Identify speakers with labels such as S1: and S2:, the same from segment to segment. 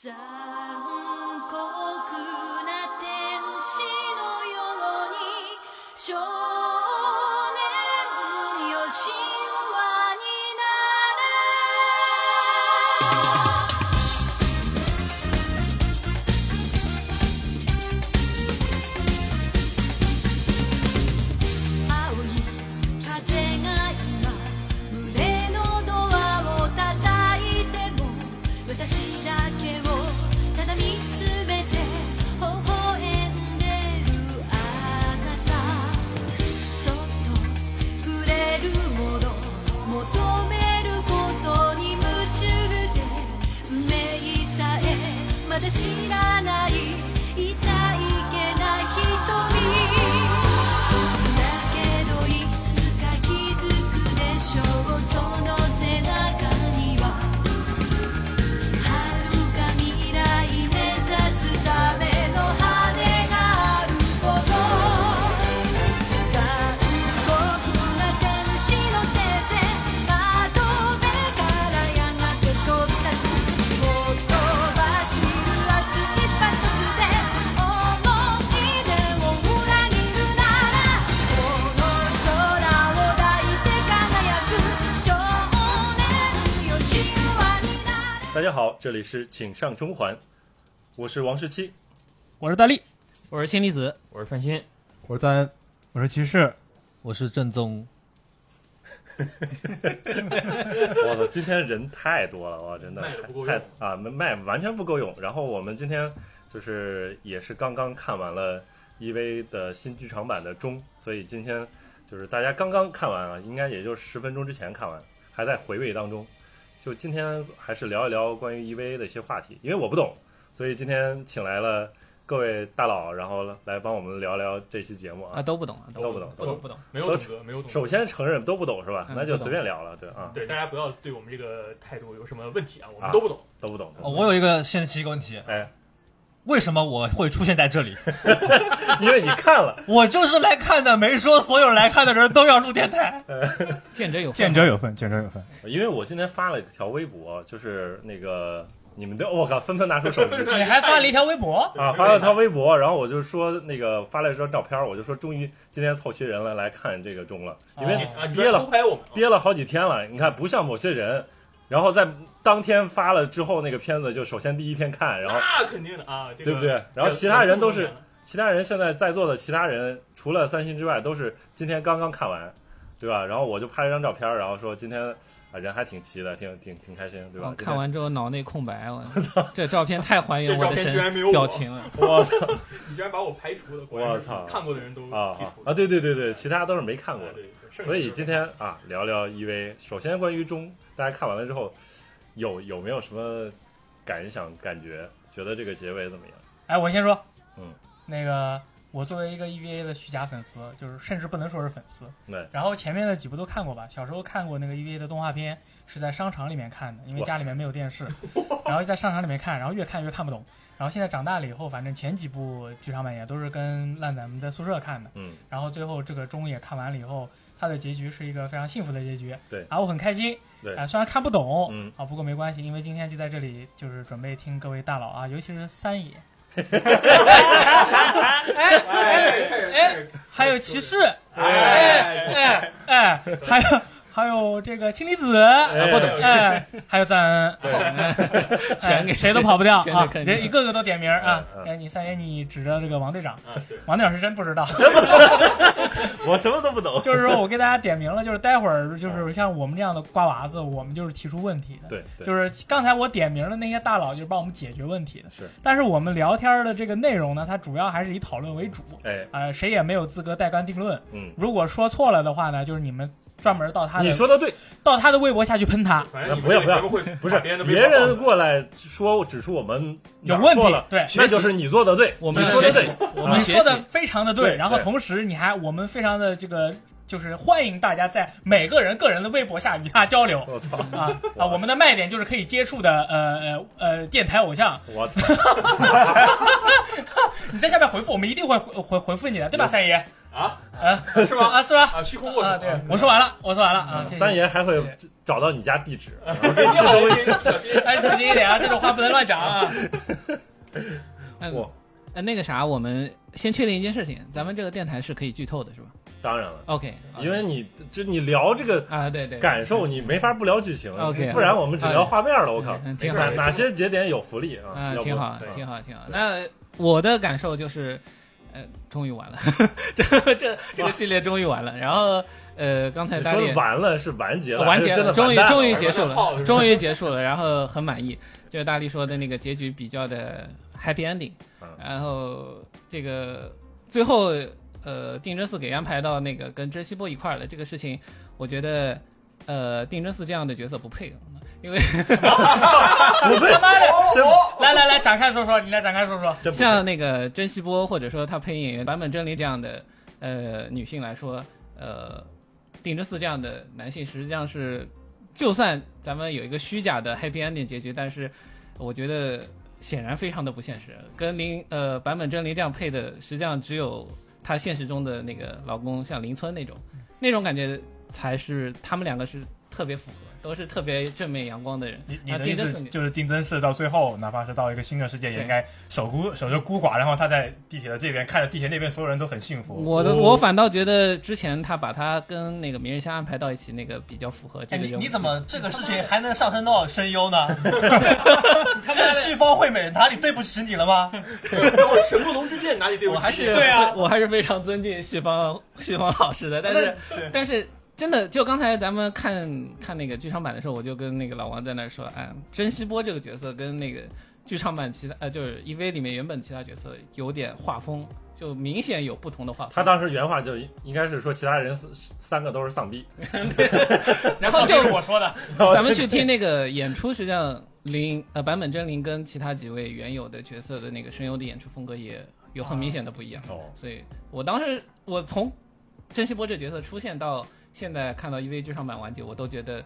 S1: 残酷な天使のように少年よ神話になれ「青い風が今」「群れのドアを叩いても」「私だけをただ見つめて」「微笑んでるあなた」「そっと触れるもの」「求めることに夢中で」「運命さえまだ知らない」「痛いけない瞳」「だけどいつか気づくでしょう」「その背中には」「遥か未来目指すための羽があること」「残酷な天使の手で窓辺からやがて飛び立つ」「ほとばしる熱いパトスで思い出を裏切るなら」「この空を抱いて輝く少年よ神話になれ」
S2: 大家好，这里是请上中环，我是王十 七。
S3: 我是大力，
S4: 我是氢离子，我是范鑫，
S5: 我是赞恩，
S3: 我是骑士，
S4: 我是正宗。
S2: 我操，今天人太多了，哇，真的
S6: 麦也不够
S2: 太
S6: 用
S2: 啊，麦完全不够用。然后我们今天就是也是刚刚看完了 EV 的新剧场版的《钟》，所以今天就是大家刚刚看完啊，应该也就十分钟之前看完，还在回味当中。就今天还是聊一聊关于 EVA 的一些话题，因为我不懂，所以今天请来了各位大佬，然后来帮我们聊聊这期节目
S4: 啊，
S2: 啊。
S4: 都不懂啊，
S2: 都不懂
S4: 不懂，不懂。
S6: 没有懂得，没有懂得。
S2: 首先承认都不懂是吧？
S4: 嗯
S2: 那就
S4: 不懂
S2: 随便聊了，对啊，
S6: 对大家不要对我们这个态度有什么问题啊，我
S2: 啊
S6: 们都不懂。
S2: 都不懂。
S5: 哦我有一个先提一个问题，
S2: 哎，
S5: 为什么我会出现在 这里？
S2: 因为你看了。
S5: 我就是来看的，没说所有来看的人都要录电台。
S4: 见者有份
S3: 见者有份，见者有份。
S2: 因为我今天发了一条微博，就是那个你们都我靠，纷纷拿出手机
S3: 你还发了一条微博，
S2: 啊，发了条微博，然后我就说那个发了一张照片，我就说终于今天凑齐人了来看这个钟了，因为
S6: 啊，你居
S2: 哎憋
S6: 然
S2: 了
S6: 偷拍我们啊，
S2: 憋了好几天了，你看不像某些人，然后在当天发了之后，那个片子就首先第一天看，然后
S6: 那肯定的啊，这个
S2: 对不对然后其他人都是其他人现在在座的其他人，除了三星之外，都是今天刚刚看完，对吧？然后我就拍了张照片，然后说今天啊人还挺齐的，挺挺挺开心，对
S3: 嗯
S2: 吧
S4: 我？啊看完之后脑内空白，我这照片太还原
S6: 这
S4: 我
S6: 照
S4: 的
S6: 片居
S4: 神
S6: 然没有我
S4: 表情了。
S2: 今天，我操
S6: 你居然把我排除了，果然
S2: 我
S6: 是
S2: 操
S6: 看过的人都
S2: 啊
S6: 剔
S2: 啊
S6: 除
S2: 啊！对对对对，其他都是没看过
S6: 啊
S2: 的。
S6: 对剩下的
S2: 所以
S6: 都是
S2: 今天啊，聊聊 EV。首先关于中，大家看完了之后，有有没有什么感想、感觉？觉得这个结尾怎么样？
S3: 哎，我先说，
S2: 嗯，
S3: 那个我作为一个 EVA 的虚假粉丝，就是甚至不能说是粉丝。
S2: 对。
S3: 然后前面的几部都看过吧，小时候看过那个 EVA 的动画片，是在商场里面看的，因为
S2: 哇
S3: 家里面没有电视，然后就在商场里面看，然后越看越看不懂。然后现在长大了以后，反正前几部剧场版也都是跟烂仔们在宿舍看的。
S2: 嗯，
S3: 然后最后这个钟也看完了以后，它的结局是一个非常幸福的结局。
S2: 对
S3: 啊，我很开心。
S2: 对
S3: 啊，虽然看不懂，
S2: 嗯
S3: 啊，不过没关系，因为今天就在这里，就是准备听各位大佬啊，尤其是三爷，哎哎哎，还有骑士，哎哎哎，还有还有这个氢离子，
S2: 哎
S4: 不懂
S3: 哎，还有赞恩，
S4: 全给
S3: 哎谁都跑不掉
S4: 全给
S3: 啊，
S4: 坑进去
S3: 人一个个都点名啊
S2: 嗯。嗯
S3: 哎，你三爷，你指着这个王队长，
S6: 啊，对，
S3: 王队长是真不知道。
S2: 我什么都不懂。
S3: 就是说我给大家点名了，就是待会儿就是像我们这样的瓜娃子，我们就是提出问题的。
S2: 对，对
S3: 就是刚才我点名的那些大佬，就是帮我们解决问题的。
S2: 是，
S3: 但是我们聊天的这个内容呢，它主要还是以讨论为主，
S2: 哎，
S3: 呃，谁也没有资格盖棺定论。
S2: 嗯，
S3: 如果说错了的话呢，就是你们专门到他的
S2: 你说的对，
S3: 到他的微博下去喷 他
S6: 反正你
S2: 不要不要
S6: 节目会
S2: 不是
S6: 把别人的微博
S2: 别人
S6: 放
S2: 过来说指出我们哪
S3: 有
S2: 儿
S3: 问题
S2: 错了，，
S3: 对。
S2: 那就是你做的对，
S4: 我们
S2: 你说的
S4: 学
S2: 对
S4: 习，我
S3: 你
S4: 们学
S3: 说的
S4: 习，
S3: 非常的
S2: 对
S3: 对，然后
S2: 对
S3: 同时你还我们非常的这个就是欢迎大家在每个人个人的微博下与他交流，
S2: 我操，
S3: 啊
S2: 哇
S3: 啊！我们的卖点就是可以接触的，呃呃呃，电台偶像，
S2: 我操，
S3: 你在下面回复，我们一定会回回回复你的，对吧，
S2: 有
S3: 三爷？
S6: 啊，
S7: 啊，
S6: 是吗？
S7: 啊，是吧？
S6: 啊，虚空过程
S7: 啊，对，我说完了，我说完了啊，
S3: 嗯
S7: 谢谢
S2: 三爷还会
S7: 谢
S2: 找到你家地址，
S6: 小心，
S7: 哎，小心一 点啊，这种话不能乱讲啊。
S4: 嗯
S2: 我
S4: 呃，那个啥，我们先确定一件事情，咱们这个电台是可以剧透的，是吧
S2: 当然了，
S4: ？OK，
S2: 因为你就你聊这个
S4: 啊，对对，
S2: 感受，你没法不聊剧情
S4: OK，
S2: 不然我们只聊画面了，我靠
S4: 嗯，嗯挺好
S2: 哪哪些节点有福利啊
S4: 啊，？挺好，挺
S2: 好。
S4: 好，挺好。
S2: 对
S4: 那我的感受就是，呃，终于完了， 这这这个系列终于完了。然后，呃，刚才
S2: 你
S4: 大
S2: 说
S4: 力
S2: 的完了是完结了，
S4: 完
S2: 还是
S4: 结
S2: 真的
S4: 了，终于
S2: 完蛋
S4: 终于
S2: 了
S4: 结束
S6: 完蛋炮是
S4: 了，
S6: 吧
S4: 终于结束了，然后很满意。就是大力说的那个结局比较的 happy ending，
S2: 嗯
S4: 然后这个最后呃定真寺给安排到那个跟真希波一块儿了，这个事情我觉得呃定真寺这样的角色不配，因为
S7: 他妈
S3: 哦
S7: 的，
S2: 真
S7: 来来来，展开说说，你来展开说说。
S2: 真不
S4: 像那个真希波或者说他配音演员坂本真理这样的呃女性来说，呃定真寺这样的男性实际上是，就算咱们有一个虚假的 happy ending 结局，但是我觉得显然非常的不现实。跟林呃坂本真绫这样配的，实际上只有她现实中的那个老公像林村那种，
S2: 嗯
S4: 那种感觉才是他们两个是特别符合，都是特别正面阳光的人。
S3: 你你
S4: 啊
S3: 的
S4: 定
S3: 意
S4: 真
S3: 思
S4: 寺女
S3: 就是定真寺到最后，哪怕是到一个新的世界，也
S4: 对
S3: 应该守孤守着孤寡，然后他在地铁的这边看着地铁那边所有人都很幸福。哦
S4: 我的
S2: 我
S4: 我反倒觉得之前他把他跟那个明日香安排到一起，那个比较符合这
S5: 哎，
S4: 个
S5: 你
S4: 人物。
S5: 你怎么这个事情还能上升到声优 呢？这旭光惠美哪里对不起你了吗？
S6: 我神不龙之剑哪里对
S4: 我
S6: 起
S4: 还是
S6: 对啊，
S4: 我还是非常尊敬旭方旭方老师的，但是但是真的，就刚才咱们看看那个剧场版的时候，我就跟那个老王在那儿说，哎，甄希波这个角色跟那个剧场版其他呃就是 EV 里面原本其他角色有点画风，就明显有不同的画风。
S2: 他当时原话就应该是说其他人三三个都是丧逼，
S4: 然后就
S7: 这是我说的，
S4: 咱们去听那个演出，实际上林呃坂本真绫跟其他几位原有的角色的那个声优的演出风格也有很明显的不一样。
S2: 哦，
S4: 所以我当时我从甄希波这角色出现到现在看到 EV 剧场版完结，我都觉得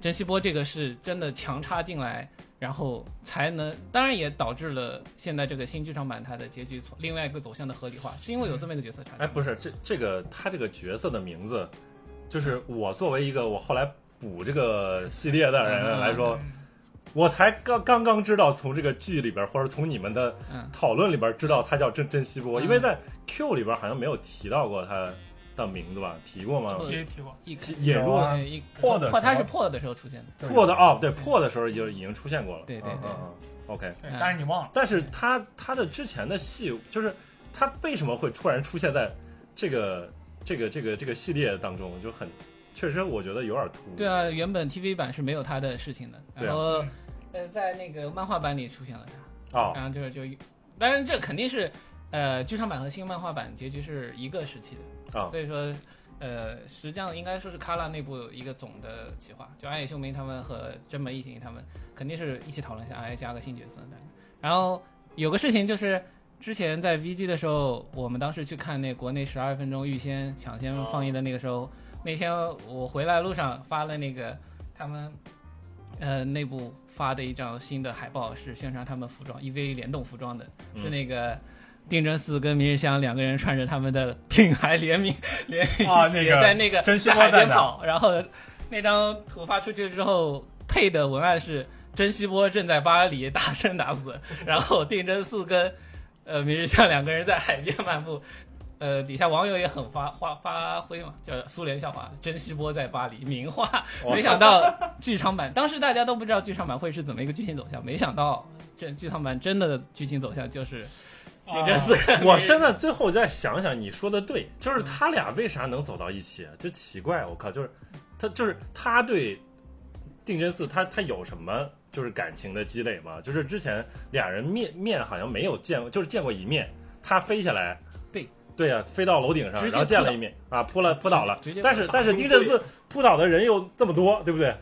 S4: 甄希波这个是真的强插进来，然后才能，当然也导致了现在这个新剧场版它的结局从另外一个走向的合理化，是因为有这么一个角色产生。
S2: 哎，不
S4: 是，
S2: 是这这个他这个角色的名字，就是我作为一个我后来补这个系列的人来说，我才刚刚刚知道从这个剧里边或者从你们的
S4: 嗯，
S2: 讨论里边知道他叫真真希波，
S4: 嗯
S2: 因为在 Q 里边好像没有提到过他的名字吧？提过
S3: 哦
S2: 吗？
S4: 提
S7: 提过，
S4: 一
S2: 提引入
S3: 有啊
S4: 对一
S3: 破的时候
S4: 破，它是破的时候出现的，
S2: 破的哦，对破的时候就已经出现过了。
S4: 对对
S2: 嗯
S4: 对
S2: 嗯嗯，OK。
S7: 对但是你忘了，
S2: 但是他他的之前的戏，就是他为什么会突然出现在这个这个这个这个系列当中，就很确实我觉得有点突兀。
S4: 对，啊，原本 TV 版是没有他的事情的，
S2: 对啊
S4: 然后、呃，在那个漫画版里出现了他。
S2: 哦，
S4: 然后就是就，当然这肯定是，呃，剧场版和新漫画版结局是一个时期的，
S2: 啊
S4: 所以说，呃，实际上应该说是 Kala 内部一个总的企划，就暗野秀明他们和真本一行他们肯定是一起讨论一下，哎，加个新角色大概。然后有个事情就是。之前在 VG 的时候，我们当时去看那国内十二分钟预先抢先放映的那个时候，那天我回来路上发了那个他们呃内部发的一张新的海报，是宣传他们服装 EVA 联动服装的，
S2: 嗯
S4: 是那个定真寺跟明日香两个人穿着他们的品牌联名联名
S3: 啊
S4: 鞋，
S3: 那个
S4: 在那个
S3: 真希
S4: 在
S3: 波
S4: 海边
S3: 在哪
S4: 跑，然后那张图发出去之后配的文案是。真希波正在巴黎大声打死，然后定真寺跟呃明日香两个人在海边漫步，呃，底下网友也很发发发挥嘛，叫苏联笑话，真希波在巴黎名画，
S2: 哇
S4: 没想到剧场版，当时大家都不知道剧场版会是怎么一个剧情走向，没想到这剧场版真的剧情走向就是顶着四个，
S2: 我现在最后再想想，你说的对，就是他俩为啥能走到一起，就奇怪，我靠，就是他就是他对定真寺，他他有什么就是感情的积累吗？就是之前俩人面面好像没有见过，就是见过一面，他飞下来，
S4: 对
S2: 对呀、飞到楼顶上，
S4: 直接
S2: 然后见了一面啊，扑了扑倒了
S4: 直接，
S2: 但是
S4: 打
S2: 但是
S6: 中
S2: 定真
S6: 队
S2: 寺扑倒的人又这么多，对不 对？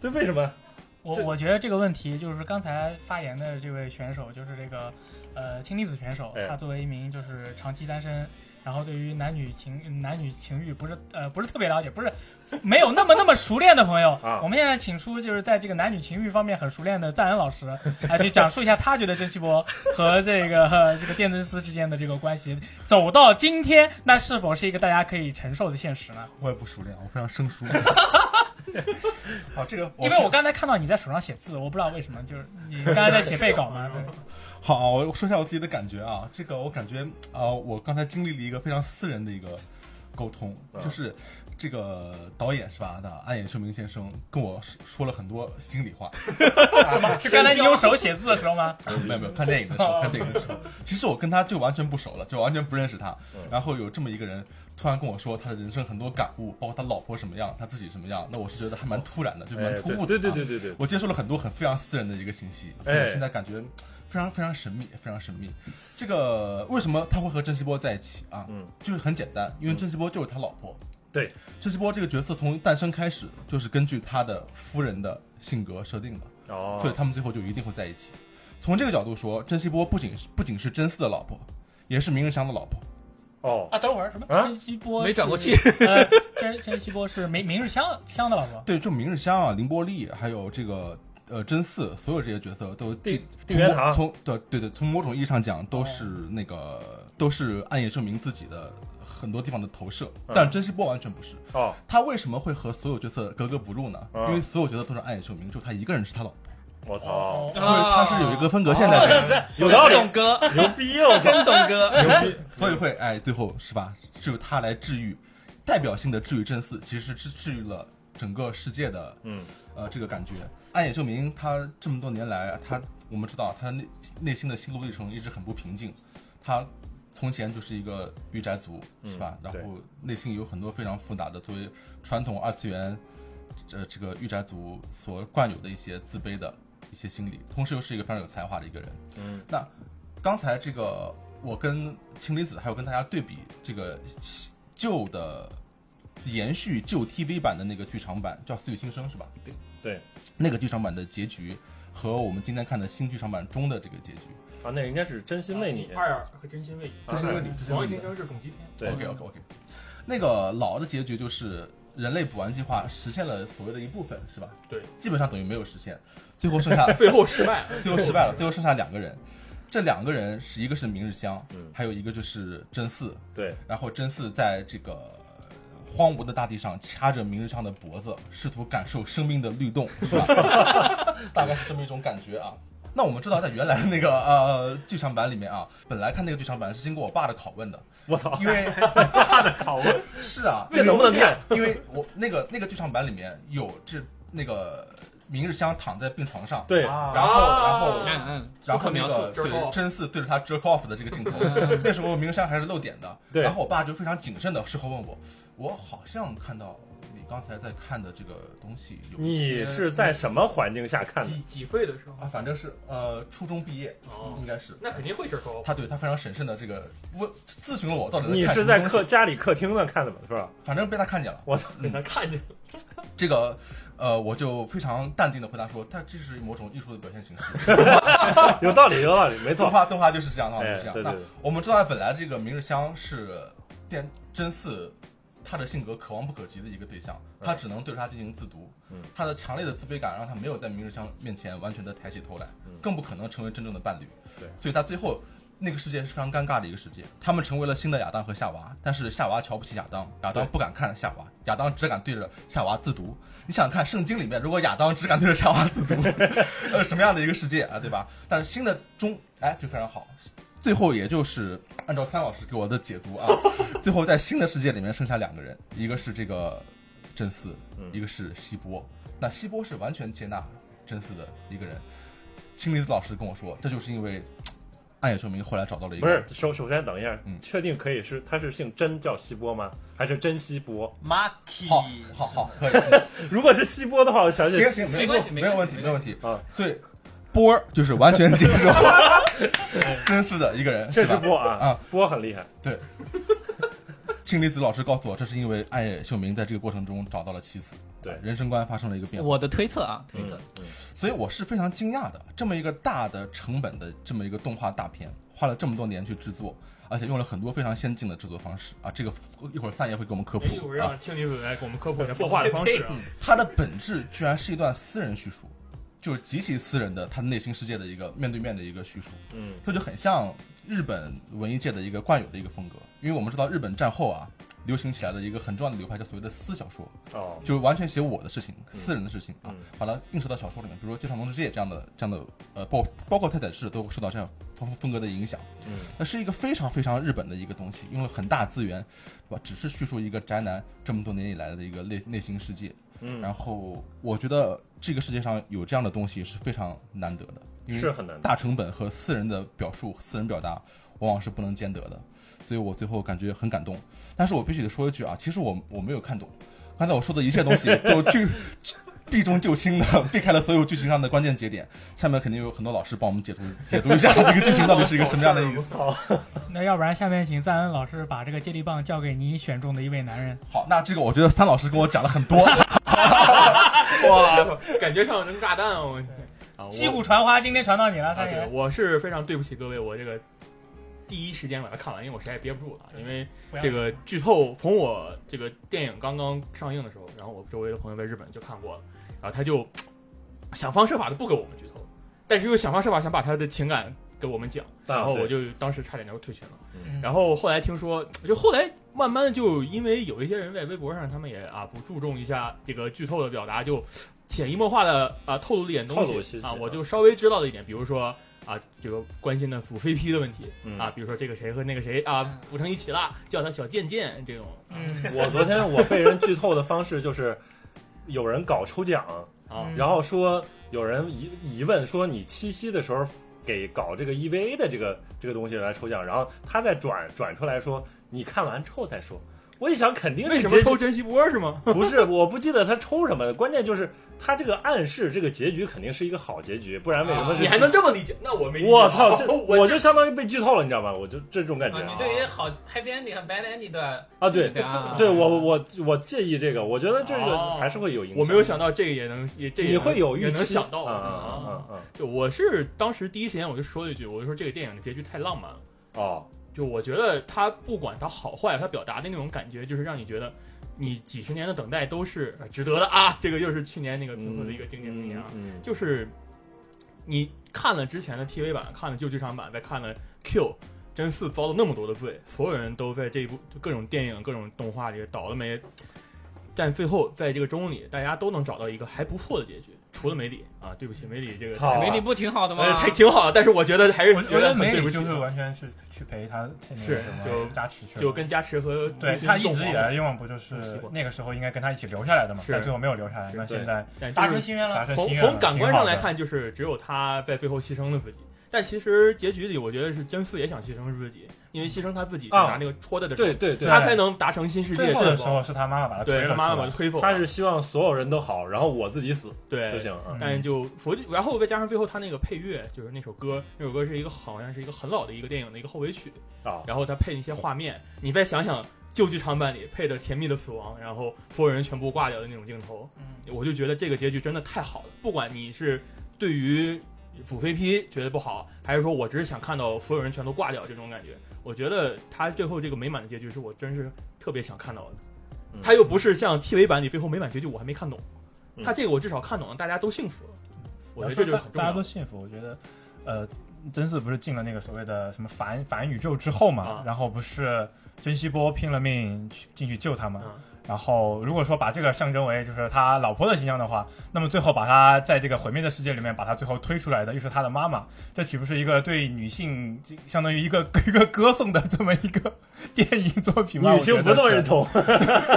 S2: 这为什么？
S7: 我
S2: 这
S7: 我觉得这个问题就是刚才发言的这位选手，就是这个呃氢离子选手
S2: 哎，
S7: 他作为一名就是长期单身。然后对于男女情男女情欲不是呃不是特别了解，不是没有那么那么熟练的朋友，
S2: 啊
S7: 我们现在请出就是在这个男女情欲方面很熟练的赞恩老师来去讲述一下他觉得蒸 汽波和这个、呃这个电灯丝之间的这个关系，走到今天，那是否是一个大家可以承受的现实呢？
S8: 我也不熟练，我非常生疏。好，哦这个
S7: 因为我刚才看到你在手上写字，我不知道为什么，就是你刚才在写背 稿吗？对
S8: 好，我说一下我自己的感觉啊，这个我感觉啊、呃我刚才经历了一个非常私人的一个沟通，
S2: 嗯
S8: 就是这个导演是吧？那暗野秀明先生跟我说了很多心里话，
S7: 是刚才你用手写字的时候吗？
S8: 没有没有，看电影的时候，看电影的时候，其实我跟他就完全不熟了，就完全不认识他
S2: 嗯。
S8: 然后有这么一个人突然跟我说他的人生很多感悟，包括他老婆什么样，他自己什么样，那我是觉得还蛮突然的，就
S2: 哎
S8: 蛮突兀的、
S2: 对
S8: 啊
S2: 对对。对对对，
S8: 我接受了很多很非常私人的一个信息，所以
S2: 哎
S8: 我现在感觉非常非常神秘，非常神秘。这个为什么他会和郑希波在一起啊？
S2: 嗯，
S8: 就是很简单，因为郑希波就是他老婆。
S2: 对，
S8: 郑希波这个角色从诞生开始就是根据他的夫人的性格设定的。
S2: 哦，
S8: 所以他们最后就一定会在一起。从这个角度说，甄希波不仅是不仅是真嗣的老婆，也是明日香的老婆。
S2: 哦，
S7: 啊，等会儿什么？
S2: 啊
S7: 甄希波
S4: 没转过
S7: 是
S4: 气。
S7: 呃， 甄甄希波是明明日香香的老婆，
S8: 对，就明日香啊、凌波丽，还有这个呃真嗣，所有这些角色都
S2: 定定
S8: 从
S2: 元
S8: 某
S2: 堂
S8: 从对对对，从某种意义上讲，都是那个、都是暗夜证明自己的很多地方的投射。
S2: 嗯
S8: 但甄希波完全不是，
S2: 哦，
S8: 他为什么会和所有角色格格不入呢？
S2: 嗯
S8: 因为所有角色都是暗夜证明，就他一个人是他老婆，
S2: 我
S6: 哦
S2: 操，
S8: 所以
S2: 啊
S8: 他是有一个分隔线
S2: 哦
S8: 在这里的。
S2: 有道理，
S4: 懂哥，
S2: 牛逼，我操，
S4: 真懂 哥。
S8: 牛逼， 所以会哎，最后是吧？只有他来治愈，代表性的治愈真嗣，其实是治愈了整个世界的
S2: 嗯，
S8: 呃这个感觉。暗野证明他这么多年来，他我们知道他内内心的心路历程一直很不平静，他。从前就是一个御宅族，是
S2: 嗯
S8: 吧？然
S2: 对
S8: 后内心有很多非常复杂的，作为传统二次元，呃，这个御宅族所惯有的一些自卑的一些心理，同时又是一个非常有才华的一个人。
S2: 嗯，
S8: 那刚才这个我跟青离子还有跟大家对比这个新旧的延续旧 TV 版的那个剧场版叫《死与新生》是吧？
S2: 对，
S8: 那个剧场版的结局和我们今天看的新剧场版中的这个结局，
S2: 啊，那应该是真心为你，啊哎
S6: 二和真心为你，
S2: 真心
S8: 为你真心为
S6: 王
S8: 你
S6: 先生是讽击片，
S2: 对
S8: OK OK OK，那个老的结局就是人类补完计划实现了所谓的一部分，是吧？
S6: 对，
S8: 基本上等于没有实现，最 后剩下
S6: 最后失败了。
S8: 最后失败了，最后剩下两个人，这两个人是一个是明日香，
S2: 嗯
S8: 还有一个就是真嗣，
S2: 对，
S8: 然后真嗣在这个呃荒芜的大地上掐着明日香的脖子，试图感受生命的律动，是 吧？ 大概是这么一种感觉啊。那我们知道，在原来那个呃剧场版里面啊，本来看那个剧场版是经过我爸的拷问的，
S2: 我操，
S8: 因为
S2: 好，我
S8: 是啊，
S2: 这能不能看？
S8: 因为我那个那个剧场版里面有这那个明日香躺在病床上，
S2: 对，
S3: 啊
S8: 然后然后
S4: 嗯
S6: 啊
S4: 嗯，不
S8: 然后那
S4: 可描
S8: 个
S4: 述
S8: 对
S6: jerk
S2: 哦
S6: off
S8: 真嗣对着他 jerk off 的这 个镜头，那时候明山还是漏点的。
S2: 对
S8: 然后我爸就非常谨慎的事后问我，我好像看到你刚才在看的这个东西有一
S2: 你
S8: 些
S2: 是在什么环境下看的？
S6: 几几岁的时候
S8: 啊，，反正是呃初中毕业，
S6: 哦
S8: 应该是。
S6: 那肯定会折扣。
S8: 他对他非常审慎的这个问咨询了我到底
S2: 你
S8: 看
S2: 是
S8: 什么
S2: 在
S8: 东西
S2: 客，家里客厅那看的吧？是吧？
S8: 反正被他看见了。
S2: 我操，
S6: 他看见了
S8: 这个呃，我就非常淡定的回答说，他这是某种艺术的表现形式。
S2: 有道理，有道理，没
S8: 动
S2: 错，
S8: 画动画就是这样，动画就
S2: 哎
S8: 是这，样。
S2: 对对
S8: 那
S2: 对，
S8: 我们知道本来这个明日香是电真嗣，他的性格可望不可及的一个对象，
S2: 嗯
S8: 他只能对他进行自读。
S2: 嗯
S8: 他的强烈的自卑感让他没有在明日香面前完全的抬起头来，
S2: 嗯
S8: 更不可能成为真正的伴侣。
S2: 对
S8: 所以他最后那个世界是非常尴尬的一个世界，他们成为了新的亚当和夏娃，但是夏娃瞧不起亚当，亚当
S2: 对
S8: 不敢看夏娃，亚当只敢对着夏娃自读。你想看圣经里面，如果亚当只敢对着夏娃 自读，呃，什么样的一个世界啊，对吧？但是新的中，哎，就非常好。最后也就是按照三老师给我的解读 啊，最后在新的世界里面剩下两个人，一个是这个真嗣，
S2: 嗯
S8: 一个是希波。那希波是完全接纳真嗣的一个人。青离子老师跟我说，这就是因为暗夜证明后来找到了一个
S2: 不是，首首先等一下
S8: 嗯，
S2: 确定可以是他是姓真叫西波吗？还是真西波？
S5: Marky，
S8: 好好好可以，嗯
S2: 如果是西波的话，我想起
S8: 行行，
S4: 没关系
S8: 没有
S4: 没
S8: 问
S4: 关
S8: 题
S4: 系
S8: 没有问题
S2: 啊。
S8: 所以波儿就是完全接 受真嗣的一个人，
S2: 这
S8: 是
S2: 是
S8: 吧？
S2: 波啊，
S8: 啊
S2: 波很厉害，
S8: 青离子老师告诉我，这是因为暗夜秀明在这个过程中找到了妻子，
S2: 对
S8: 人生观发生了一个变化，
S4: 我的推测啊，推测
S2: 嗯，嗯
S8: 所以我是非常惊讶的。这么一个大的成本的这么一个动画大片，花了这么多年去制作，而且用了很多非常先进的制作方式啊。这个一会儿范爷会给我们科普
S6: 哎一会儿
S8: 啊
S6: 让。青女主来给我们科普一下作画的方式啊。
S8: 它的本质居然是一段私人叙述，就是极其私人的他内心世界的一个面对面的一个叙述。
S2: 嗯，
S8: 这就很像日本文艺界的一个惯有的一个风格，因为我们知道日本战后啊，流行起来的一个很重要的流派叫所谓的私小说，
S2: 哦，
S8: 就是完全写我的事情、私人的事情啊
S2: 嗯，
S8: 把它映射到小说里面，比如说《芥川龙之介》这样的这样的呃，包包括太宰治都受到这样风风格的影响。
S2: 嗯，
S8: 那是一个非常非常日本的一个东西，用了很大资源，对吧？只是叙述一个宅男这么多年以来的一个内内心世界。
S2: 嗯
S8: 然后我觉得这个世界上有这样的东西是非常难得的，因为
S2: 是很难的。
S8: 大成本和私人的表述、私人表达往往是不能兼得的，所以我最后感觉很感动。但是我必须得说一句啊，其实我我没有看懂，刚才我说的一切东西都 避避重就轻的避开了所有剧情上的关键节点。下面肯定有很多老师帮我们解读解读一下这个剧情到底是一个什么样的意思。
S7: 那要不然下面请赞恩老师把这个接力棒交给你选中的一位男人。
S8: 好，那这个我觉得三老师跟我讲了很多， 哇，
S6: 哎感觉像扔炸弹哦！我啊，
S7: 击
S6: 我
S7: 鼓传花，今天传到你了，
S6: 啊，
S7: 三
S6: 对，
S7: 爷。
S6: 我是非常对不起各位，我这个第一时间把它看完，因为我实在憋不住了，因为
S7: 不要
S6: 这个剧透从我这个电影刚刚上映的时候，然后我周围的朋友在日本就看过了，然后他就想方设法的不给我们剧透，但是又想方设法想把他的情感给我们讲，
S2: 啊
S6: 然后
S2: 对
S6: 哦我就当时差点就退群了。
S7: 嗯
S6: 然后后来听说，就后来慢慢的就因为有一些人在微博上，他们也啊不注重一下这个剧透的表达，就潜移默化的啊透露了一点东
S2: 透露
S6: 西
S2: 信息
S6: 啊，
S2: 啊
S6: 我就稍微知道了一点，比如说啊这个关心的辅 CP 的问题
S2: 嗯
S6: 啊，比如说这个谁和那个谁啊辅成一起啦，叫他小贱贱这种
S7: 嗯，
S2: 我昨天我被人剧透的方式就是，有人搞抽奖，
S6: 啊
S7: 嗯
S2: 然后说有人疑疑问说你七夕的时候给搞这个 EVA 的这个这个东西来抽奖，然后他再转转出来说你看完之后再说。我一想肯定是
S6: 为什么
S2: 结局
S6: 抽珍惜波是吗？
S2: 不是，我不记得他抽什么的，关键就是他这个暗示这个结局肯定是一个好结局，不然为什么是？
S6: 啊你还能这么理解？那我没理解
S2: 我操，这
S6: 我
S2: 我就相当于被剧透了，你知道吗？我就这种感觉
S4: 啊，你对于好 happy ending 和 bad ending 的
S2: 啊，对
S4: 对啊，
S2: 对，我我我介意这个，我觉得这个
S6: 哦
S2: 还是会有影响。
S6: 我没有，想到这个也能也这也
S2: 你会有
S6: 也
S2: 预
S6: 能
S2: 期
S6: 想到
S2: 啊啊啊啊！
S6: 就我是当时第一时间我就说了一句，我就说这个电影的结局太浪漫了。
S2: 哦，
S6: 就我觉得它不管它好坏，它表达的那种感觉，就是让你觉得你几十年的等待都是呃值得的啊！这个又是去年那个评分的一个经典名言啊，
S2: 嗯，
S6: 就是你看了之前的 TV 版，看了旧剧场版，再看了 Q。真嗣遭了那么多的罪，所有人都在这一部各种电影、各种动画里倒了霉，但最后在这个中里，大家都能找到一个还不错的结局，除了梅里啊，对不起，梅里这个
S2: 操
S4: 梅里不挺好的吗
S6: 呃，？还挺好，但是我觉得还是
S3: 我
S6: 觉
S3: 觉得
S6: 很
S3: 梅
S6: 对不
S3: 里
S6: 起
S3: 就，是完全是去陪他那个
S6: 是
S3: 什么
S6: 就
S3: 加持去了，
S6: 就跟加持和
S3: 对
S6: 朱军
S3: 他一
S6: 动
S3: 直以
S6: 画
S3: 来愿望不就是
S6: 习惯
S3: 那个时候应该跟他一起留下来的嘛，
S6: 是
S3: 但最后没有留下来，那
S2: 对
S3: 现在
S6: 但
S7: 达
S6: 就
S7: 成
S6: 是
S7: 心愿了
S3: 达。成
S6: 从
S3: 心愿了
S6: 从感官
S3: 挺
S6: 上
S3: 好的
S6: 来看，就是只有他在最后牺牲了自己。但其实结局里，我觉得是真嗣也想牺牲自己，因为牺牲他自己就
S2: 啊
S6: 拿那个戳他的手
S2: 对，对对，
S6: 他才能达成新世界
S3: 最。后的时
S6: 是吧
S3: 候是他妈妈把他推
S6: 对
S3: 了
S6: 他
S3: 出
S6: 妈妈把
S3: 来
S6: 他，推走了，
S2: 他是希望所有人都好，然后我自己死就
S6: 对
S2: 行啊。
S3: 嗯
S6: 但就佛，然后再加上最后他那个配乐，就是那首歌，那首歌是一个好像是一个很老的一个电影的一个后尾曲，
S2: 啊，
S6: 然后他配一些画面，你再想想旧剧场版里配的《甜蜜的死亡》，然后所有人全部挂掉的那种镜头，
S3: 嗯
S6: 我就觉得这个结局真的太好了。不管你是对于主 CP 觉得不好，还是说我只是想看到所有人全都挂掉这种感觉，我觉得他最后这个美满的结局是我真是特别想看到的
S2: 嗯。
S6: 他又不是像 TV 版里最后美满结局我还没看懂，
S2: 嗯
S6: 他这个我至少看懂了，大家都幸福了。我觉得
S3: 然
S6: 这就是
S3: 后
S6: 很重
S3: 嗯大
S6: 要
S3: 家
S6: 的
S3: 都。幸福，我觉得，呃，真嗣不是进了那个所谓的什么反反宇宙之后嘛
S6: 啊，
S3: 然后不是真希波拼了命去进去救他嘛，
S6: 嗯
S3: 然后如果说把这个象征为就是他老婆的形象的话，那么最后把他在这个毁灭的世界里面把他最后推出来的又是他的妈妈，这岂不是一个对女性相当于一个 一个歌颂的这么一个 电影作品吗？
S2: 女性不这
S3: 我觉得
S2: 么
S3: 是
S2: 认。同，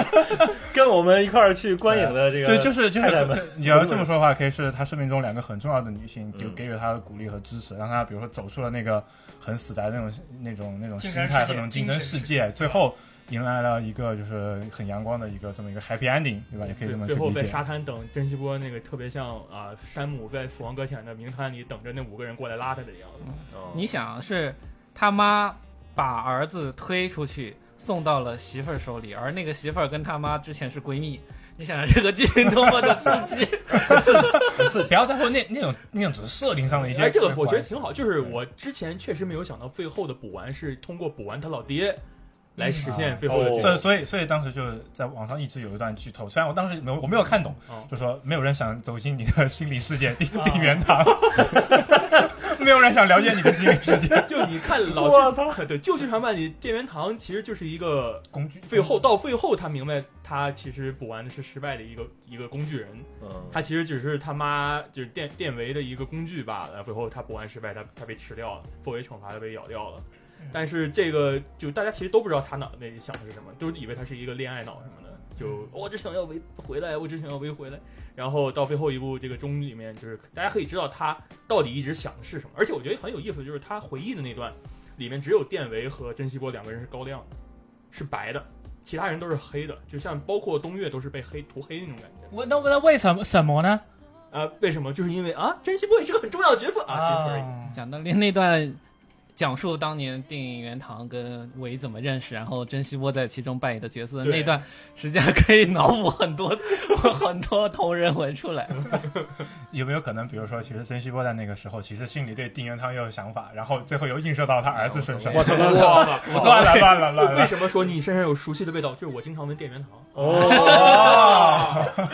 S2: 跟我们一块儿去观影的这个
S3: 对，就是就是
S2: 太太们，
S3: 你要这么说的话，可以是他生命中两个很重要的女性，
S2: 嗯
S3: 就给予他的鼓励和支持，让他比如说走出了那个很死宅那种那种那种
S7: 精
S3: 心
S7: 神世
S3: 态和
S7: 界
S3: 那种
S7: 精
S3: 竞争
S7: 神
S3: 世
S7: 世
S3: 界，最后迎来了一个就是很阳光的一个这么一个 happy ending，对吧？也可以这么去
S6: 嗯最后
S3: 理
S6: 在
S3: 解。
S6: 沙滩等珍惜波那个特别像啊、山姆在死亡搁浅的名滩里等着那五个人过来拉他的样子。
S3: 嗯
S2: 哦
S4: 你想是他妈把儿子推出去送到了媳妇儿手里，而那个媳妇儿跟他妈之前是闺蜜，你想想这个剧情多么的刺激！
S3: 不要在乎那那种那种只是设定上的一些关
S6: 哎，
S3: 系。
S6: 这个我觉得挺好，就是我之前确实没有想到最后的补完是通过补完他老
S3: 嗯
S6: 爹来实
S3: 啊
S6: 现最后的这个
S3: 所以所以所以当时就在网上一直有一段剧透，虽然我当时没有我没有看懂，
S6: 哦
S3: 就说没有人想走进你 的心理世界定定元堂， 没有人想了解你的心理世 界。
S6: 就你看 老剧，对旧剧场版里电元堂其实就是一个
S3: 工具
S6: 最后到最后他明白他其实补完的是失败的一个一个工具人，
S2: 嗯，
S6: 他其实只是他妈就是电电维的一个工具罢了。最后他补完失败，他他被吃掉了，作为惩罚他被咬掉了。但是这个就大家其实都不知道他脑袋里想的是什么，都以为他是一个恋爱脑什么的。就我只想要维回来，我只想要维回来。然后到最后一部这个中里面，就是大家可以知道他到底一直想的是什么。而且我觉得很有意思，就是他回忆的那段里面只有电维和真希波两个人是高亮的，是白的，其他人都是黑的，就像包括东岳都是被黑涂黑那种感觉。
S7: 我那那为什么什么呢？
S6: 啊，为什么？就是因为啊，真希波也是个很重要的角色啊，仅此而已。
S7: 啊
S4: 讲到那那段讲述当年定元堂跟韦怎么认识，然后珍惜波在其中扮演的角色
S6: 对
S4: 那段，实际上可以脑补很多 很多同人文出来。
S3: 有没有可能，比如说，其实曾希波在那个时候，其实心里对定元汤也有想法，然后最后又映射到他儿子身上？
S4: 我
S6: 我操！
S3: 乱了乱了乱
S6: 为
S3: 了！
S6: 什么说你身上有熟悉的味道？就是我经常闻电元堂。
S3: 啊
S2: 哦，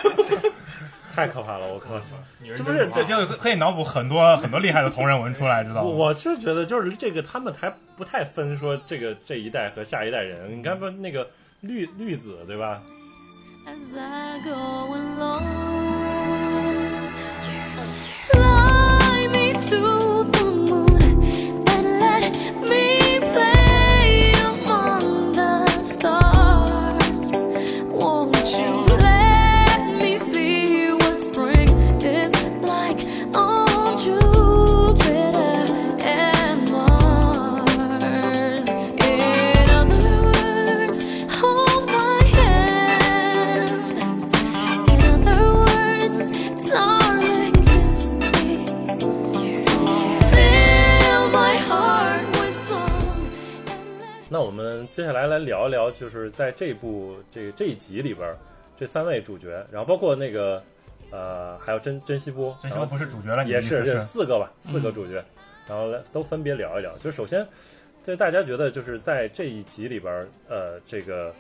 S2: 太可怕了，我 靠！
S6: 女人
S2: 这
S6: 真
S2: 不是
S6: 可
S3: 这
S6: 怕
S3: 就可以脑补很多很多厉害的同人文出来，知道
S2: 我
S3: 吗？
S2: 我是觉得就是这个，他们还不太分说这个这一代和下一代人。你看不那个绿绿子对吧？
S1: As I go along, fly me to the moon and let me play among the stars. Won't you let me see what spring is like on Jupiter and Mars? In other words, hold my hand. In other words, darling, kiss me. Fill my heart with song and let
S2: 那我们接下来来聊一聊，就是在这部这这一集里边儿，这三位主角，然后包括那个呃，还有甄甄希波，
S3: 真
S2: 然
S3: 希
S2: 后
S3: 波不是主角了，你的
S2: 也
S3: 意思嗯
S2: 是
S3: 是
S2: 这？四个吧，四个主角，然后来都分别聊一聊。就首先，这大家觉得就是在这一集里边儿，呃，这个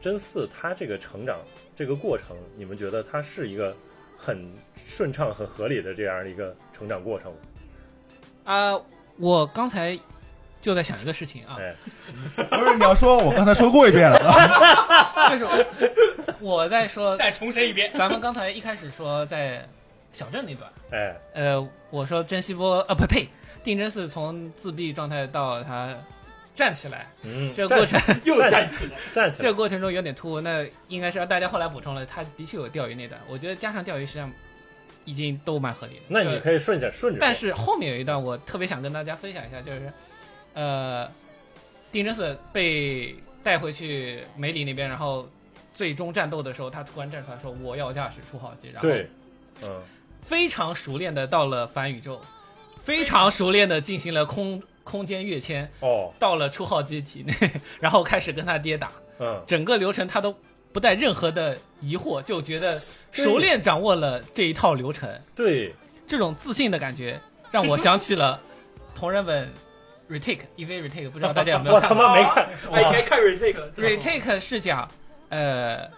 S2: 真嗣他这个成长这个过程，你们觉得他是一个很顺畅、很合理的这样一个成长过程吗？
S4: 啊、我刚才就在想一个事情啊，
S2: 哎，
S8: 不是你要说，我刚才说过一 遍了，
S4: 就是我在说，
S7: 再重申一遍，
S4: 咱们刚才一开始说在小镇那段，
S2: 哎，
S4: 呃，我说珍惜波，呃，不呸，定真寺从自闭状态到他站起来，
S2: 嗯，
S4: 这个过程
S2: 又站起来，站起
S4: 这
S2: 来
S4: 个，过程中有点突兀，那应该是大家后来补充了，他的确有钓鱼那段，我觉得加上钓鱼实际上已经都蛮合理的。
S2: 那你
S4: 就
S2: 可以顺着顺着说，
S4: 但是后面有一段我特别想跟大家分享一下，就是呃，丁真寺被带回去梅里那边，然后最终战斗的时候，他突然站出来说我要驾驶出号机，然后
S2: 对，嗯，
S4: 非常熟练的到了反宇宙，非常熟练的进行了空空间跃迁，
S2: 哦，
S4: 到了出号机体内， 然后开始跟他爹打。
S2: 嗯，
S4: 整个流程他都不带任何的疑惑，就觉得熟练掌握了这一套流程，
S2: 对，
S4: 这种自信的感觉让我想起了同人本 retake EV retake，不知道大家有没 有
S2: 我他
S4: 看过啊
S2: 妈没看，
S6: 哎，该看 retake 了。
S4: retake 是讲呃。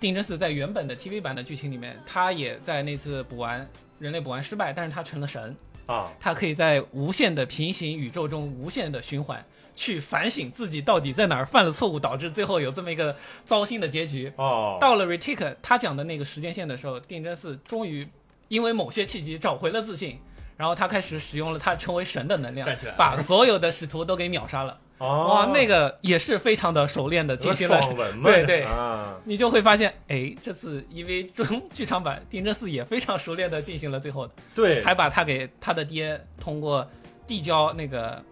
S4: 定真寺在原本的 TV 版的剧情里面，他也在那次补完人类补完失败，但是他成了神，
S2: 啊，
S4: 他可以在无限的平行宇宙中无限的循环，去反省自己到底在哪儿犯了错误，导致最后有这么一个糟心的结局。
S2: 哦，
S4: 到了 retake 他讲的那个时间线的时候，定真寺终于因为某些契机找回了自信，然后他开始使用了他成为神的能量
S6: 站起来了，
S4: 把所有的使徒都给秒杀了。
S2: 哦，
S4: 哇，那个也是非常的哦熟练的进行了。
S2: 爽文嘛，
S4: 对对，
S2: 啊，
S4: 你就会发现，哎，这次 EV 中剧场版定真寺也非常熟练的进行了最后的，
S2: 对，
S4: 还把他给他的爹通过递交那个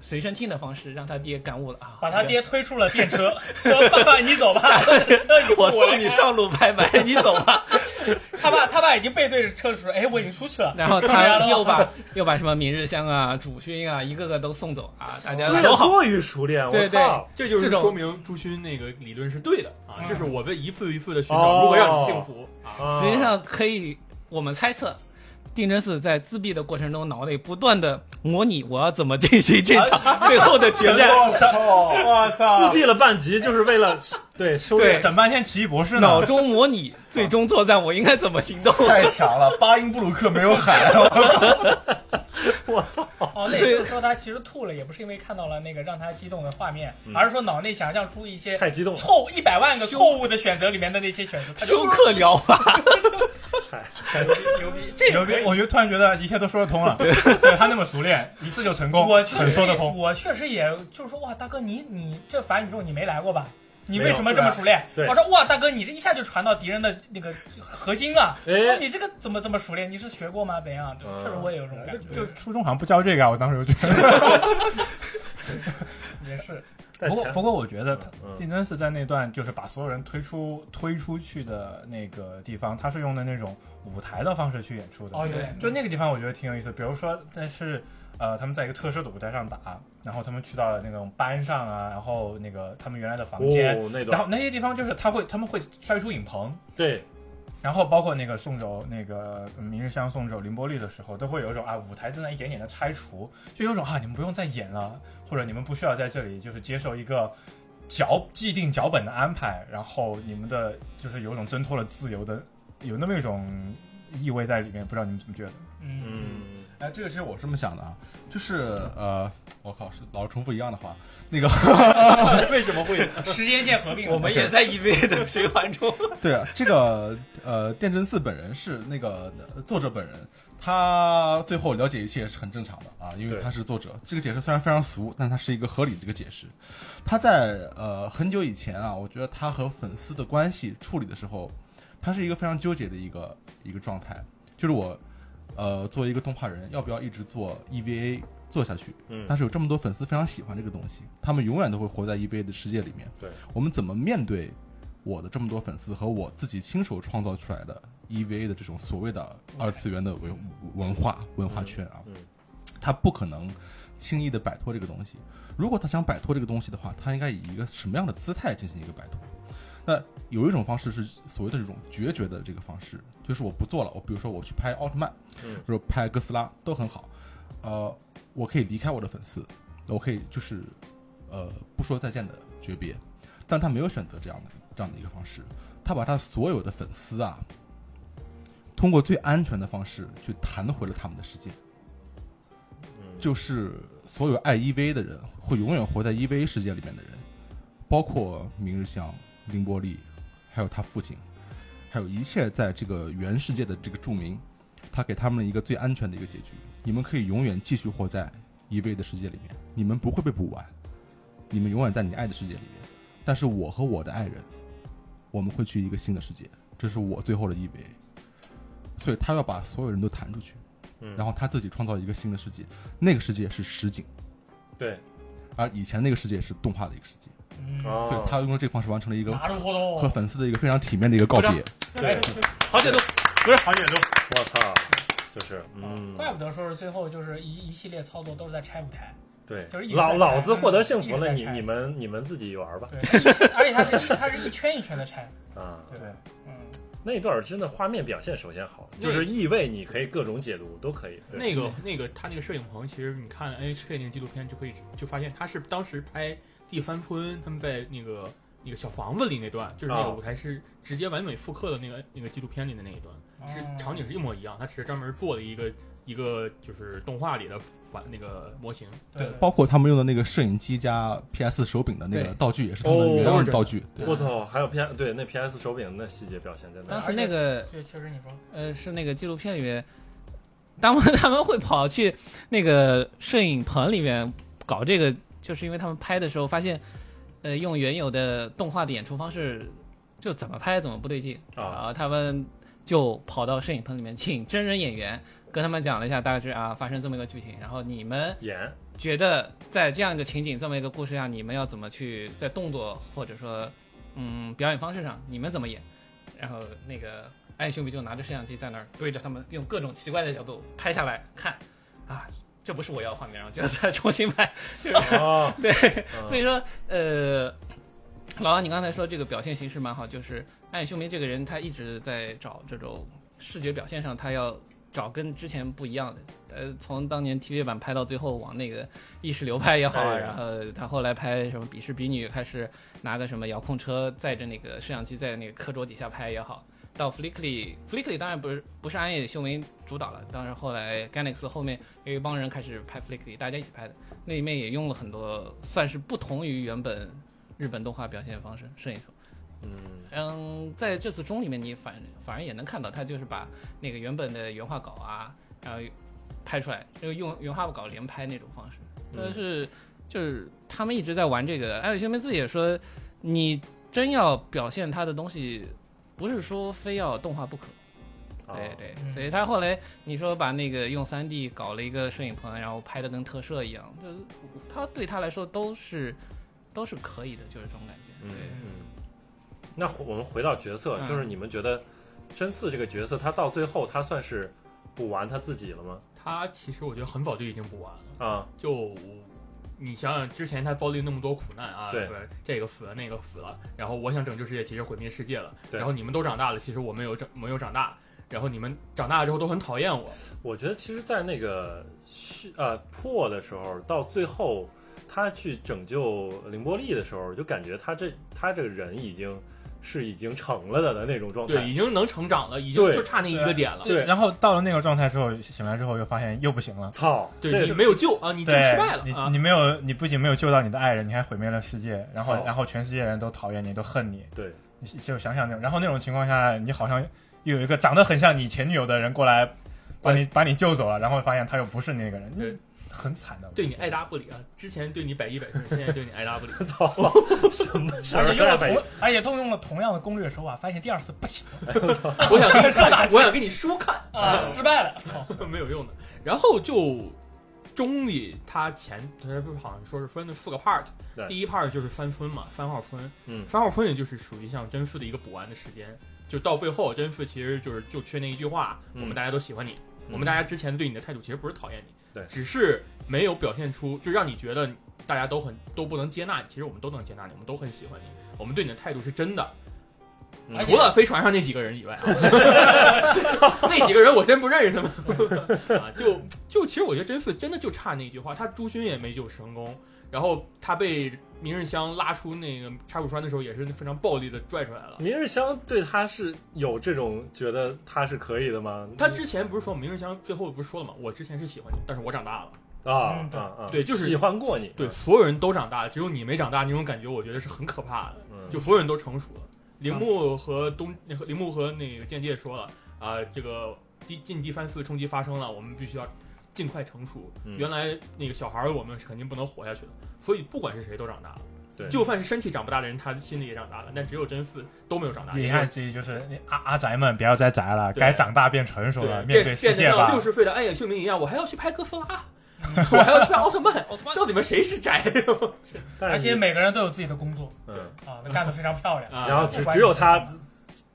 S4: 随身听的方式，让他爹感悟了啊，
S7: 把他爹推出了 电车，说：“爸爸，你走吧，车以后
S4: 我
S7: 我
S4: 送
S7: 来
S4: 你上路，拜拜，你走吧。
S7: 他爸他爸已经背对着车主说：“哎，我已经出去了。”
S4: 然 后
S7: 出来
S4: 他
S7: 了
S4: 又把又把什么明日香啊、主勋啊，一个个都送走啊，大家
S2: 对
S4: 走好。
S2: 过于熟练，
S4: 对
S2: 我
S4: 对
S2: 操！
S6: 这就是
S4: 这种
S6: 说明朱勋那个理论是对的啊
S7: 嗯！
S6: 这是我们一次一次的寻
S2: 哦
S6: 找，如何让你幸福啊！
S2: 啊
S4: 实际上可以，我们猜测，定真寺在自闭的过程中，脑内不断的模拟我要怎么进行这 场最后的决战，
S8: 哦，
S3: 我
S2: 复
S3: 操，
S2: 辟了半集，就是为 了对收
S4: 对
S2: 敛。
S3: 整半天奇异博士呢？
S4: 脑中模拟最终作战，我应该怎么行 动？
S8: 太强了！巴音布鲁克没有喊，
S7: 哦，那次说他其实吐了，也不是因为看到了那个让他激动的画面，
S3: 嗯
S7: 而是说脑内想象出一些
S2: 太激动了，
S7: 错误一百万个错误的选择里面的那些选择，
S3: 哎
S7: 他
S4: 休
S7: 就
S4: 克疗法，
S7: 牛逼，这
S3: 牛
S7: 个
S3: 逼
S7: 可！以。
S3: 我就突然觉得一切都说得通 了，对他那么熟练，一次就成功，
S7: 我确
S3: 很
S7: 实
S3: 说得
S7: 也
S3: 通。
S7: 我确实也就是说，哇，大哥，你你这反宇宙你没来过吧？你
S2: 没
S7: 为
S2: 有
S7: 什么
S3: 啊
S7: 这么熟练？
S2: 对
S7: 我说哇，大哥，你这一下就传到敌人的那个核心了。
S2: 哎
S7: 你这个怎么这么熟练？你是学过吗？怎样？对
S2: 嗯
S7: 确实我也有这种感觉，
S3: 就初中好像不教这个啊，我当时就觉得。
S7: 也 是。
S2: 但
S3: 不过
S2: 前
S3: 不过，我觉得他
S2: 嗯
S3: 竞争是在那段就是把所有人推出推出去的那个地方，他是用的那种舞台的方式去演出的。
S7: 哦，有
S4: 对
S7: 点
S3: 就那个地方我觉得挺有意思，比如说，但是呃，他们在一个特殊的舞台上打，然后他们去到了那种班上啊，然后那个他们原来的房间，
S2: 哦那
S3: 然
S2: 段
S3: 后那些地方就是他会他们会摔出影棚，
S2: 对
S3: 然后包括那个送走那个嗯明日香送走凌波丽的时候，都会有一种啊舞台正在一点点的拆除，就有种啊你们不用再演了，或者你们不需要在这里就是接受一个脚既定脚本的安排，然后你们的就是有一种挣脱了自由的，有那么一种意味在里面，不知道你们怎么觉得？
S7: 嗯，
S2: 嗯，
S8: 哎，这个其实我是这么想的啊，就是呃，我靠，是老是重复一样的话，那个
S6: 为什么会
S3: 嗯
S7: 时间线合并了，
S4: 我们也在 EVA 的循环中。
S8: 对啊，这个呃，电真寺本人是那个呃作者本人，他最后了解一切是很正常的啊，因为
S2: 对
S8: 他是作者。这个解释虽然非常俗，但它是一个合理的一个解释。他在呃很久以前啊，我觉得他和粉丝的关系处理的时候，他是一个非常纠结的一个一个状态，就是我呃作为一个动画人，要不要一直做 EVA 做下去？
S2: 嗯
S8: 但是有这么多粉丝非常喜欢这个东西，他们永远都会活在 EVA 的世界里面。
S2: 对，
S8: 我们怎么面对我的这么多粉丝和我自己亲手创造出来的 EVA 的这种所谓的二次元的文文化文化圈啊？
S2: 嗯嗯嗯
S8: 他不可能轻易的摆脱这个东西。如果他想摆脱这个东西的话，他应该以一个什么样的姿态进行一个摆脱？那有一种方式是所谓的这种决绝的这个方式，就是我不做了。我比如说我去拍奥特曼，
S2: 嗯
S8: 或者拍哥斯拉都很好，呃，我可以离开我的粉丝，我可以就是呃不说再见的诀别，但他没有选择这样的这样的一个方式，他把他所有的粉丝啊，通过最安全的方式去弹回了他们的世界。就是所有爱 EVA 的人会永远活在 EVA 世界里面的人，包括明日香、凌波丽，还有他父亲，还有一切在这个原世界的这个著名，他给他们一个最安全的一个结局。你们可以永远继续活在 EVA 的世界里面，你们不会被补完，你们永远在你爱的世界里面。但是我和我的爱人，我们会去一个新的世界，这是我最后的 EVA。所以他要把所有人都弹出去，
S2: 嗯
S8: 然后他自己创造一个新的世界。那个世界是实景，
S2: 对，
S8: 而以前那个世界是动画的一个世界，
S7: 嗯，
S2: 所
S8: 所以他用这个方式完成了一个
S7: 拿着活
S8: 和
S7: 动，
S8: 粉丝的一个非常体面的一个告
S4: 鼓
S8: 别。
S2: 对，
S6: 好解读？不是好解读，
S2: 我操，就是嗯，
S7: 怪不得说是最后就是一一系列操作都是在拆舞台，
S2: 对
S7: 就是一，直
S2: 老
S7: 在
S2: 老
S7: 拆
S2: 子获得
S7: 嗯
S2: 幸
S7: 一
S2: 福
S7: 直
S2: 了，
S7: 在
S2: 你
S7: 拆
S2: 你们你们自己玩吧
S7: 对，而且它是一它是一圈一圈的拆，
S2: 啊。
S7: 对吧？嗯，
S2: 那一段真的画面表现首先好，
S6: 那
S2: 就是意味你可以各种解读都可以。对
S6: 那个那个他那个摄影棚，其实你看 NHK 那个纪录片就可以就发现，他是当时拍《第三春》，他们在那个那个小房子里那段，就是那个
S2: 哦
S6: 舞台是直接完美复刻的那个那个纪录片里的那一段，是
S7: 哦
S6: 场景是一模一样，他只是专门做了一个一个就是动画里的反那个模型。
S7: 对，
S8: 包括他们用的那个摄影机加 PS 手柄的那个
S4: 对
S8: 道具，也是他们原
S2: 哦
S8: 样的道具。
S6: 对
S2: 我操，还有 P 对那 PS 手柄那细节表现真的
S4: 当时那个
S7: 这确实你说，
S4: 呃，是那个纪录片里面，他们他们会跑去那个摄影棚里面搞这个，就是因为他们拍的时候发现，呃，用原有的动画的演出方式，就怎么拍怎么不对劲然
S2: 啊，
S4: 后他们就跑到摄影棚里面请真人演员。跟他们讲了一下大致啊发生这么一个剧情，然后你们
S2: 演
S4: 觉得在这样一个情景、这么一个故事下，你们要怎么去在动作或者说嗯表演方式上，你们怎么演？然后那个暗影兄弟就拿着摄像机在那儿对着他们用各种奇怪的角度拍下来看，啊，这不是我要的画面，然后就再重新拍，就是
S2: 哦，
S4: 对，所以说，呃，老王，你刚才说这个表现形式蛮好，就是暗影秀明这个人，他一直在找这种视觉表现上，他要找跟之前不一样的。呃，从当年 TV 版拍到最后往那个意识流拍也好，
S2: 哎
S4: 然后他后来拍什么《鄙视比女》，开始拿个什么遥控车载着那个摄像机在那个课桌底下拍也好。到 Flickly，Flickly 当然不是不是暗夜秀明主导了，当然后来 Ganex 后面有一帮人开始拍 Flickly，大家一起拍的。那里面也用了很多算是不同于原本日本动画表现方式，摄影手。
S2: 嗯，
S4: 嗯，在这次中里面，你反反而也能看到，他就是把那个原本的原画稿啊，然后拍出来，就用原画稿连拍那种方式。但是
S2: 嗯
S4: 就是他们一直在玩这个，艾伟兄妹自己也说，你真要表现他的东西，不是说非要动画不可。
S2: 哦
S4: 对，对，
S7: 嗯
S4: 所以他后来你说把那个用3 D 搞了一个摄影棚，然后拍的跟特摄一样，就是他对他来说都是都是可以的，就是这种感觉。
S2: 嗯
S4: 对，
S2: 嗯。那回我们回到角色，
S4: 嗯
S2: 就是你们觉得真嗣这个角色，他到最后他算是补完他自己了吗？
S6: 他其实我觉得很早就已经补完了。
S2: 啊，
S6: 就你想想，之前他遭遇那么多苦难啊，
S2: 对
S6: 是吧，这个死了那个死了，然后我想拯救世界，其实毁灭世界了，
S2: 对
S6: 然后你们都长大了，其实我没有长没有长大，然后你们长大了之后都很讨厌我，
S2: 我觉得其实，在那个续呃破的时候，到最后他去拯救凌波丽的时候，就感觉他这他这个人已经是已经成了的那种状
S6: 对，
S2: 态。
S6: 已经能成长了，已经
S2: 对
S6: 就差那一个点了，
S2: 对
S3: 然后到了那个状态之后，醒来之后又发现又不行了。
S2: 操，
S6: 对
S2: 这
S6: 你没有救啊，你就
S3: 对，
S6: 失败了
S3: 你
S6: 啊
S3: 你，没有，你不仅没有救到你的爱人，你还毁灭了世界，然后、
S2: 哦
S3: 然后全世界人都讨厌你，都恨你。
S2: 对，
S3: 你就想想那种，然后那种情况下，你好像又有一个长得很像你前女友的人过来把你把你救走了，然后发现他又不是那个人，
S6: 对
S3: 你很惨的。
S6: 对你爱答不理啊，之前对你百依百顺，现在对你爱答不理，
S2: 操， 什么事
S7: 而
S2: 儿
S7: 且用
S2: 啊
S7: 了？同，而且动用了同样的攻略手法，发现第二次不行
S6: 我想给你看，我想给你书看，
S7: 啊，失败了。
S6: 没有用的。然后就中里他前他不是好像说是分了四个 part，
S2: 对
S6: 第一 part 就是三村嘛，三号村，
S2: 嗯
S6: 三号村也就是属于像真嗣的一个补完的时间，就到最后真嗣其实就是就缺那一句话，
S2: 嗯
S6: 我们大家都喜欢你，
S2: 嗯
S6: 我们大家之前对你的态度其实不是讨厌你，
S2: 对
S6: 只是没有表现出就让你觉得大家都很都不能接纳你，其实我们都能接纳你，我们都很喜欢你，我们对你的态度是真的，
S2: 嗯
S6: 除了飞船上那几个人以外啊， 那几个人我真不认识他们啊。就就其实我觉得真嗣真的就差那一句话，他朱勋也没救成功，然后他被明日香拉出那个插骨栓的时候，也是非常暴力的拽出来了。
S2: 明日香对他是有这种觉得他是可以的吗？
S6: 他之前不是说明日香最后不是说了吗？我之前是喜欢你，但是我长大了。
S2: 啊
S7: 嗯
S2: 啊
S7: 对
S2: 啊，
S6: 对就是
S2: 喜欢过你，
S6: 对，所有人都长大了，只有你没长大，那种感觉我觉得是很可怕的。
S2: 嗯，
S6: 就所有人都成熟了。铃木和东，和铃木和那个间谍说了啊、这个第进第三次冲击发生了，我们必须要尽快成熟。
S2: 嗯
S6: 原来那个小孩儿我们是肯定不能活下去的，所以不管是谁都长大了。
S2: 对
S6: 就算是身体长不大的人，他心里也长大了，但只有真嗣都没有长大。
S3: 遗憾之一就是那阿阿宅们不要再宅了，
S6: 啊对
S3: 该长大变成熟了，
S6: 对，变
S3: 面对世
S6: 变得
S3: 界
S6: 像
S3: 吧
S6: 六。十岁的暗影秀明一样，我还要去拍哥斯拉， 我还要去拍奥特曼，到底们谁是宅？
S2: 但
S7: 而
S2: 是
S7: 且
S2: 你
S7: 每个人都有自己的工作
S2: 嗯，
S7: 啊，干得非常漂亮。
S6: 啊
S2: 然后
S7: 不
S2: 只
S7: 管
S2: 只有
S7: 你
S2: 他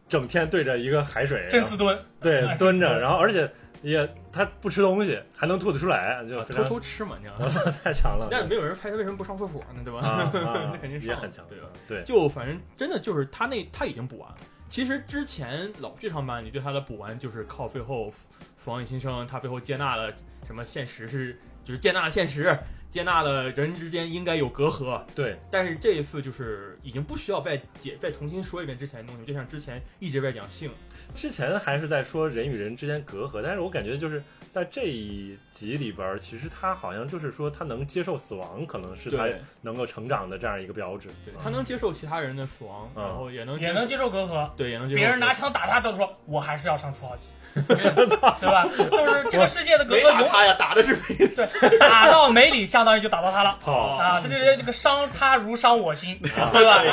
S2: 整天对着一个海水，啊
S7: 真四吨，
S2: 对
S7: 哎
S2: 蹲
S7: 真
S2: 着，
S7: 是
S2: 然后而且也他不吃东西，还能吐得出来，就
S6: 啊
S2: 非
S6: 偷
S2: 常
S6: 偷吃嘛，你知道吗？
S2: 太强了。
S6: 但是没有人拍他，为什么不上厕所呢？对吧？
S2: 啊啊，
S6: 那肯定上
S2: 也很强，
S6: 对吧？
S2: 对，
S6: 就反正真的就是他那他已经补完了。其实之前老剧场版你对他的补完就是靠最后爽影新生，他最后接纳了什么现实是就是接纳了现实，接纳了人之间应该有隔阂。
S2: 对，
S6: 但是这一次就是已经不需要再解再重新说一遍之前的东西，就像之前一直在讲性，
S2: 之前还是在说人与人之间隔阂，但是我感觉就是在这一集里边儿，其实他好像就是说他能接受死亡，可能是他
S6: 对
S2: 能够成长的这样一个标志。
S6: 对他能接受其他人的死亡，
S2: 嗯
S6: 然后也能
S7: 也能接受隔阂。
S6: 对也能接受
S7: 别人拿枪打他，都说我还是要上初号 机，对吧？就是这个世界的隔
S6: 没
S7: 阂
S6: 打
S7: 永
S6: 他呀，打的是
S7: 打到没理，相当于就打到他了
S2: 好，
S7: 啊！这这这个伤他如伤我心，对吧？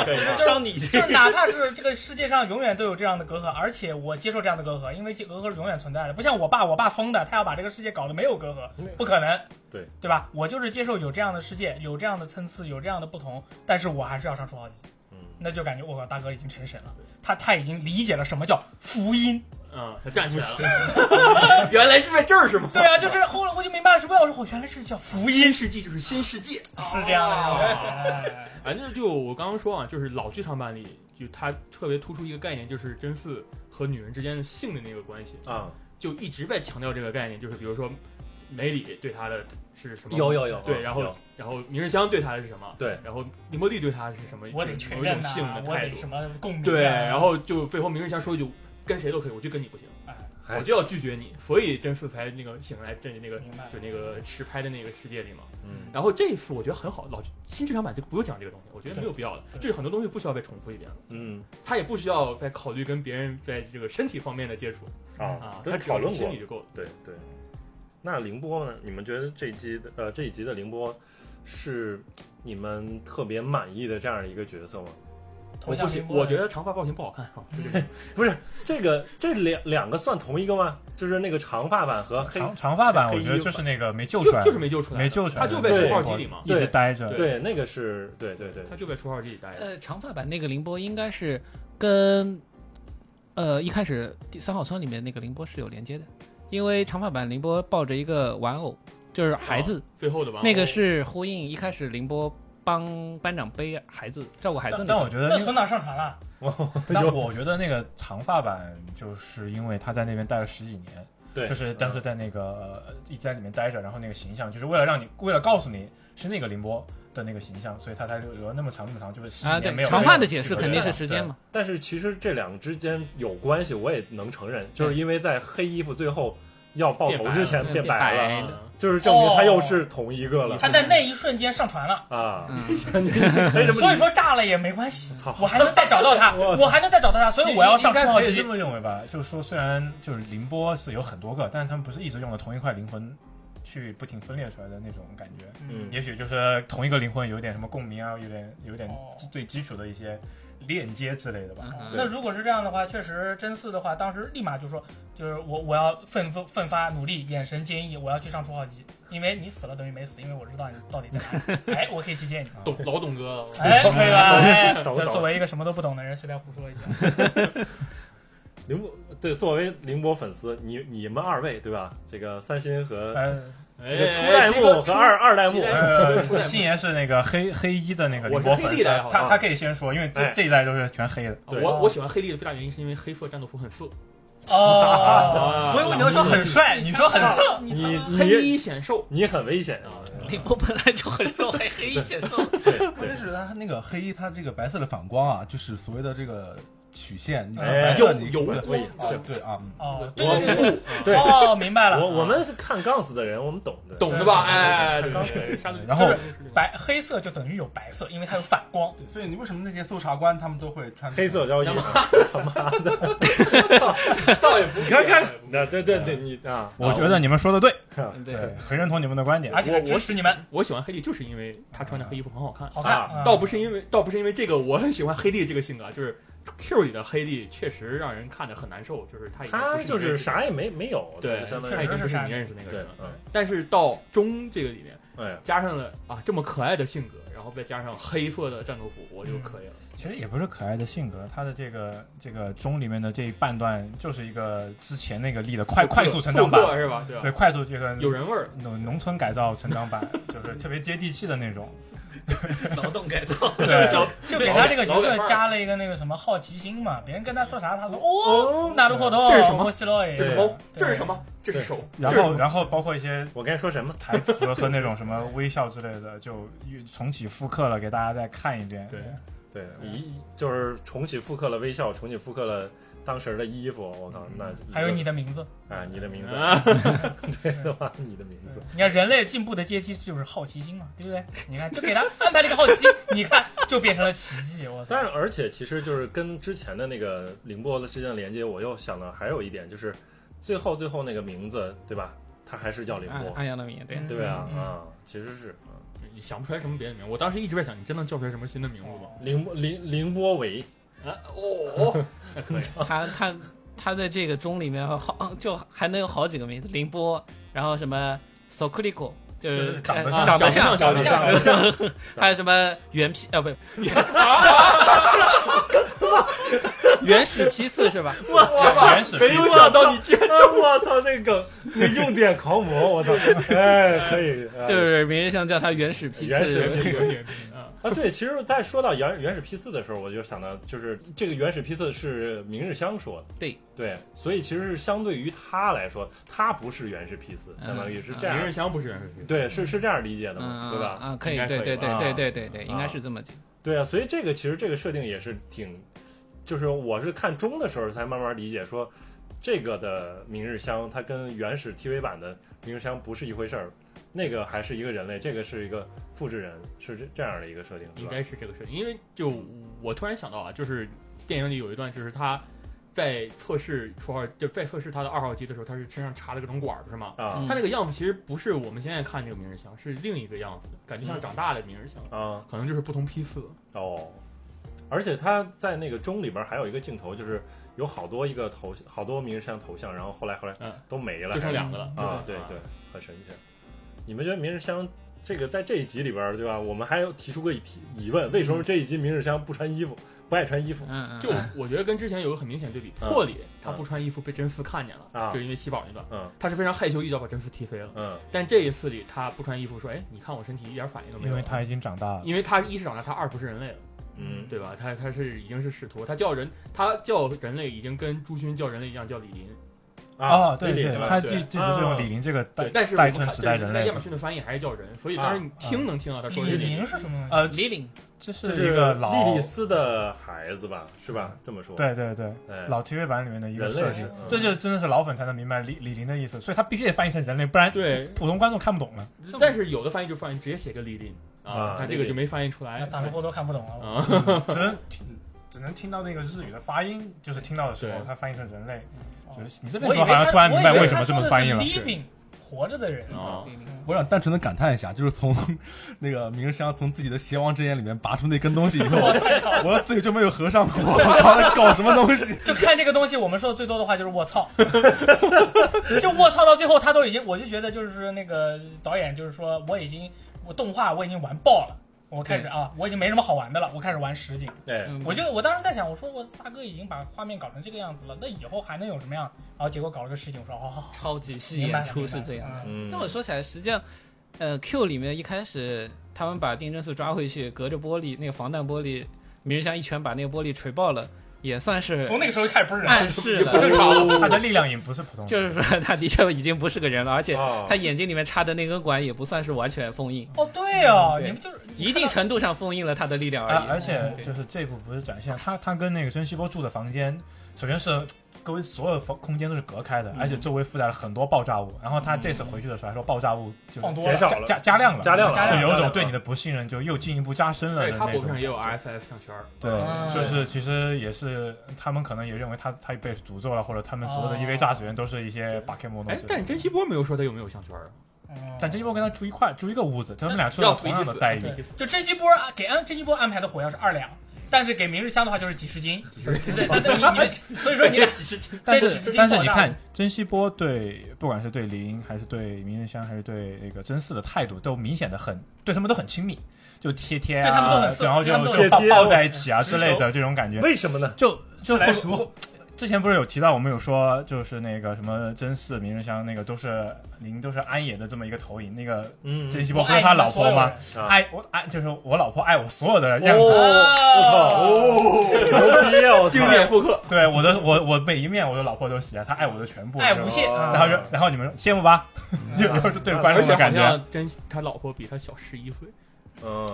S6: 伤你
S7: 就是哪怕是这个世界上永远都有这样的隔阂，而且我接受这样的隔阂，因为这隔阂是永远存在的。不像我爸，我爸疯的，他要把这个世界 搞得没有隔阂，不可能，
S2: 对
S7: 对吧？我就是接受有这样的世界，有这样的参差，有这样的不同，但是我还是要上初号机。
S2: 嗯，
S7: 那就感觉我靠，大哥已经成神了，他他已经理解了什么叫福 音。
S6: 嗯，他站起来了， 原来是在这儿是吗？
S7: 对啊，就是后来我就明白了什么，我说我哦原来是叫福音，
S6: 世纪就是新世界。
S7: 是这样的。哎
S6: 反正就我刚刚说啊，就是老剧场版里，就它特别突出一个概念，就是真嗣和女人之间的性的那个关系，
S2: 啊，
S6: 就一直在强调这个概念，就是比如说梅里对他的是什么，
S2: 有有有
S6: 对，然后
S2: 有
S6: 然后明日香对他的是什么，
S2: 对，
S6: 然后林波丽对他是什么，
S7: 我得确
S6: 有一
S7: 认
S6: 种
S7: 呐、
S6: 性的
S7: 我
S6: 态
S7: 得
S6: 度，
S7: 什么共鸣、啊。
S6: 对，然后就最后明日香说一句跟谁都可以，我就跟你不行，
S2: 还
S6: 我就要拒绝你，所以真嗣才那个醒来在那个
S7: 明白
S6: 就那个持拍的那个世界里嘛。
S2: 嗯，
S6: 然后这一次我觉得很好，老新剧场版就不用讲这个东西，我觉得没有必要的，
S7: 对
S6: 就是很多东西不需要再重复一遍了，
S2: 嗯
S6: 他也不需要再考虑跟别人在这个身体方面的接触
S2: 啊
S6: 啊，，
S2: 都
S6: 他只
S2: 讨
S6: 要
S2: 论
S6: 心
S2: 过
S6: 理，就够了。
S2: 对对。那凌波呢？你们觉得这一集的呃这一集的凌波是你们特别满意的这样一个角色吗？
S7: 头
S6: 我
S7: 像
S6: 不
S7: 屏
S6: 行，
S7: 幕
S6: 我觉得长发造型不好看啊，就这个
S2: 不是这个这两两个算同一个吗？就是那个长发版和黑
S3: 长长发版
S2: 黑
S3: 我
S2: 衣
S3: 觉得
S2: 服
S3: 就是那个没救出
S6: 就
S3: 来的，
S6: 就是没救出来的，
S3: 没救出来
S6: 他
S3: 的，
S6: 就在
S2: 对
S6: 除号机里嘛，
S3: 一直待着。
S2: 对那个是对对对
S6: 他就在除号机里待着。
S4: 呃，长发版那个凌波应该是跟呃一开始第三号村里面那个凌波是有连接的，因为长发版凌波抱着一个玩偶，就是孩子，
S6: 最后的吧，
S4: 那个是呼应一开始凌波帮班长背孩子照顾孩子
S3: 但
S4: 那
S3: 但我
S4: 个。
S3: 觉得
S7: 那
S3: 那个，
S7: 存档上传了，
S3: 但我觉得那个长发版，就是因为他在那边待了十几年，
S2: 对，
S3: 就是但是在那个、呃一直在里面待着，然后那个形象就是为了让你，为了告诉你是那个凌波的那个形象，所以他才留了那么长那么长，就是十几
S4: 啊，
S3: 年
S4: 对
S3: 没，有。
S4: 长发的
S3: 没
S4: 解
S3: 有
S4: 释
S3: 机会
S4: 肯定是
S3: 了
S4: 时间嘛。
S2: 但是其实这两个之间有关系，我也能承认，就是因为在黑衣服最后要爆头之前
S4: 变
S2: 变
S4: 白
S2: 白
S4: 了
S2: 了，
S4: 哎
S6: 嗯
S2: 就是证明他又是同一个了。
S7: 他在那一瞬间上传了，
S2: 啊，
S4: 嗯，
S2: 为什么？
S7: 所以说炸了也没关系
S2: 操，
S7: 我还能再找 到他，我还能再找到他，所以我要上
S3: 应该
S7: 初号
S3: 可以这
S7: 机。
S3: 么认为吧？就是说，虽然就是凌波是有很多个，但是他们不是一直用了同一块灵魂去不停分裂出来的那种感觉。
S2: 嗯
S3: 也许就是同一个灵魂有点什么共鸣啊，有点有点
S7: 哦
S3: 最基础的一些链接之类的吧。
S4: 嗯
S7: 那如果是这样的话，确实真嗣的话，当时立马就说，就是我我要奋奋奋发努力，眼神坚毅，我要去上初号机，因为你死了等于没死，因为我知道你到底在哪里。哎，我可以去见你。
S6: 董老董哥了，
S7: 哎，可以吧？哎，
S2: 懂了懂了
S7: 作为一个什么都不懂的人，随便胡说一下。
S2: 凌波对，作为凌波粉丝，你你们二位对吧？这个三星和
S3: 呃，
S2: 这
S6: 哎
S2: 个初代目和二二代
S6: 期
S2: 目， 啊
S6: 待
S3: 呃，星爷是那个黑黑衣的那个
S6: 我
S3: 凌
S6: 是
S3: 波
S6: 黑
S3: 粉
S6: 帝
S3: 丝
S6: 的爱好，者
S3: 他他可以先说，因为
S2: 哎
S3: 这这一代都是全黑的。
S2: 对
S6: 我我喜欢黑帝的最大原因是因为黑色战斗服很色
S7: 哦，
S6: 啊
S5: 我以为你要说很帅，你说很 色，
S2: 你
S6: 黑
S2: 你
S6: 衣显瘦，
S2: 你很危险
S7: 哦
S2: 啊！
S4: 凌波本来就很瘦，还黑显瘦。
S8: 关键是它那个黑衣，它这个白色的反光啊，就是所谓的这个曲线，你看
S2: 哎
S8: 白
S6: 有
S8: 色你
S6: 有
S8: 对
S6: 光，
S8: 啊对啊，嗯
S7: 哦，
S2: 我
S7: 对对
S2: 我
S7: 对，哦，明白了。
S2: 我我们是看 Gans 的人，我们懂的。
S6: 懂的吧？哎，对对对，
S3: 然后
S7: 白黑色就等于有白色，因为它有反光。
S8: 对所以你为什么那些搜查官他们都会穿
S2: 黑色交易，
S6: 倒也不
S2: 你看看，那对对对，你啊，
S3: 我觉得你们说的对，
S4: 嗯
S3: 呃
S4: 对，啊
S3: 很认同你们的观点
S7: 而。且还支持你们，
S6: 我喜欢黑帝，就是因为他穿的黑衣服很好看。
S7: 好看。
S2: 啊
S7: 嗯
S6: 倒不是因为，倒不是因为这个，我很喜欢黑帝这个性格，就是 Q 里的黑帝确实让人看着很难受，就是
S7: 啊
S6: 他已经
S2: 他
S6: 不是
S2: 就是
S6: 你认识
S2: 啥也没没有，
S6: 对，
S2: 相当
S6: 他已
S2: 于
S6: 经不是你认识那个
S2: 对
S6: 人了，。
S2: 嗯，
S6: 但是到中这个里面
S2: 哎，
S6: 加上了啊这么可爱的性格，然后再加上黑色的战斗服，我就可以了。
S3: 其实也不是可爱的性格，他的这个这个钟里面的这一半段，就是一个之前那个力的快快速成长
S6: 复刻
S3: 版，
S6: 是吧？对吧？
S3: 对，快速这个
S6: 有人味儿，
S3: 农农村改造成长版，就是特别接地气的那种。
S5: 劳动改造，
S3: 对，
S7: 就给他这个角
S6: 老
S7: 色
S6: 板儿
S7: 加了一个那个什么好奇心嘛，别人跟他说哎啥，他说哦，那都货头，
S6: 这是什么
S7: 我西洛
S3: 嗯
S7: 耶
S6: 这是
S2: 对
S6: 猫，
S7: 对
S6: 这是什么？这是手，
S3: 然
S6: 这是什
S3: 后
S6: 么
S3: 然后包括一些
S2: 我该说什么？
S3: 台词和那种什么微笑之类的， 就重启复刻了，给大家再看一遍。
S6: 对
S2: 对，一就是重启复刻了微笑，重启复刻了当时的衣服，我靠，那
S7: 还有你的名字。
S2: 啊，你的名字，
S6: 啊
S2: 对的话，你的名字，
S7: 你看人类进步的阶梯就是好奇心嘛，对不对？你看就给他安排了一个好 奇心，你看就变成了奇迹。我操
S2: 但！是而且其实就是跟之前的那个凌波的之间的连接，我又想到还有一点就是，最后最后那个名字对吧？他还是叫凌
S4: 按
S2: 波，
S4: 按阳的名，对，
S2: 对吧？
S7: 嗯
S2: 啊，其实是啊
S6: 你想不出来什么别的名？我当时一直在想，你真能叫出来什么新的名字吗？
S2: 凌波凌凌波维，
S6: 啊哦，那可以，
S4: 他他他在这个钟里面好就还能有好几个名字，凌波，然后什么 Sokliko，就是
S3: 长得
S4: 呃
S3: 像
S4: 长得像，
S6: 像小
S4: 长得
S6: 李长
S4: 像，
S6: 得像，
S4: 还有什么原皮啊，不是原始批次是吧？
S2: 我操！
S3: 原始
S6: 没有想到你居然
S2: 啊我操，那个那用点狂魔，我操！哎，可以，哎
S4: 就是名人像叫它原始批
S2: 原始
S4: 次
S2: 批，次
S6: 啊，
S2: 啊，对，其实，在说到原原始批次的时候，我就想到，就是这个原始批次是明日香说的，
S4: 对
S2: 对，所以其实是相对于他来说，他不是原始批次，
S4: 嗯
S2: 相当于是这样，
S6: 明日香不是人，
S2: 啊对，是是这样理解的嘛，
S4: 嗯，
S2: 对吧？
S4: 啊，可以
S6: 应，该
S4: 对
S6: 可以
S4: 对对
S2: 吧
S4: 对对对对，
S2: 啊
S4: 应该是这么讲。
S2: 对啊，所以这个其实这个设定也是挺，就是我是看中的时候才慢慢理解说，这个的明日香它跟原始 TV 版的明日香不是一回事儿，那个还是一个人类，这个是一个复制人，是这这样的一个设定，对
S6: 应
S2: 吧
S6: 该是这个设定。因为就我突然想到啊，就是电影里有一段，就是他在测试初号，就在测试他的二号机的时候，他是身上插了个种管儿，不是吗？
S2: 啊
S4: 嗯
S6: 他那个样子其实不是我们现在看这个明日香，是另一个样子，感觉像长大的明日香，
S2: 啊
S6: 可能就是不同批次。
S2: 哦，而且他在那个钟里边还有一个镜头，就是有好多一个头，好多明日香头像，然后后来后来
S6: 嗯
S2: 都没了，
S6: 就剩
S2: 还
S6: 两个了
S2: 啊，对对，很神奇。你们觉得明日香这个在这一集里边儿，对吧？我们还有提出过一提疑问，为什么这一集明日香不穿衣服，不爱穿衣服
S4: 嗯嗯，
S6: 就我觉得跟之前有个很明显对比，
S2: 嗯
S6: 破里他不穿衣服被真丝看见
S2: 啊
S6: 了，就因为吸饱那段，
S2: 嗯
S6: 他是非常害羞，一脚把真丝踢飞了。
S2: 嗯
S6: 但这一次里他不穿衣服，说：“哎，你看我身体一点反应都没有。”
S3: 因为他已经长大了。
S6: 因为他一是长大，他二不是人类了，
S2: 嗯，
S6: 对吧？他他是已经是使徒，他叫人，他叫人类已经跟朱勋叫人类一样叫李林。
S2: 啊
S3: 哦，对
S2: 理解
S3: 对
S2: 吧，
S3: 他就
S6: 对
S3: 一直是用李宁这个代
S6: 对，但是我
S3: 代
S6: 们
S3: 称
S6: 看
S3: 指代
S6: 对
S3: 人
S6: 那
S3: 类
S6: 亚
S3: 的
S6: 马，逊的翻译还是叫人，所以
S2: 啊
S6: 当时你听能听到他说
S7: 李
S6: 人
S7: 宁是什么东西？
S3: 呃，
S4: 李岭，
S3: 这
S7: 这是
S3: 是一个
S2: 莉
S3: 老
S2: 莉丝的孩子吧，是吧？这么说，
S3: 对对对
S2: 哎，
S3: 老 TV 版里面的一个
S2: 人
S3: 设
S2: 类是
S3: 定，
S2: 嗯
S3: 这就真的是老粉才能明白李李宁的意思，所以他必须得翻译成人类，不然
S6: 对，
S3: 普通观众看不懂了。
S6: 但是有的翻译就翻译直接写个李林
S2: 啊
S6: 啊，他这个就没翻译出
S3: 啊
S6: 来
S7: 啊那。打过都看不懂了。
S6: 啊，
S3: 只能听只能听到那个日语的发音，就是听到的时候，
S6: 对
S3: 它翻译成人类。
S7: 哦
S3: 就是你这边
S7: 我以
S3: 说
S7: 为
S3: 好像
S7: 他
S3: 突然明白为什么这么翻译了哦
S7: 我以。为他说的是 living 活着的人，
S4: 嗯
S6: 啊
S4: 李岭
S8: 我想单纯的感叹一下，就是从 那个明日香从自己的邪王之眼里面拔出那根东西以后，啊 我的嘴就没有合上过，他在搞什么东西？
S7: 就看这个东西，我们说的最多的话就是 我操，就我操到最后他都已经，我就觉得就是那个导演就是说我已经我动画我已经玩爆了。我开
S3: 嗯
S7: 始啊，我已经没什么好玩的了，我开始玩实景。
S2: 哎，
S4: 嗯
S7: 我就我当时在想，我说我大哥已经把画面搞成这个样子了，那以后还能有什么样？然后结果搞了个实景，我说哦，
S4: 超级戏
S7: 明白
S4: 演
S7: 了
S4: 出是这样。。
S7: 明白了
S2: 嗯，
S4: 这么说起来，实际上，呃，Q 里面一开始他们把丁真寺抓回去，隔着玻璃那个防弹玻璃，明日香一拳把那个玻璃锤爆了，也算是
S7: 嗯从那个时候就开始不是人了，
S4: 暗示
S3: 不
S4: 了，
S3: 正常，他的力量也不是普通人。
S4: 就是说他的确已经不是个人了，而且
S2: 哦
S4: 他眼睛里面插的那根管也不算是完全封印，
S7: 哦，对哦，
S4: 对
S7: 你们就是
S4: 一定程度上封印了他的力量
S3: 啊，
S4: 而
S3: 而
S4: 已。嗯
S3: 且
S4: 对
S3: 就是这一部不是展现他他跟那个甄希波住的房间，首先是各位所有房空间都是隔开的，而
S7: 嗯
S3: 且周围附带了很多爆炸物。然后他这次回去的时候还说爆炸物就
S7: 放多
S2: 减
S7: 了
S2: 少
S3: 加
S2: 了，
S3: 加加量了，
S2: 加量了
S3: 就有
S2: 加
S3: 一
S2: 量了
S3: 种对你的不信任就又进一步加深了
S6: 对
S3: 的
S6: 他
S3: 那
S6: 脖子上也
S3: 种。
S6: 有 FF 项圈儿，
S3: 对
S7: 嗯，
S3: 就是其实也是他们可能也认为他他被诅咒了，或者他们所有的 E
S7: 哦
S3: EV 驾驶员都是一些巴 K 魔东
S6: 哎
S3: 西，。
S6: 但甄希波没有说他有没有项圈儿啊，
S7: 嗯
S3: 但甄希波跟他住一块住一个屋子，他们俩受
S6: 要
S3: 到
S6: 服
S3: 同
S6: 一
S3: 样
S6: 起
S3: 的
S6: 死，
S3: 待遇
S6: 要。服一起死
S7: 就这一波啊，给安这一波安排的火药是二两，但是给明日香的话就是几十斤，
S6: 其实
S7: 对，但是你你们所以说你俩
S6: 其实
S3: 但
S7: 对
S3: 是
S7: 是
S3: 但是你
S7: 爆炸
S3: 看，甄希波对不管是对林还是对明日香还是对那个真嗣的态度，都明显的很对他们都很亲密，就贴贴
S7: 对他们都
S3: 啊
S7: 很，色
S3: 然后就
S7: 他们都
S3: 就
S2: 很
S3: 抱
S2: 色
S3: 抱在一起啊
S2: 直
S3: 之类的这种感觉，
S2: 为什么呢？
S3: 就就
S8: 来
S3: 后
S8: 熟。
S3: 之前不是有提到，我们有说就是那个什么真嗣、明日香那个都是林都是安野的这么一个投影，那个
S2: 嗯，
S3: 甄希
S7: 我
S3: 波不
S7: 爱
S3: 是
S7: 你
S3: 他
S7: 们
S3: 老
S7: 所
S3: 婆
S7: 有
S3: 吗
S7: 人？？
S2: 啊
S3: 爱我爱就是我老婆爱我所有的样子，
S2: 哦，我操，
S7: 哦
S2: 牛逼啊！我操，
S6: 经典复刻，
S3: 对我的我我每一面我的老婆都喜爱，她爱我的全部，
S7: 爱
S3: 是吧
S7: 无限，
S2: 哦
S3: 然后就然后你们说羡慕吧，有有对观众的
S6: 嗯
S3: 感
S6: 而且好
S3: 觉，
S6: 像真他老婆比他小十一岁。
S2: 嗯，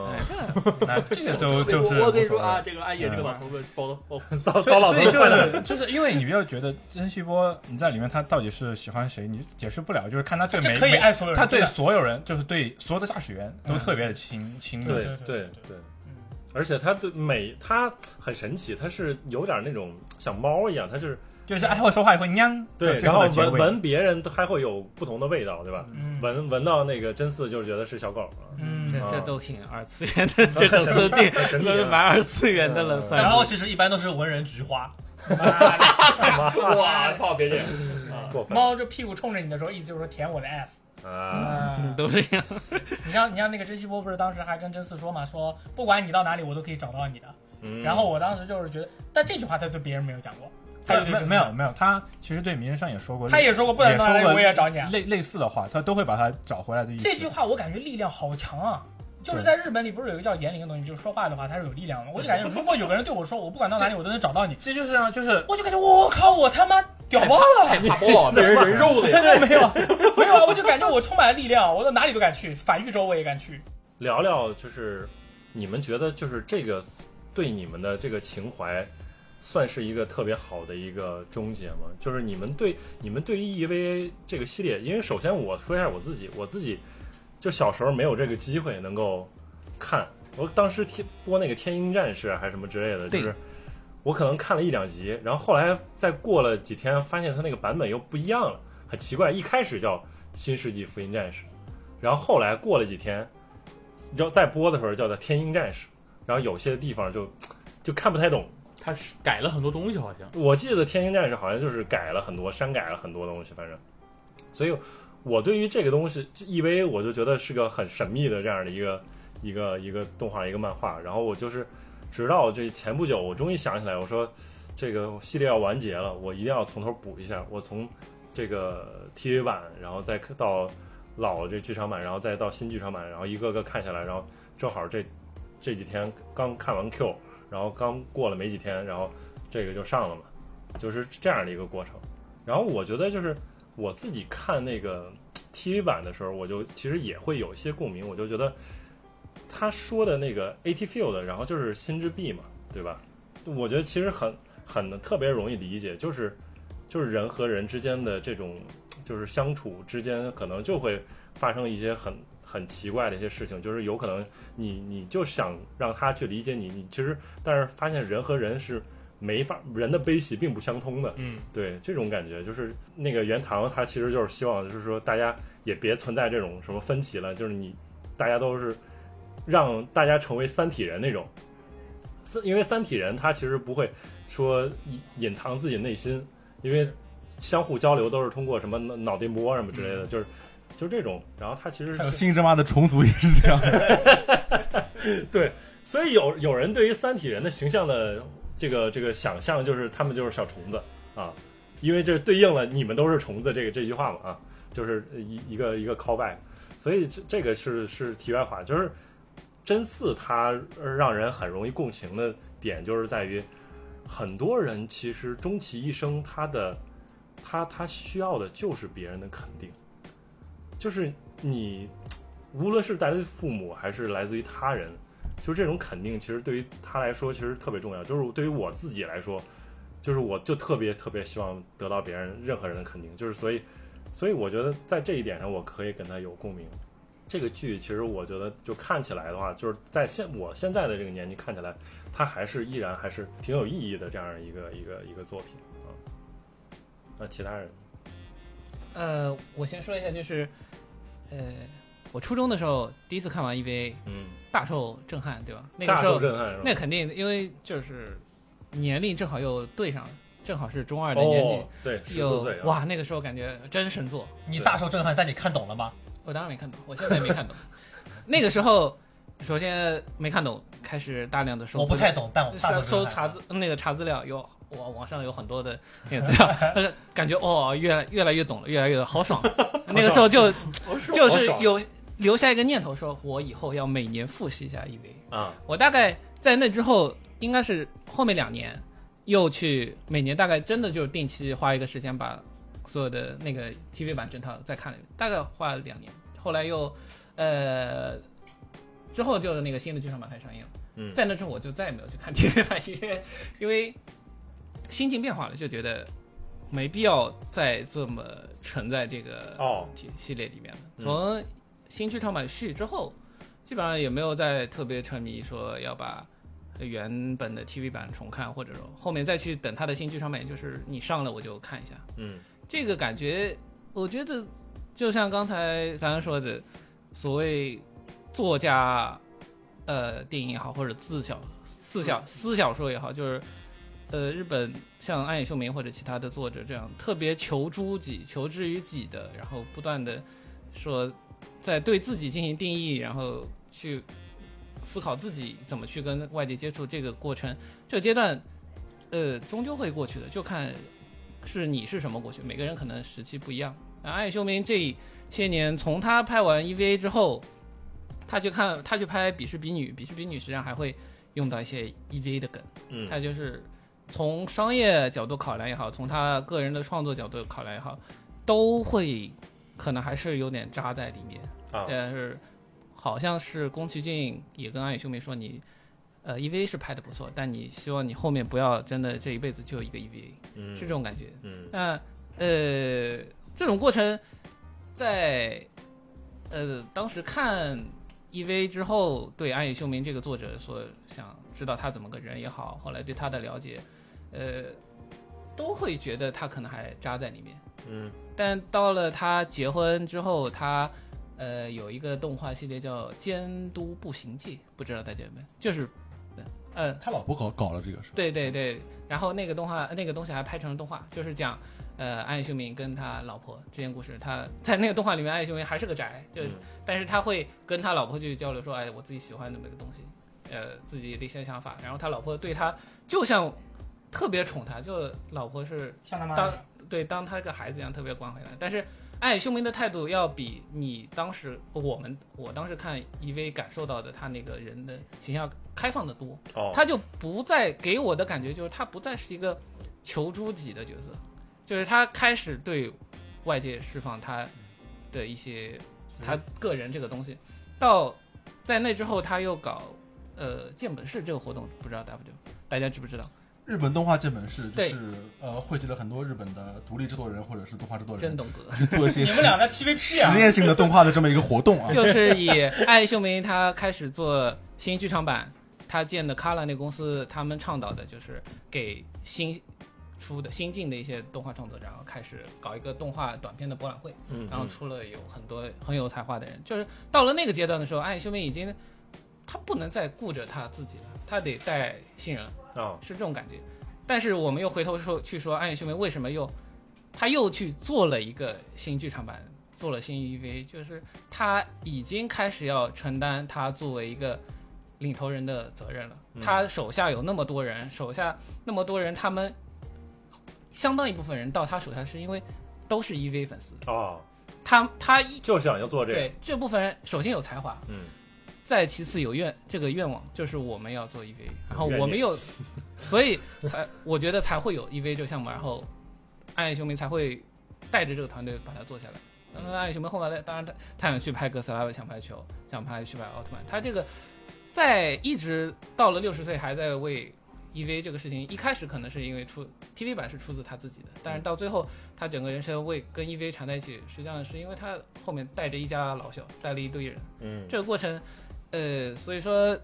S3: 那这个都就
S6: 我
S3: 是
S6: 我跟你
S3: 无所
S6: 说啊，
S3: 谓，
S6: 这个安野这个老头子包哦的包
S2: 糟
S3: 所
S2: 糟
S3: 以
S2: 老
S3: 所以
S2: 头
S3: 就
S2: 快乐，
S3: 是就是因为你要觉得甄旭波你在里面他到底是喜欢谁，你解释不了，就是看他对
S7: 这
S3: 每
S7: 可以
S3: 每
S7: 爱所有人，
S3: 他对
S7: 的
S3: 所有人就是对所有的驾驶员都特别的亲亲密，
S2: 对
S7: 对对
S2: 对
S7: 对
S2: 对。而且他对美，他很神奇，他是有点那种像猫一样，他就是
S3: 就是哎会说话也会娘，
S2: 对，
S3: 就最
S2: 然后
S3: 后的结
S2: 闻
S3: 尾
S2: 闻别人都还会有不同的味道，对吧？
S7: 嗯
S2: 闻闻到那个真嗣就是觉得是小狗了，
S4: 这
S7: 嗯，
S4: 这都挺二次元的 这种设定，
S2: 神啊
S4: 都是蛮二次元的了，算
S5: 然后
S4: 是。
S5: 其实一般都是文人菊花，
S2: 妈
S6: 哇操，别介，啊
S2: 过分
S7: 猫这屁股冲着你的时候，意思就是说舔我的 ass。
S2: 啊！
S7: 嗯，
S4: 都是这样。
S7: 你像你像那个真希波不是当时还跟真嗣说嘛，说不管你到哪里，我都可以找到你的。
S2: 嗯
S7: 然后我当时就是觉得，但这句话他对别人没有讲过，他就对
S3: 没
S7: 真嗣
S3: 没有，没有，他其实对名人上也说过，
S7: 他也说过不能到哪
S3: 也
S7: 里
S3: 说过
S7: 我也要找你啊。
S3: 类类似的话，他都会把他找回来的意思。
S7: 这句话我感觉力量好强啊！就是在日本里不是有一个叫言灵的东西，就是说话的话它是有力量的。我就感觉如果有个人对我说，我不管到哪里我都能找到你，
S3: 这就是啊，就是
S7: 我就感觉我靠，我他妈屌爆了！
S6: 害怕爆了，被人人肉了呀！
S7: 没有没有啊，我就感觉我充满了力量，我到哪里都敢去，反宇宙我也敢去。
S2: 聊聊就是你们觉得就是这个对你们的这个情怀，算是一个特别好的一个终结吗？就是你们对你们对于 EVA 这个系列，因为首先我说一下我自己，我自己就小时候没有这个机会能够看，我当时听播那个《天鹰战士》还是什么之类的，就
S4: 对
S2: 是。我可能看了一两集，然后后来再过了几天，发现它那个版本又不一样了，很奇怪。一开始叫《新世纪福音战士》，然后后来过了几天，然后再播的时候叫做《天鹰战士》，然后有些地方就就看不太懂。
S6: 他是改了很多东西，好像
S2: 我记得《天鹰战士》好像就是改了很多，删改了很多东西，反正。所以，我对于这个东西，EVA 我就觉得是个很神秘的这样的一个一个一个动画一个漫画。然后我就是直到这前不久，我终于想起来，我说这个系列要完结了，我一定要从头补一下。我从这个 TV 版，然后再到老这剧场版，然后再到新剧场版，然后一个个看下来，然后正好这这几天刚看完 Q，然后刚过了没几天，然后这个就上了嘛，就是这样的一个过程。然后我觉得就是我自己看那个 TV 版的时候，我就其实也会有一些共鸣，我就觉得他说的那个 AT Field，然后就是心之壁嘛，对吧？我觉得其实很很特别容易理解，就是就是人和人之间的这种就是相处之间，可能就会发生一些很很奇怪的一些事情，就是有可能你你就想让他去理解你，你其实但是发现人和人是没法人的悲喜并不相通的，
S6: 嗯，
S2: 对这种感觉，就是那个袁唐他其实就是希望，就是说大家也别存在这种什么分歧了，就是你大家都是让大家成为三体人那种，三因为三体人他其实不会说隐隐藏自己内心，因为相互交流都是通过什么脑脑电波什么之类的，就是就是这种，然后他其实
S8: 嗯还有
S2: 是
S8: 星之妈的重组也是这样，
S2: 对，所以有有人对于三体人的形象的这个这个想象，就是他们就是小虫子啊，因为这对应了你们都是虫子这个这句话嘛啊，就是一一个一个 callback，所以这这个是是题外话，就是真嗣他让人很容易共情的点，就是在于很多人其实终其一生，他的他他需要的就是别人的肯定，就是你。无论是来自于父母还是来自于他人，就是这种肯定，其实对于他来说其实特别重要。就是对于我自己来说，就是我就特别特别希望得到别人任何人的肯定，就是所以，所以我觉得在这一点上，我可以跟他有共鸣。这个剧其实我觉得就看起来的话，就是在现我现在的这个年纪看起来，它还是依然还是挺有意义的这样一个一个一个作品啊。那其他人，
S4: 呃，我先说一下，就是，呃，我初中的时候第一次看完 EVA，
S2: 嗯，
S4: 大受震撼，对吧？那个
S2: 大
S4: 时
S2: 受
S4: 候，
S2: 震撼是吧？
S4: 那肯定，因为就是年龄正好又对上了，正好是中二的年纪，
S2: 哦、对，十
S4: 又
S2: 四岁、啊，
S4: 哇，那个时候感觉真神作。
S5: 你大受震撼，但你看懂了吗？
S4: 我当然没看懂，我现在也 没看懂。那个时候，首先没看懂，开始大量的收，
S5: 我不太懂，但我大
S4: 搜
S5: 受
S4: 搜
S5: 震
S4: 查
S5: 撼。
S4: 资那个查资料，有网网上有很多的那个资料，但是感觉哦，越来越来越懂了，越来越好爽。那个时候就就是有留下一个念头，说我以后要每年复习一下 EVA。
S2: 啊，
S4: 我大概在那之后，应该是后面两年又去每年大概真的就是定期花一个时间把所有的那个 TV 版整套再看了一遍，大概花了两年。后来又呃之后就是那个新的剧场版开始上映了，
S2: 嗯
S4: 在那之后我就再也没有去看 TV 版，因为因为心境变化了，就觉得没必要再这么沉在这个
S2: 哦，
S4: 系系列里面的。
S2: 嗯
S4: 从新剧场版续之后，基本上也没有再特别沉迷说要把原本的 TV 版重看，或者说后面再去等它的新剧场版，也就是你上了我就看一下。
S2: 嗯
S4: 这个感觉，我觉得就像刚才咱们说的，所谓作家，
S2: 嗯
S4: 呃，电影也好，或者自小、四小、私小说也好，就是呃，日本像暗野秀明或者其他的作者这样特别求诸己、求之于己的，然后不断的说在对自己进行定义，然后去思考自己怎么去跟外界接触这个过程，这个阶段，呃，终究会过去的，就看是你是什么过去，每个人可能时期不一样。啊，暗野秀明这些年，从他拍完 EVA 之后，他去看他去拍《比试比女》，《比试比女》实际上还会用到一些 EVA 的梗。
S2: 嗯
S4: 他就是从商业角度考量也好，从他个人的创作角度考量也好，都会可能还是有点扎在里面。
S2: 啊
S4: 但是好像是宫崎骏也跟安野秀明说你。呃，EVA 是拍的不错，但你希望你后面不要真的这一辈子就一个 EVA，、
S2: 嗯
S4: 是这种感觉。
S2: 嗯
S4: 那呃，这种过程在呃当时看 EV 之后，对安野秀明这个作者所想知道他怎么个人也好，后来对他的了解，呃，都会觉得他可能还扎在里面。
S2: 嗯
S4: 但到了他结婚之后，他呃有一个动画系列叫《监督步行记》，不知道大家有没有？就是呃
S8: 他老婆搞搞了这个事，
S4: 对对对，然后那个动画那个东西还拍成了动画，就是讲，呃，安野秀明跟他老婆之间故事。他在那个动画里面，安野秀明还是个宅，就、
S2: 嗯
S4: 但是他会跟他老婆去交流，说，哎，我自己喜欢的每个东西，呃，自己的一些想法。然后他老婆对他就像特别宠他，就老婆是
S7: 像他妈
S4: 当
S7: 的，
S4: 对当他个孩子一样特别关怀他，但是。安野秀明的态度要比你当时我们我当时看 EV 感受到的他那个人的形象开放的多，
S2: 哦，
S4: 他就不再给我的感觉就是他不再是一个求诸己的角色，就是他开始对外界释放他的一些他个人这个东西。到在那之后，他又搞呃见本市这个活动，不知道大不知道大家知不知道？
S8: 日本动画这本是就
S4: 对
S8: 是呃汇聚了很多日本的独立制作人或者是动画制作
S4: 真
S8: 人
S4: 懂哥。
S8: 做一些
S7: 你们
S8: 实
S7: 俩在 PVP 啊
S8: 实？验性的动画的这么一个活动啊。
S4: 就是以爱秀明他开始做新剧场版，他建的 Kala 那公司，他们倡导的就是给新出的新进的一些动画创作者，然后开始搞一个动画短片的博览会，
S2: 嗯
S4: 然后出了有很多很有才华的人。就是到了那个阶段的时候，爱秀明已经他不能再顾着他自己了，他得带新人了。
S2: 啊
S4: 是这种感觉。但是我们又回头说去说暗夜秀明为什么又，他又去做了一个新剧场版，做了新 EV，就是他已经开始要承担他作为一个领头人的责任了。
S2: 嗯
S4: 他手下有那么多人，手下那么多人，他们相当一部分人到他手下是因为都是 EV 粉丝，
S2: 哦，
S4: 他他一
S2: 就想要做这个，
S4: 对这部分人首先有才华，
S2: 嗯
S4: 再其次有愿这个愿望，就是我们要做 EV，然后
S2: 愿念
S4: 我们有，所以才我觉得才会有 EV 这个项目，然后暗夜雄明才会带着这个团队把它做下来。然后暗夜雄明后来当然他他想去拍哥斯拉，想拍球，想拍去拍奥特曼，他这个在一直到了六十岁还在为 EV 这个事情，一开始可能是因为出 TV 版是出自他自己的，但是到最后他整个人生为跟 EV 缠在一起，实际上是因为他后面带着一家老小，带了一堆人。
S2: 嗯，
S4: 这个过程，呃，所以说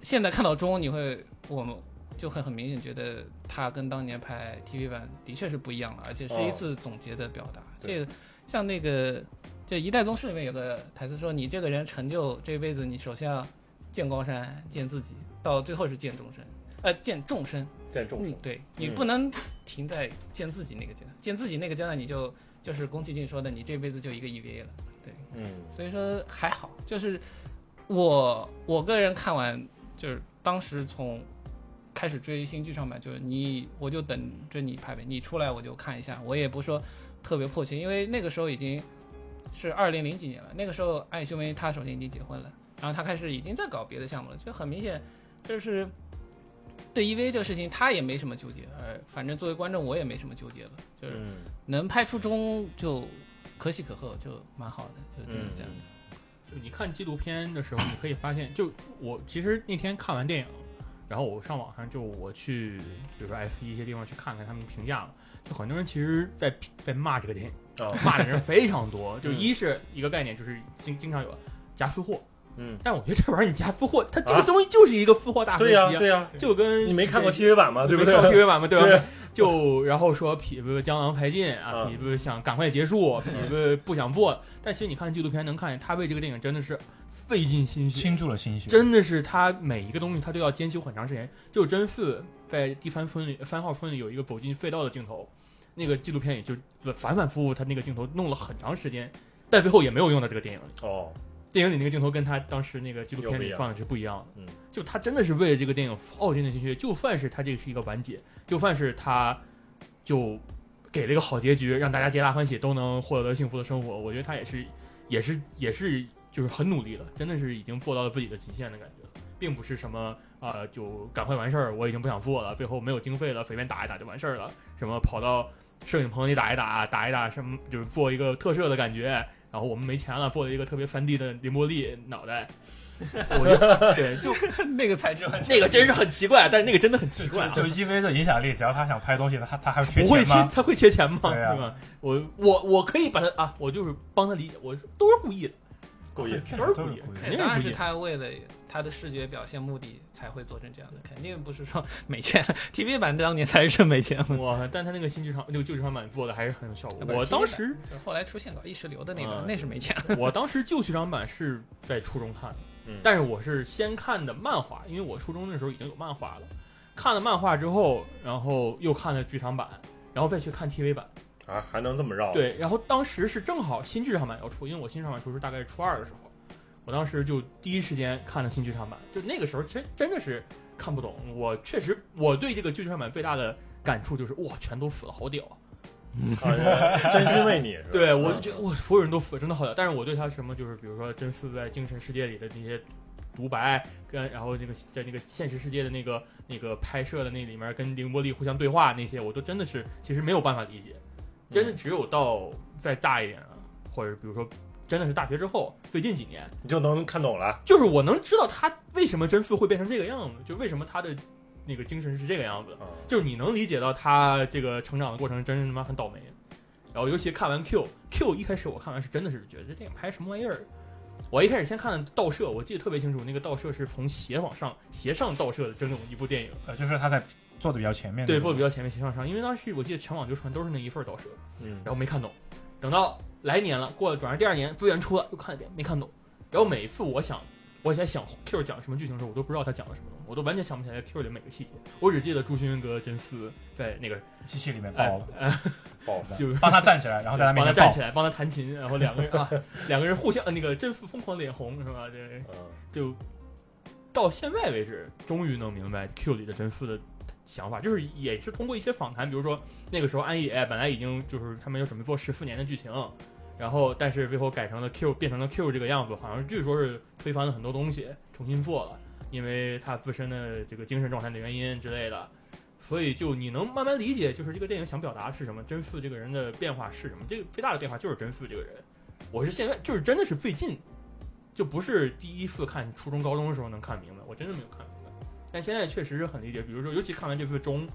S4: 现在看到中，你会我们就会很明显觉得它跟当年拍 TV 版的确是不一样了，而且是一次总结的表达。
S2: 哦对
S4: 这个像那个这《一代宗师》里面有个台词说：“你这个人成就这辈子，你首先要见高山，见自己，到最后是见众生。”呃，见众生，
S2: 见众
S4: 嗯
S2: 生，
S4: 对你
S2: 嗯
S4: 不能停在见自己那个阶段，见自己那个阶段，你就就是宫崎骏说的，你这辈子就一个 EVA 了。
S2: 嗯
S4: 所以说还好，就是我我个人看完，就是当时从开始追新剧场版，就是你我就等着你拍呗，你出来我就看一下，我也不说特别迫切，因为那个时候已经是二零零几年了，那个时候艾修梅她首先已经结婚了，然后她开始已经在搞别的项目了，就很明显就是。对 EV 这个事情，她也没什么纠结，呃，反正作为观众我也没什么纠结了，就是
S2: 嗯
S4: 能拍出中就可喜可贺，就蛮好
S2: 嗯
S4: 的，就就是这样。
S6: 就你看纪录片的时候，你可以发现，就我其实那天看完电影，然后我上网上就我去，比如说 S 一一些地方去看看他们评价了，就很多人其实在在骂这个电影，
S2: 哦
S6: 骂的人非 常多。就一是一个概念，就是经经常有夹私货，
S2: 嗯，
S6: 但我觉得这玩意儿你夹私货，它这
S2: 啊
S6: 个东西就是一个私货大合
S2: 对
S6: 集
S2: 呀
S6: 啊，
S2: 对呀，
S6: 就跟
S2: 你没看过
S6: 这
S2: TV 版吗？啊对不对？
S6: ？TV 版嘛，对吧？
S2: 对
S6: 就然后说痞子江郎才尽啊，
S2: 嗯
S6: 痞子想赶快结束，痞子不想做。但其实你看纪录片能看见，他为这个电影真的是费尽心血，
S3: 倾注了心血，
S6: 真的是他每一个东西他都要研究很长时间。就真嗣在第三村里三号村里有一个走进隧道的镜头，那个纪录片也就反反复复，他那个镜头弄了很长时间，但最后也没有用到这个电影里。
S2: 哦，
S6: 电影里那个镜头跟他当时那个纪录片里放的是不一样的。
S2: 又不一样嗯，
S6: 就他真的是为了这个电影耗尽了心血，就算是他这个是一个完结，就算是他就给了一个好结局，让大家皆大欢喜，都能获得幸福的生活，我觉得他也是也是也是就是很努力了，真的是已经做到了自己的极限的感觉了。并不是什么啊、呃就赶快完事儿，我已经不想做了，最后没有经费了，随便打一打就完事儿了。什么跑到摄影棚里打一打，打一打什么，就是做一个特摄的感觉。然后我们没钱了，做了一个特别3 D 的林波丽脑袋。我觉 得对，就
S4: 那个材质完全
S6: 那个真是很奇怪，但是那个真的很奇怪、啊，
S3: 就意味着影响力，只要他想拍东西，他他还缺
S6: 不会
S3: 钱
S6: 缺
S3: 吗？
S6: 他会缺钱吗？
S3: 对啊
S6: 吧？我我我可以把他啊，我就是帮他理解，我都是故意的，
S2: 故意
S3: 确
S6: 都
S3: 实
S6: 是
S3: 都
S6: 故
S3: 是
S6: 意的，
S3: 故意的
S6: 肯定
S4: 当然
S6: 是故
S4: 是
S6: 意的。
S4: 他为了他的视觉表现目的才会做成这样的，肯定不是说没钱。TV 版当年才是真没钱嘛。
S6: 哇，但他那个新剧场那个旧剧场版做的还是很有效果。
S4: 不是
S6: 我
S4: TV
S6: 当
S4: 版
S6: 时
S4: 就是后来出现搞意识流的那个
S6: 嗯，
S4: 那是没钱。
S6: 我当时旧剧场版是在初中看的，
S2: 嗯
S6: 但是我是先看的漫画，因为我初中那时候已经有漫画了，看了漫画之后，然后又看了剧场版，然后再去看 TV 版。
S2: 啊还能这么绕？，
S6: 对，然后当时是正好新剧场版要出，因为我新剧场版出是大概是初二的时候，我当时就第一时间看了新剧场版，就那个时候真真的是看不懂，我确实我对这个剧场版最大的感触就是哇，全都死了，好屌！
S2: 啊、真心为你是吧？
S6: 对我就
S2: 嗯
S6: 觉得哇，所有人都死了，真的好屌。但是我对他什么就是比如说真嗣在精神世界里的那些独白，跟然后那个在那个现实世界的那个那个拍摄的那里面跟凌波丽互相对话那些，我都真的是其实没有办法理解。真
S2: 嗯
S6: 的只有到再大一点啊，或者比如说真的是大学之后，最近几年，
S2: 你就能看懂了。
S6: 就是我能知道他为什么真嗣会变成这个样子，就为什么他的那个精神是这个样子，
S2: 嗯
S6: 就是你能理解到他这个成长的过程真是他妈很倒霉。然后尤其看完 Q Q 一开始我看完是真的是觉得这电影拍什么玩意儿。我一开始先看的倒射，我记得特别清楚，那个倒射是从斜往上、斜上倒射的这种一部电影，
S3: 呃，就是他在做的比较前面，
S6: 对，坐的比较前面，斜向上，因为当时我记得全网流传都是那一份倒射，
S2: 嗯
S6: 然后没看懂。等到来年了，过了转而第二年资源出了，又看一遍，没看懂。然后每一次我想，我在想 Q 讲什么剧情的时候，我都不知道他讲了什么东西，我都完全想不起来 Q 里每个细节。我只记得朱勋和真嗣在那个
S3: 机器里面
S6: 哎
S3: 爆了，
S6: 哎
S2: 哦爆
S6: 就
S3: 帮他站起来，然后在他面
S6: 帮他
S3: 前
S6: 站
S3: 爆
S6: 起。来，帮他弹琴，然后两个人啊，两个人互相那个真嗣疯狂脸红是吧？这
S2: 嗯
S6: 就到现在为止，终于能明白 Q 里的真嗣的想法，就是也是通过一些访谈，比如说那个时候安野本来已经就是他们要准备做十四年的剧情，然后但是最后改成了 Q 变成了 Q 这个样子，好像据说是推翻了很多东西，重新做了，因为他自身的这个精神状态的原因之类的。所以，就你能慢慢理解，就是这个电影想表达的是什么，真嗣这个人的变化是什么。这个最大的变化就是真嗣这个人，我是现在就是真的是费劲就不是第一次看初中、高中的时候能看明白，我真的没有看明白。但现在确实是很理解，比如说，尤其看完这部中，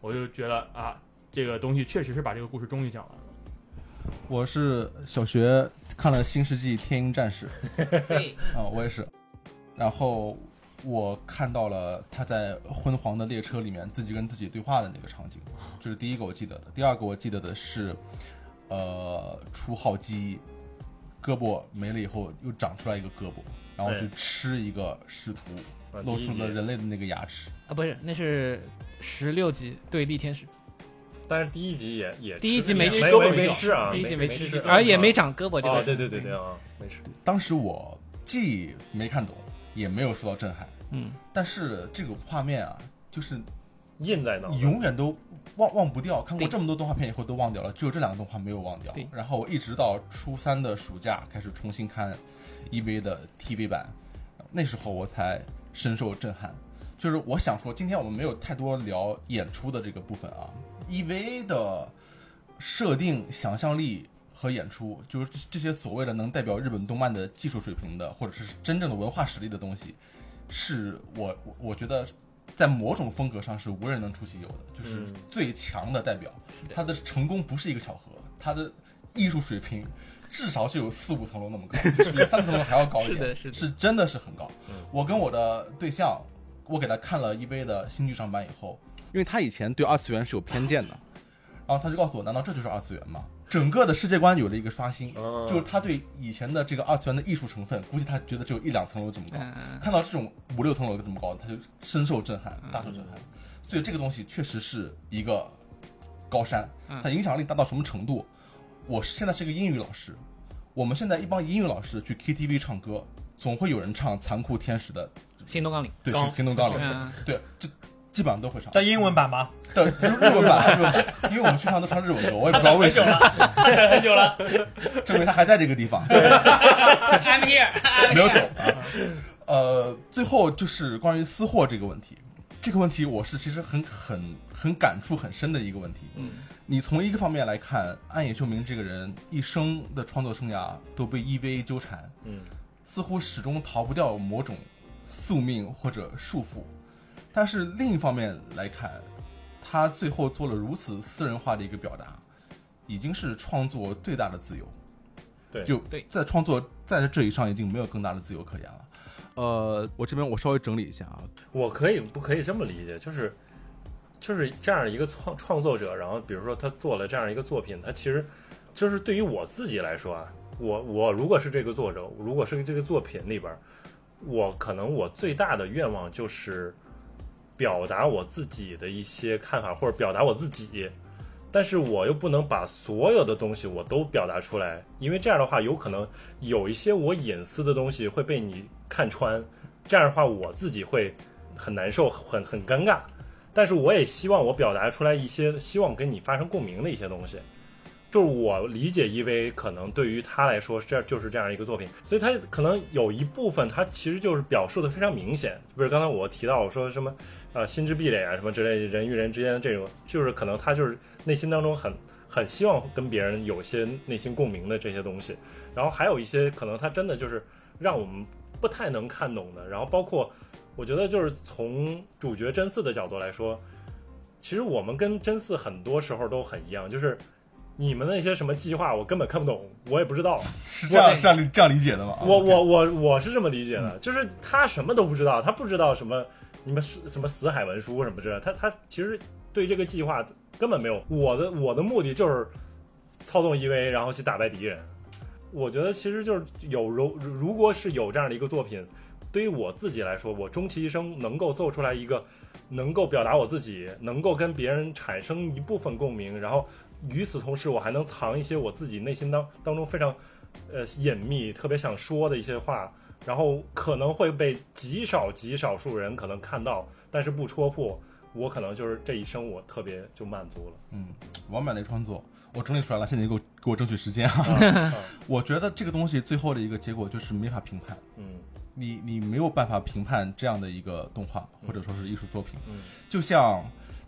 S6: 我就觉得啊，这个东西确实是把这个故事终于讲完了。
S8: 我是小学看了《新世纪天鹰战士》
S4: 对，
S8: 啊、我也是。然后我看到了他在昏黄的列车里面自己跟自己对话的那个场景，这是第一个我记得的。第二个我记得的是，呃，初号机胳膊没了以后又长出来一个胳膊，然后去
S2: 对
S8: 吃一个使徒，
S2: 啊
S8: 露
S2: 第一
S8: 出了
S2: 集
S8: 人类的那个牙齿。
S4: 啊，不是，那是十六集对力天使，
S2: 但是第一集也也
S4: 第一集
S2: 吃
S4: 没
S2: 没
S4: 吃
S2: 没
S4: 胳
S2: 没
S4: 膊
S2: 没吃啊，
S4: 第一集
S2: 没
S4: 吃
S2: 吃，，
S4: 而也
S2: 嗯
S4: 没长胳膊这
S2: 哦
S4: 个，
S2: 对对对对，啊，没吃。
S8: 当时我既没看懂，也没有受到震撼，
S4: 嗯，
S8: 但是这个画面啊，就是
S2: 印在脑
S8: 你
S2: 子，
S8: 永远都忘忘不掉。看过
S4: 对
S8: 这么多动画片以后都忘掉了，只有这两个动画没有忘掉
S4: 对。
S8: 然后我一直到初三的暑假开始重新看 EV 的 TV 版，那时候我才深受震撼。就是我想说，今天我们没有太多聊演出的这个部分啊，EV 的设定、想象力。和演出就是这这些所谓的能代表日本动漫的技术水平的，或者是真正的文化实力的东西，是我我我觉得在某种风格上是无人能出其右的，就是
S2: 嗯
S8: 最强的代表。他的成功不是一个巧合，他的艺术水平至少就有四五层楼 那么高，就是比三层楼还要高一点，
S4: 是的是的
S8: 真的是很高
S2: 嗯。
S8: 我跟我的对象，我给他看了 EV 的新剧场版以后，因为他以前对二次元是有偏见的，然后他就告诉我，难道这就是二次元吗？整个的世界观有了一个刷新，
S2: 嗯
S8: 就是他对以前的这个二次元的艺术成分，估计他觉得只有一两层楼这么高，
S4: 嗯，
S8: 看到这种五六层楼这么高，他就深受震撼，大受震撼。所以这个东西确实是一个高山
S4: 嗯，
S8: 它影响力大到什么程度？我现在是个英语老师，我们现在一帮英语老师去 KTV 唱歌，总会有人唱《残酷天使》的，
S4: 新东纲领，
S8: 对，
S6: 钢
S8: 是行动纲领，
S4: 嗯，
S8: 对，就基本上都会唱。
S5: 在英文版吗？
S8: 对，日日文版，啊日文版，因为我们去唱都唱日文歌，我也不知道为什么，
S7: 等很久了。
S8: 证明他还在这个地方。
S7: I'm here，
S8: 没有走啊。呃，最后就是关于私货这个问题，这个问题我是其实很很很感触很深的一个问题。
S4: 嗯，
S8: 你从一个方面来看，暗野秀明这个人一生的创作生涯都被 EVA 纠缠，
S2: 嗯，
S8: 似乎始终逃不掉某种宿命或者束缚。但是另一方面来看，他最后做了如此私人化的一个表达，已经是创作最大的自由。
S2: 对
S8: 就
S4: 对
S8: 在创作在这以上已经没有更大的自由可言了。呃，我这边我稍微整理一下啊，
S2: 我可以不可以这么理解？就是就是这样一个创创作者，然后比如说他做了这样一个作品，他其实就是对于我自己来说啊，我我如果是这个作者，如果是这个作品里边儿，我可能我最大的愿望就是表达我自己的一些看法，或者表达我自己。但是我又不能把所有的东西我都表达出来，因为这样的话，有可能有一些我隐私的东西会被你看穿，这样的话我自己会很难受，很很尴尬。但是我也希望我表达出来一些希望跟你发生共鸣的一些东西。就是我理解 EVA 可能对于他来说，这就是这样一个作品，所以他可能有一部分他其实就是表述的非常明显，不是刚才我提到我说什么呃心之壁垒啊什么之类，人与人之间的这种，就是可能他就是内心当中很很希望跟别人有一些内心共鸣的这些东西，然后还有一些可能他真的就是让我们不太能看懂的，然后包括我觉得就是从主角真嗣的角度来说，其实我们跟真嗣很多时候都很一样，就是你们那些什么计划我根本看不懂，我也不知道。
S8: 是这样
S4: 我
S8: 是这样这样理解的吗？啊
S2: 我
S8: OK
S2: 我我我是这么理解的，就是他什么都不知道，他不知道什么你们是什么死海文书什么之类的，他他其实对这个计划根本没有。我的我的目的就是操纵 EV，然后去打败敌人。我觉得其实就是有如如果是有这样的一个作品，对于我自己来说，我终其一生能够做出来一个能够表达我自己，能够跟别人产生一部分共鸣，然后与此同时，我还能藏一些我自己内心当当中非常呃隐秘、特别想说的一些话，然后可能会被极少极少数人可能看到，但是不戳破，我可能就是这一生我特别就满足了。
S8: 嗯，完美的创作，我整理出来了，现在你给我给我争取时 间啊！
S2: 啊
S8: 我觉得这个东西最后的一个结果就是没法评判，
S2: 嗯
S8: 你你没有办法评判这样的一个动画或者说是艺术作品，
S2: 嗯
S8: 就像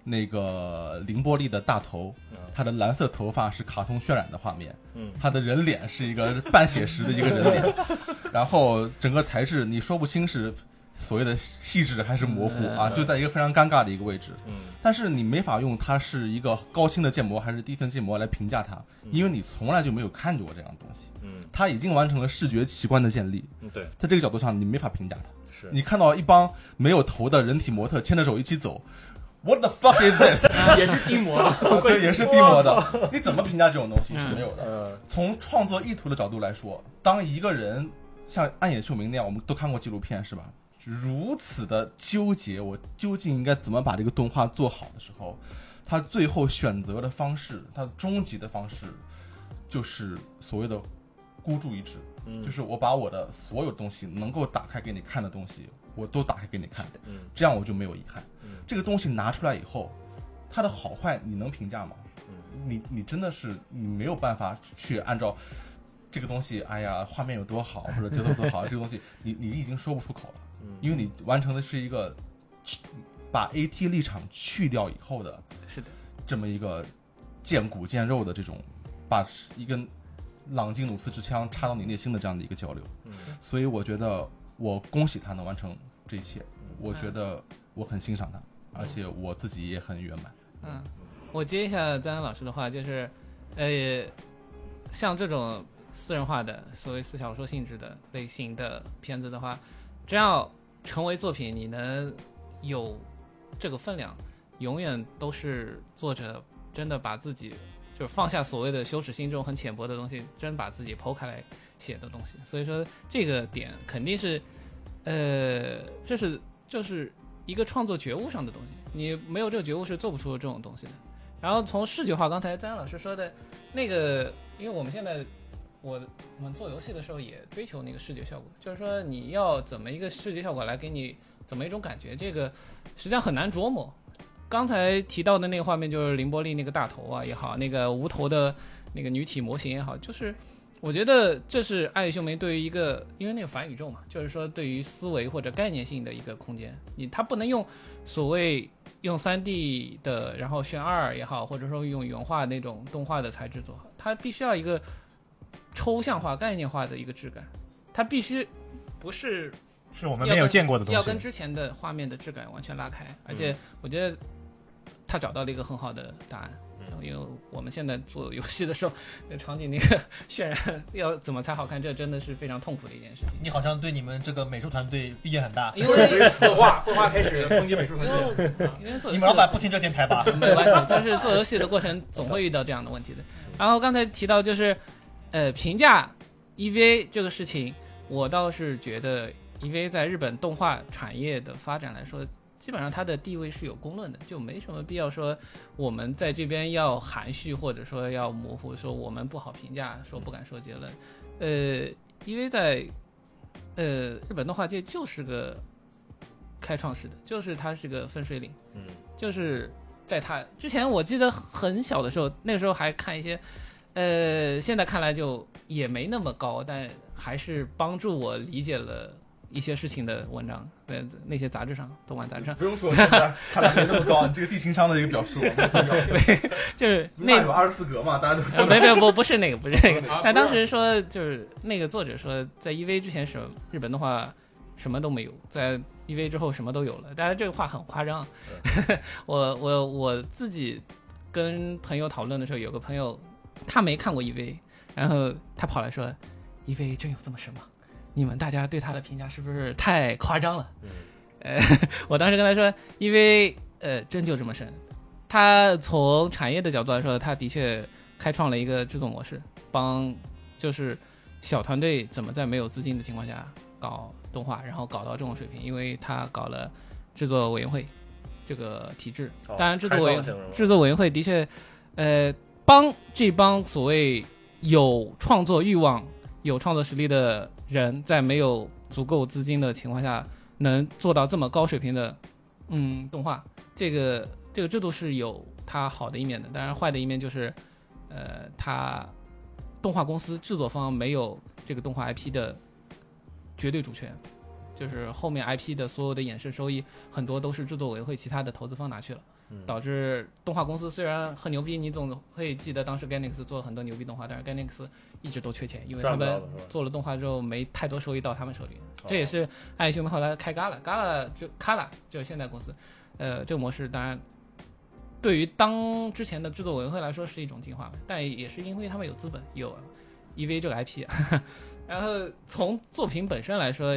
S8: 那个凌波丽的大头，他的蓝色头发是卡通渲染的画面，
S2: 嗯
S8: 他的人脸是一个半写实的一个人 脸，然后整个材质你说不清是所谓的细致还是模糊啊，
S4: 嗯
S8: 就在一个非常尴尬的一个位置。
S2: 嗯
S8: 但是你没法用它是一个高清的建模还是低清建模来评价它，
S4: 嗯
S8: 因为你从来就没有看见过这样的东西。
S2: 嗯
S8: 它已经完成了视觉奇观的建立，
S2: 嗯，对，
S8: 在这个角度上你没法评价它。
S2: 是
S8: 你看到一帮没有头的人体模特牵着手一起走，What the fuck is this？
S6: 也是低模的，
S8: 对，也是低模的，你怎么评价这种东西是
S6: 嗯
S8: 没有的？
S2: 呃
S8: 从创作意图的角度来说，当一个人像暗野秀明那样，我们都看过纪录片是吧？如此的纠结，我究竟应该怎么把这个动画做好的时候，他最后选择的方式，他终极的方式，就是所谓的孤注一掷，
S2: 嗯
S8: 就是我把我的所有东西能够打开给你看的东西，我都打开给你看，
S2: 嗯
S8: 这样我就没有遗憾
S2: 嗯。
S8: 这个东西拿出来以后，它的好坏你能评价吗？
S2: 嗯
S8: 你你真的是你没有办法去按照这个东西，哎呀，画面有多好或者节奏有多好，这个东西你你已经说不出口了，
S2: 嗯
S8: 因为你完成的是一个去把 AT 立场去掉以后的
S4: 是的，
S8: 这么一个见骨见肉的这种，把一根朗基努斯之枪插到你内心的这样的一个交流。
S2: 嗯
S8: 所以我觉得我恭喜他能完成这一切，我觉得我很欣赏他，而且我自己也很圆满。
S4: 嗯，我接一下张安老师的话，就是，呃，像这种私人化的所谓私小说性质的类型的片子的话，只要成为作品，你能有这个分量，永远都是作者真的把自己就是放下所谓的羞耻心这种很浅薄的东西，真把自己剖开来写的东西。所以说这个点肯定是，呃，这是就是一个创作觉悟上的东西，你没有这个觉悟是做不出这种东西的。然后从视觉化，刚才张老师说的那个，因为我们现在我我们做游戏的时候也追求那个视觉效果，就是说你要怎么一个视觉效果来给你怎么一种感觉，这个实际上很难琢磨。刚才提到的那个画面就是凌波丽那个大头啊也好，那个无头的那个女体模型也好，就是我觉得这是爱秀梅对于一个因为那个反宇宙嘛，就是说对于思维或者概念性的一个空间，你它不能用所谓用三 D 的，然后渲二也好，或者说用原画那种动画的材质做好，它必须要一个抽象化、概念化的一个质感，它必须不是
S3: 是我们没有见过的东
S4: 要
S3: 西嗯
S4: 跟。之前的画面的质感完全拉开，而且我觉得他找到了一个很好的答案。
S3: 嗯
S4: 然后因为我们现在做游戏的时候，那场景那个渲染要怎么才好看，这真的是非常痛苦的一件事情。
S5: 你好像对你们这个美术团队意见很大，
S4: 因为
S6: 绘画，绘画开始抨击美术
S4: 因
S6: 团队。
S4: 为因为做游戏的
S5: 你们老板不听这电台吧？
S4: 没关系，但是做游戏的过程总会遇到这样的问题的。然后刚才提到就是，呃，评价 EVA 这个事情，我倒是觉得 EVA 在日本动画产业的发展来说，基本上它的地位是有公论的，就没什么必要说我们在这边要含蓄或者说要模糊，说我们不好评价，说不敢说结论。呃，EVA 在呃日本动画界就是个开创式的，就是它是个分水岭。
S2: 嗯，
S4: 就是在他之前，我记得很小的时候，那个时候还看一些，呃，现在看来就也没那么高，但还是帮助我理解了一些事情的文章，对那些杂志上、动漫杂志上，
S8: 不用说，现在看来没这么高，你这个地情商的一个表述，
S4: 就是那
S8: 那有二十四格嘛，大家都知
S4: 呃，
S8: 道。
S4: 没没不不是那个，不是那个
S6: 啊。
S4: 但当时说就是那个作者说，在 EV 之前什么日本动画什么都没有，在 EV 之后什么都有了。当然这个话很夸张。啊 我我我自己跟朋友讨论的时候，有个朋友他没看过 EV，然后他跑来说，EV 真有这么神吗？你们大家对他的评价是不是太夸张了？
S2: 嗯
S4: 呃， 我当时跟他说，EV 呃真就这么神。他从产业的角度来说，他的确开创了一个制作模式，帮就是小团队怎么在没有资金的情况下搞动画，然后搞到这种水平，因为他搞了制作委员会这个体制。
S2: 哦
S4: 当然，制作委
S2: 开放性是吗
S4: 制作委员会的确，呃，帮这帮所谓有创作欲望、有创作实力的人，在没有足够资金的情况下，能做到这么高水平的嗯动画，这个这个制度是有它好的一面的，当然坏的一面就是，呃，它动画公司制作方没有这个动画 IP 的绝对主权，就是后面 IP 的所有的衍生收益很多都是制作委员会其他的投资方拿去了，
S2: 嗯
S4: 导致动画公司虽然很牛逼，你总会记得当时 Gainax 做了很多牛逼动画，但是 Gainax 一直都缺钱，因为他
S2: 赚不到
S4: 们
S2: 了是吧
S4: 做了动画之后没太多收益到他们手里，
S2: 哦
S4: 这也是爱兄妹后来开 Gala Gala 就 Gala 就是现在公司，呃，这个模式当然对于当之前的制作委员会来说是一种进化吧，但也是因为他们有资本有 EV 这个 IP，然后从作品本身来说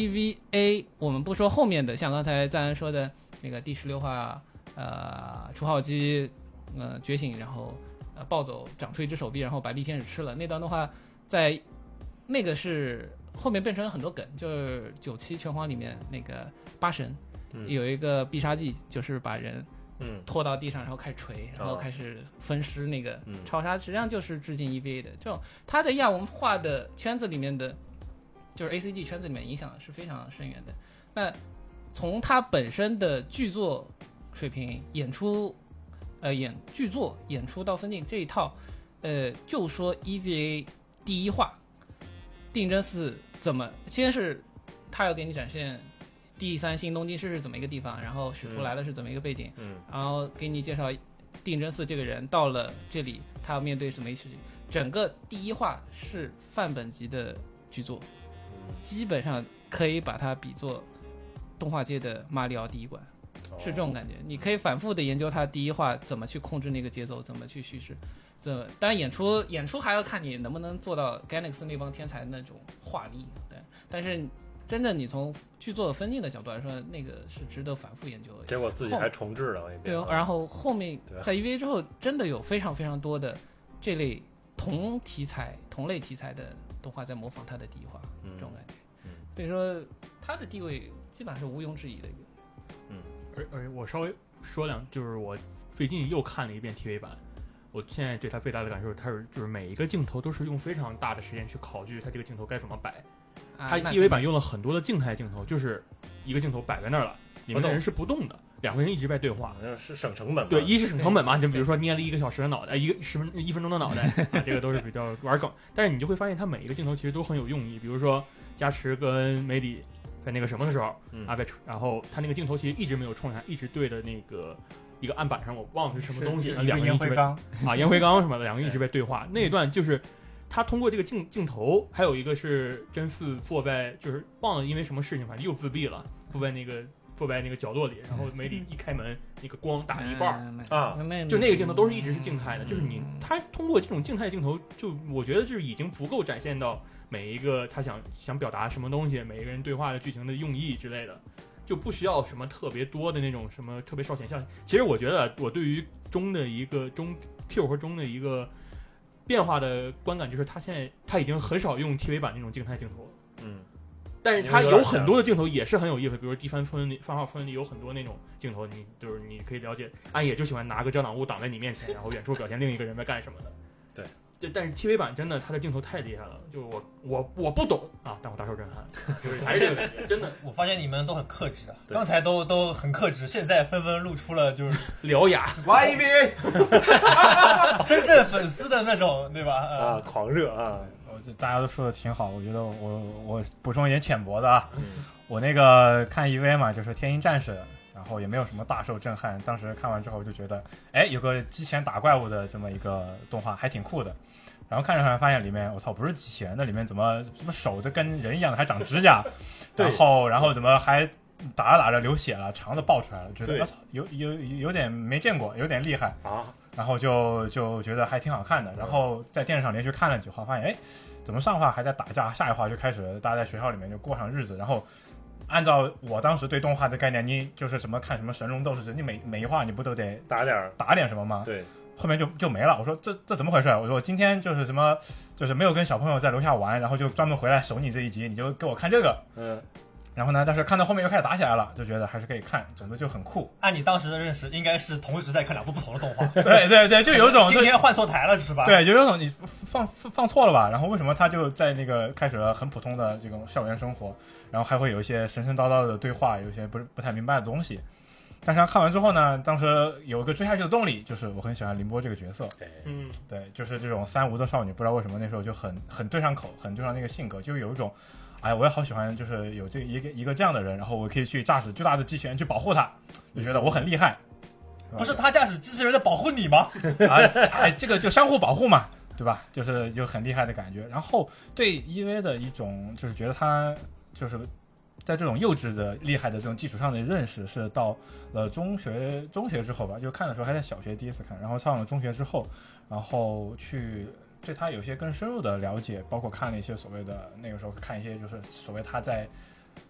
S4: ，EVA 我们不说后面的，像刚才赞恩说的那个第十六话，呃，初号机，呃，觉醒，然后呃暴走长出一只手臂，然后把力天使吃了那段的话，在那个是后面变成了很多梗，就是九七拳皇里面那个八神、
S2: 嗯
S4: 有一个必杀技，就是把人
S2: 嗯
S4: 拖到地上，然后开始锤，然后
S2: 哦
S4: 开始分尸那个
S2: 嗯
S4: 超杀，实际上就是致敬 EVA 的这种，它在亚文化的圈子里面的，就是 ACG 圈子里面影响是非常深远的。那从它本身的剧作水平、演出，呃，演剧作、演出到分镜这一套，呃，就说 EVA 第一话，定真寺怎么先是他要给你展现第三新东京市是怎么一个地方，然后使
S2: 嗯
S4: 徒来了是怎么一个背景，
S2: 嗯
S4: 然后给你介绍定真寺这个人到了这里，他要面对什么一些事情。整个第一话是范本级的剧作，
S2: 嗯
S4: 基本上可以把它比作动画界的马里奥第一关，是这种感觉。你可以反复的研究它第一话怎么去控制那个节奏，怎么去叙事，怎么当然演出演出还要看你能不能做到 Galax 那帮天才那种画力，对。但是真正你从剧作分镜的角度来说，那个是值得反复研究的。
S2: 结果自己还重置了一
S6: 啊
S4: 对
S2: 遍。
S4: 哦，然后后面
S2: 对啊
S4: 在 EVA 之后，真的有非常非常多的这类同题材、同类题材的动画在模仿它的第一画，
S2: 嗯
S4: 这种感觉
S2: 嗯。
S4: 所以说，它的地位基本上是毋庸置疑的一个。
S6: 而而且哎我稍微说两，就是我最近又看了一遍 TV 版，我现在对它最大的感受，它是就是每一个镜头都是用非常大的时间去考据它这个镜头该怎么摆。
S4: 啊
S6: 它
S4: 那
S6: EV 版用了很多的静态镜头，就是一个镜头摆在那儿了，里面的
S2: 我
S6: 人
S2: 懂
S6: 是不动的，两个人一直在对话
S2: 好。像是省成本吧。
S6: 啊对，一是省成本嘛，就比如说捏了一个小时的脑袋，一个十分一分钟的脑 袋、啊，这个都是比较玩梗。但是你就会发现，它每一个镜头其实都很有用意。比如说加持跟梅里在那个什么的时候
S2: 嗯
S6: 啊，被吹然后他那个镜头其实一直没有冲下，一直对着那个一个案板上，我忘了是什么东西，
S3: 一
S6: 两个
S3: 个
S6: 人
S3: 烟
S6: 一直
S3: 灰
S6: 被
S3: 缸，
S6: 啊，烟灰缸什么的，两个人一直在对话。那一段就是他通过这个镜镜头，还有一个是真嗣坐在，就是忘了因为什么事情，反正又自闭了，坐在那个坐在那个角落里，然后梅里一开门，那个光打一半儿。
S4: 哎
S2: 啊，
S4: 那
S6: 就那个镜头都是一直是静
S4: 嗯
S6: 态的，就是你他通过这种静态镜头，就我觉得就是已经足够展现到每一个他想想表达什么东西，每一个人对话的剧情的用意之类的，就不需要什么特别多的那种什么特别烧钱像。其实我觉得我对于中的一个中 Q 和中的一个变化的观感，就是他现在他已经很少用 TV 版那种静态镜头了。
S2: 嗯，
S6: 但是它有很多的镜头也是很有意思，比如第三村里、番号村里有很多那种镜头，你就是你可以了解，安野就喜欢拿个遮挡物挡在你面前，然后远处表现另一个人在干什么的。
S2: 对，
S6: 就但是 TV 版真的它的镜头太厉害了，就是我我我不懂啊，但我大受震撼， 就是还是这个感觉，真的
S5: 我发现你们都很克制啊，
S2: 对
S5: 刚才都都很克制，现在纷纷露出了就是
S6: 獠牙。
S8: 玩 EVA，
S5: 真正粉丝的那种，对吧？
S2: 啊，
S5: 啊，
S2: 狂热啊，
S3: 我觉得大家都说的挺好，我觉得我我补充一点浅薄的啊，
S2: 嗯
S3: 我那个看 EV 嘛，就是《天鹰战士》，然后也没有什么大受震撼。当时看完之后就觉得，哎，有个机器人打怪物的这么一个动画，还挺酷的。然后看着看着发现里面，我操，不是机器人的，里面怎么怎么手都跟人一样的，还长指甲，
S6: 对
S3: 然后然后怎么还打着打着流血了，肠子爆出来了，觉得啊
S6: 对
S3: 我操，有有有有点没见过，有点厉害。
S2: 啊，
S3: 然后就就觉得还挺好
S6: 嗯
S3: 看的，然后在电视上连续看了几话，发现哎，怎么上话还在打架，下一话就开始大家在学校里面就过上日子，然后按照我当时对动画的概念，你就是什么看什么神龙斗士，你
S6: 嗯
S3: 每每一话你不都得
S2: 打点儿，
S3: 打点什么
S6: 啊
S3: 吗？
S2: 对，
S3: 后面就就没了。我说这这怎么回事？我说我今天就是什么，就是没有跟小朋友在楼下玩，然后就专门回来守你这一集，你就给我看这个。
S2: 嗯，
S3: 然后呢，但是看到后面又开始打起来了，就觉得还是可以看，总之就很 酷。
S5: 按你当时的认识，应该是同时在看两部不同的动画，
S3: 对对对，就有一种
S5: 今天啊换错台了是吧？，
S3: 对，就有种你放放放错了吧？然后为什么他就在那个开始了很普通的这种校园生活，然后还会有一些神神叨叨的对话，有一些不是不太明白的东西。但是他看完之后呢，当时有一个追下去的动力，就是我很喜欢凌波这个角色，
S6: 嗯，
S3: 对，就是这种三无的少女，不知道为什么那时候就很很对上口，很对上那个性格，就有一种，哎，我也好喜欢，就是有这一个一个这样的人，然后我可以去驾驶巨大的机器人去保护他，就觉得我很厉害。
S5: 不是他驾驶机器人在保护你吗？
S3: 啊， 哎，这个就相互保护嘛，对吧？就是就很厉害的感觉。然后对 EV 的一种就是觉得它就是在这种幼稚的厉害的这种基础上的认识，是到了中学中学之后吧，就看的时候还在小学第一次看，然后上了中学之后，然后去。对它有些更深入的了解，包括看了一些所谓的那个时候看一些就是所谓他在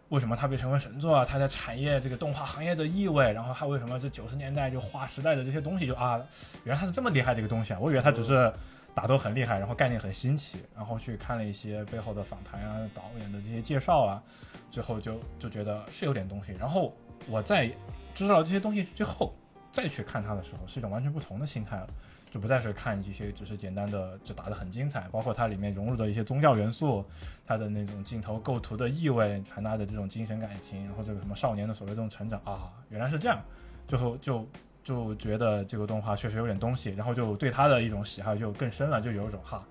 S3: 为什么他被成为神作啊，他在产业这个动画行业的意味，然后他为什么这九十年代就划时代的这些东西就啊原来它是这么厉害的一个东西啊！我以为它只是打斗很厉害，然后概念很新奇，然后去看了一些背后的访谈啊、导演的这些介绍啊，最后就就觉得是有点东西。然后我在知道了这些东西之后，再去看它的时候，是一种完全不同的心态了。就不再是看一些只是简单的，只打得很精彩，包括它里面融入的一些宗教元素，它的那种镜头构图的意味，传达的这种精神感情，然后这个什么少年的所谓这种成长啊，原来是这样，最后就就觉得这个动画确实有点东西，然后就对他的一种喜好就更深了，就有一种哈，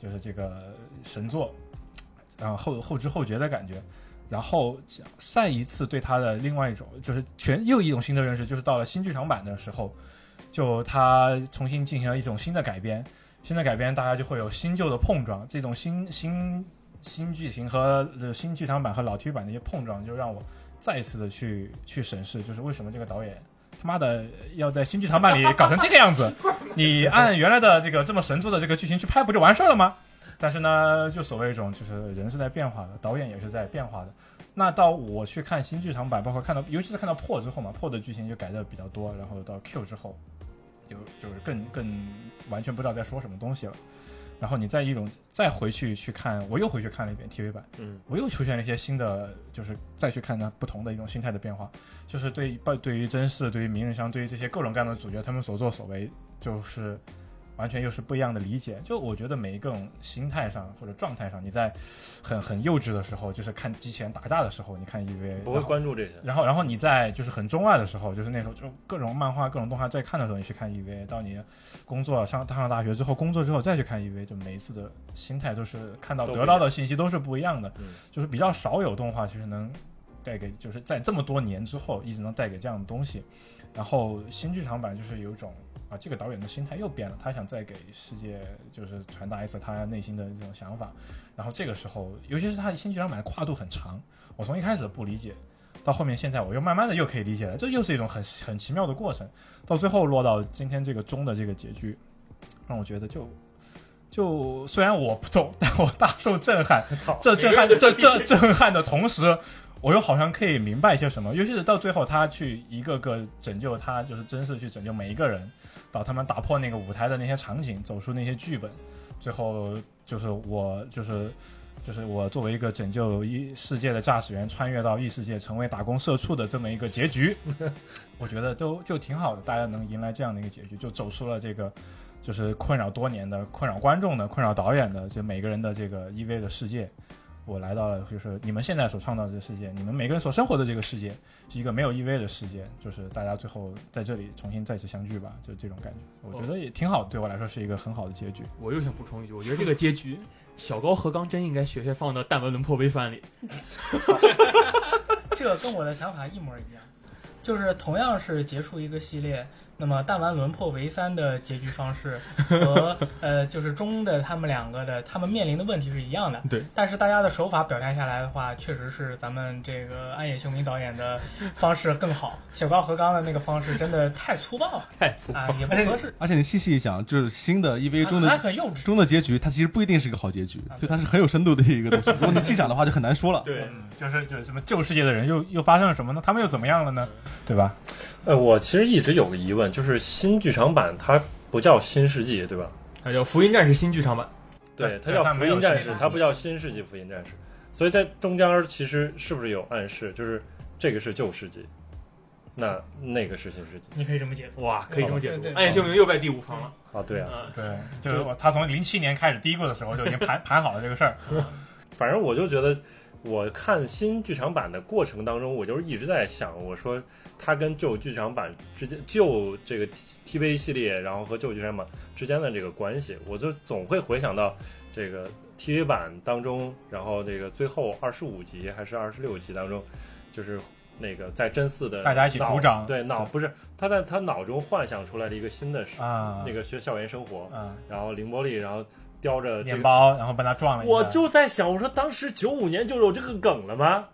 S3: 就是这个神作，然后后后知后觉的感觉。然后再一次对他的另外一种，就是全又一种新的认识，就是到了新剧场版的时候，就他重新进行了一种新的改编，新的改编大家就会有新旧的碰撞，这种新新新剧情和呃新剧场版和老 TV 版的一些碰撞，就让我再一次的去去审视，就是为什么这个导演他妈的要在新剧场版里搞成这个样子？你按原来的这个这么神作的这个剧情去拍，不就完事儿了吗？但是呢，就所谓一种就是人是在变化的，导演也是在变化的，那到我去看新剧场版，包括看到，尤其是看到破之后嘛，破的剧情就改的比较多，然后到 Q 之后，就就是更更完全不知道在说什么东西了。然后你再一种再回去去看，我又回去看了一遍 TV 版，
S6: 嗯，
S3: 我又出现了一些新的，就是再去看它不同的一种心态的变化，就是对对对于真嗣、对于名人香、对于这些各种各样的主角他们所作所为，就是完全又是不一样的理解。就我觉得每一个种心态上或者状态上，你在很很幼稚的时候，就是看机器人打架的时候，你看 EVA，
S2: 不会
S3: 然后
S2: 关注这些。
S3: 然后，然后你在就是很中二的时候，就是那时候就各种漫画、各种动画在看的时候，你去看 EVA；到你工作上上了大学之后，工作之后再去看 EVA，就每一次的心态都是看到
S2: 都不一
S3: 得
S2: 样
S3: 到的信息都是不一样的，
S2: 嗯
S3: 就是比较少有动画其实能带给，就是在这么多年之后一直能带给这样的东西。然后新剧场版就是有一种啊，这个导演的心态又变了，他想再给世界就是传达一次他内心的这种想法。然后这个时候，尤其是他新剧场版的跨度很长，我从一开始不理解，到后面现在我又慢慢的又可以理解了，这又是一种很很奇妙的过程，到最后落到今天这个中的这个结局，让我觉得就。就虽然我不懂，但我大受震撼。这震撼，这这震撼的同时，我又好像可以明白一些什么。尤其是到最后，他去一个个拯救他，就是真是去拯救每一个人，把他们打破那个舞台的那些场景，走出那些剧本，最后就是我就是。就是我作为一个拯救异世界的驾驶员，穿越到异世界，成为打工社畜的这么一个结局，我觉得都就挺好的。大家能迎来这样的一个结局，就走出了这个就是困扰多年的、困扰观众的、困扰导演的，就每个人的这个 EV 的世界。我来到了，就是你们现在所创造的这个世界，你们每个人所生活的这个世界，是一个没有 EV 的世界，就是大家最后在这里重新再次相聚吧，就这种感觉，我觉得也挺好的，对我来说是一个很好的结局。
S6: 我又想补充一句，我觉得这个结局，小高和刚真应该学学放到《弹丸论破微番》里。
S9: 这跟我的想法一模一样，就是同样是结束一个系列，那么弹丸轮破为三的结局方式和呃就是中的他们两个的他们面临的问题是一样的。
S6: 对，
S9: 但是大家的手法表现下来的话，确实是咱们这个安野秀明导演的方式更好，小高和刚的那个方式真的太粗暴了， 太粗暴啊，也不
S8: 而且
S9: 合
S8: 你
S9: 适，
S8: 而且你细细一想，就是新的 EVA 中
S9: 还
S8: 的
S9: 很幼稚。
S8: 中的结局，它其实不一定是一个好结局，所以它是很有深度的一个东西。如果你细想的话，就很难说了。
S6: 对，
S3: 就是就是什么旧世界的人又又发生了什么呢？他们又怎么样了呢？对吧？
S2: 呃，我其实一直有个疑问，就是新剧场版它不叫新世纪，对吧？
S6: 它叫《福音战士》新剧场版。
S2: 对，它
S3: 对
S2: 叫
S3: 它
S2: 福
S3: 没有
S2: 音战
S3: 新世
S2: 士
S3: 纪，
S2: 它不叫新世纪福音战士。所以在中间儿其实是不是有暗示，就是这个是旧世纪，那那个是新世纪
S9: 你可以这么解读，
S6: 哇，可以这么解
S9: 对
S6: 读
S9: 对，对
S3: 哎
S6: 暗夜秀明又拜第五方了。
S2: 啊？对啊，
S6: 嗯，
S3: 对，就是我他从零七年开始嘀咕的时候就已经盘盘好了这个事儿，
S2: 反正我就觉得，我看新剧场版的过程当中，我就是一直在想，我说它跟旧剧场版之间，旧这个 T V 系列，然后和旧剧场版之间的这个关系，我就总会回想到这个 T V 版当中，然后这个最后二十五集还是二十六集当中，就是。那个在真嗣的
S3: 大家一起
S2: 脑
S3: 鼓掌
S2: 对脑不是他在他脑中幻想出来的一个新的世
S3: 啊
S2: 那个学校园生活，
S3: 嗯，
S2: 然后凌波丽，然后叼着这
S3: 面
S2: 个
S3: 包，然后被他撞了一下，
S2: 我就在想，我说当时九五年就有这个梗了吗？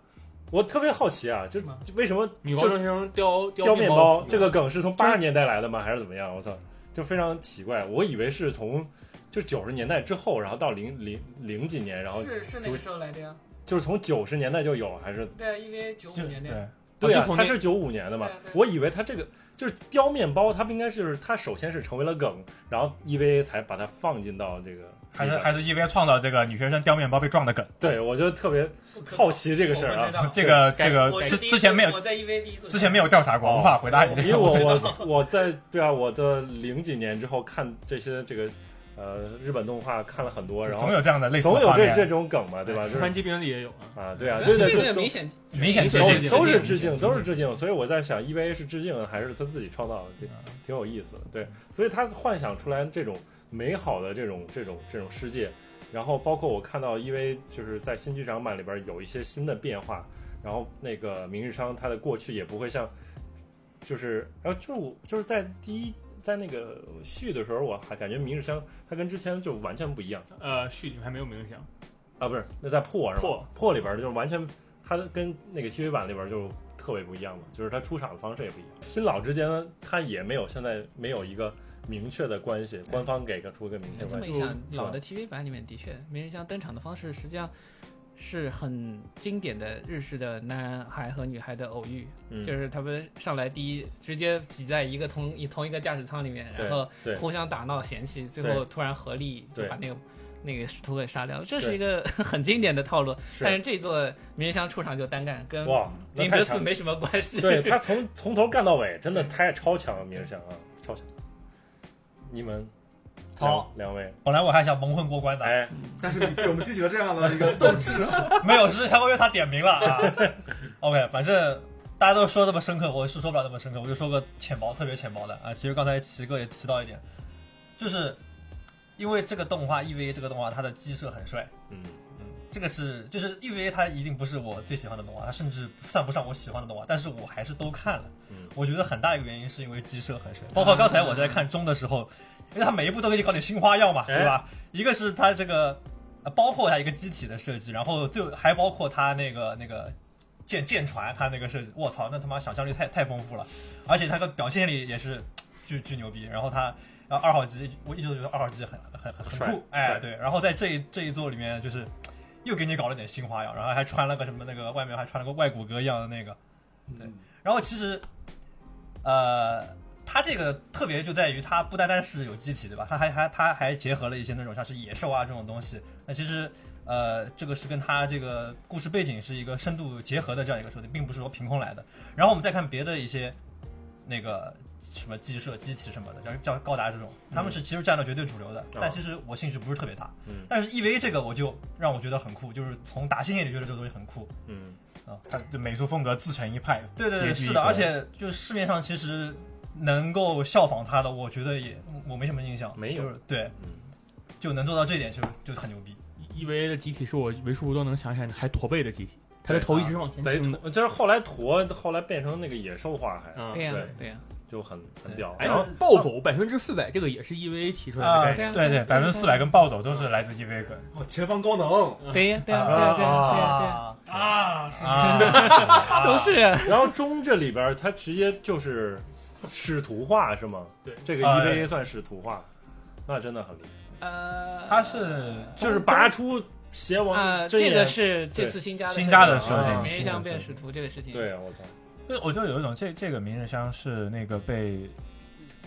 S2: 我特别好奇啊，就
S9: 吗
S2: 就为什么
S6: 女高中生雕
S2: 雕面包
S6: 包
S2: 这个梗是从八十年代来的吗？还是怎么样？我操，就非常奇怪。我以为是从就九十年代之后，然后到零零零几年，然后
S10: 是是那个时候来的呀，
S2: 就是从九十年代就有，还是
S10: 对，因为九五
S3: 就
S10: 年的
S3: 对，
S2: 对
S6: 就
S2: 啊，
S6: 从
S2: 他
S6: 那
S2: 是九五年的嘛
S10: 对对，
S2: 我以为他这个就是雕面包，它不应该是它首先是成为了梗，然后 EVA 才把它放进到这个
S3: 还是还是 EVA 创造这个女学生叼面包被撞的梗，
S2: 对，我就特别好奇这
S9: 这
S2: 个事儿啊。
S3: 这个这个
S10: 我
S3: 之
S10: 是第一
S3: 之前没有
S10: 我在 EVA 第一次
S3: 之前没有调查过，无法回答你
S2: 哦
S3: 这
S2: 因
S3: 个
S2: 为
S3: 问
S2: 我
S3: 题。
S2: 我我在对啊，我的零几年之后看这些这个呃日本动画看了很多，然后
S3: 总有这样的类似
S2: 总
S3: 的
S2: 有
S3: 画
S2: 这
S3: 面，
S2: 这种梗嘛，对吧？就
S6: 十
S2: 是
S6: 番机兵里也有啊。
S2: 啊，对啊，对
S4: 这
S2: 对
S4: 个
S2: 对，
S4: 明
S2: 都
S4: 显
S3: 明显致
S2: 都
S3: 敬，
S2: 都是
S3: 致
S2: 致
S3: 敬
S2: 敬，都是致敬。所以我在想，EVA 是致敬还是他自己创造的？挺挺有意思的，对。所以他幻想出来这种美好的这种这种这种世界，然后包括我看到 EVA 就是在新剧场版里边有一些新的变化，然后那个明日商他的过去也不会像，就是然后就是我就是在第一。在那个续的时候，我还感觉明日香他跟之前就完全不一样
S6: 呃，续里面还没有冥想，
S2: 啊，不是那在破是吧？
S6: 破
S2: 破里边儿就是完全，它跟那个 TV 版里边儿就特别不一样嘛，就是它出场的方式也不一样。新老之间呢，它也没有现在没有一个明确的关系，官方给个出一个明确
S4: 这
S2: 关
S4: 么
S2: 系。
S4: 一
S2: 就
S4: 想，老的 TV 版里面的确，名人香登场的方式实际上是很经典的日式的男孩和女孩的偶遇，
S2: 嗯
S4: 就是他们上来第一直接挤在一个同一同一个驾驶舱里面，然后
S2: 对
S4: 互相打闹嫌弃，最
S2: 对
S4: 后突然合力就
S2: 对
S4: 把那个那个使徒给杀掉了，这是
S2: 对
S4: 一个 很经典的套路。
S2: 是
S4: 但是这座明日香出场就单干，跟
S2: 哇，那
S4: 金
S2: 太
S4: 德
S2: 强
S4: 寺
S2: 了，
S4: 没什么关系。
S2: 对他从从头干到尾，真的太超强了，明日香啊，超强。你们
S5: 好
S2: 两两位，
S5: 本来我还想蒙混过关的，
S2: 哎，
S8: 但是你给我们激起了这样的一个斗志，
S5: 没有，是他因为他点名了啊。OK，反正大家都说这么深刻，我是说不了那么深刻，我就说个浅薄，特别浅薄的啊。其实刚才奇哥也提到一点，就是因为这个动画 EVA 这个动画它的机设很帅，
S2: 嗯，
S5: 这个是就是 EVA 它一定不是我最喜欢的动画，它甚至算不上我喜欢的动画，但是我还是都看了。
S2: 嗯
S5: 我觉得很大一个原因是因为机设很帅，包括刚才我在看钟的时候，因为它每一部都给你搞点新花样嘛，
S2: 哎
S5: 对吧？一个是它这个，呃包括它一个机体的设计，然后就还包括它那个那个舰舰船，它那个设计，我操，那他妈想象力太太丰富了，而且它的表现力也是巨巨牛逼。然后它，然后二号机，我一直都觉得二号机很很很
S2: 帅
S5: 很酷，哎
S2: 帅，
S5: 对。然后在这一这一座里面，就是又给你搞了点新花样，然后还穿了个什么那个外面还穿了个外骨骼一样的那个，对。
S2: 嗯
S5: 然后其实，呃，它这个特别就在于它不单单是有机体，对吧？它还还它还结合了一些那种像是野兽啊这种东西。那其实呃，这个是跟它这个故事背景是一个深度结合的这样一个设定，并不是说凭空来的。然后我们再看别的一些那个什么鸡舍、机体什么的，像像高达这种，他们是其实占了绝对主流的，但其实我兴趣不是特别大。
S2: 嗯
S5: 但是 EVA 这个我就让我觉得很酷，就是从打心眼里觉得这个东西很酷。
S2: 嗯，
S3: 它的美术风格自成一派，
S10: 啊
S5: 对对
S3: 别
S5: 对，
S3: 具一
S5: 是的，
S3: 格
S5: 而且就是市面上其实能够效仿他的，我觉得也我没什么印象，
S2: 没有
S5: 就是对，
S2: 嗯
S5: 就能做到这一点就就很牛逼。
S6: EVA ，E 的集体是我为数不多能想起来还驼背的集体，他的头一直往前
S2: 贼
S6: 倾的。
S2: 驼，就是后来驼，后来变成那个野兽化，还
S6: 嗯
S4: 对啊呀
S2: 对，
S4: 对呀，
S2: 就很
S4: 哎
S2: 很屌。
S6: 还
S2: 然后
S6: 有哎暴走百分之四百，这个也是 EVA 提出来的
S3: 啊，
S6: 概
S4: 对
S6: 念。
S4: 啊
S3: 对
S4: 对啊
S3: 对，百分之四百跟暴走都是来自 EVA 梗。
S8: 哦，前方高能，
S2: 嗯
S4: 对呀，对呀，对呀，对呀，对呀对呀，
S5: 啊
S9: 啊，是
S5: 啊！
S4: 都是
S2: 然后中这里边儿它直接就是使徒化是吗？
S6: 对
S2: 这个
S3: 啊
S2: EVA 算使徒化，那真的很厉害，
S4: 呃，
S3: 它是
S2: 就是拔出邪
S4: 啊，
S2: 王真
S4: 这
S2: 言
S4: 个。是这次新加的
S3: 新加的
S4: 事
S3: 设
S4: 情
S2: 定
S4: 啊明日
S3: 新
S4: 香
S3: 的
S4: 变
S3: 设
S4: 使徒这个事情，
S2: 对啊，我操！
S3: 对，我就有一种这这个明日香是那个被，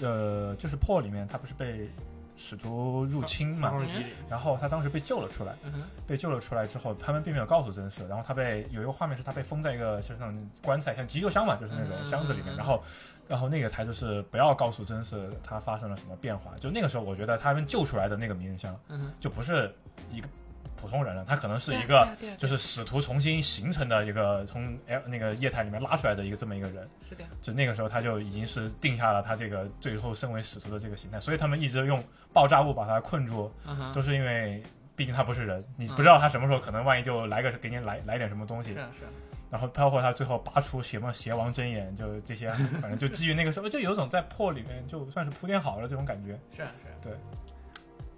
S3: 呃，就是破里面他不是被使徒入侵
S6: 然
S3: 嘛，
S6: 后集体
S3: 然后他当时被救了出来，
S4: 嗯哼，
S3: 被救了出来之后，他们并没有告诉真嗣，然后他被有一个画面是他被封在一个就是那种棺材，像急救箱嘛，就是那种
S4: 嗯
S3: 箱子里
S4: 嗯
S3: 面，
S4: 嗯
S3: 然后。然后那个台词是不要告诉真嗣他发生了什么变化，就那个时候我觉得他们救出来的那个明日香
S4: 嗯哼，
S3: 就不是一个普通人了，他可能是
S4: 对啊
S3: 一个，
S4: 对啊对啊
S3: 就是使徒重新形成的一个从 L 那个液态里面拉出来的一个这么一个人，
S4: 是的，
S3: 就那个时候他就已经是定下了他这个最后身为使徒的这个形态，所以他们一直用爆炸物把他困住，
S4: 嗯哼，
S3: 都是因为毕竟他不是人，你不知道他什么时候可能万一就来个给你来来点什么东西
S4: 是，啊是啊，
S3: 然后包括他最后拔出邪魔邪王真眼，就这些， 反正就基于那个什么，就有种在破里面就算是铺垫好了这种感觉，
S4: 是啊是啊，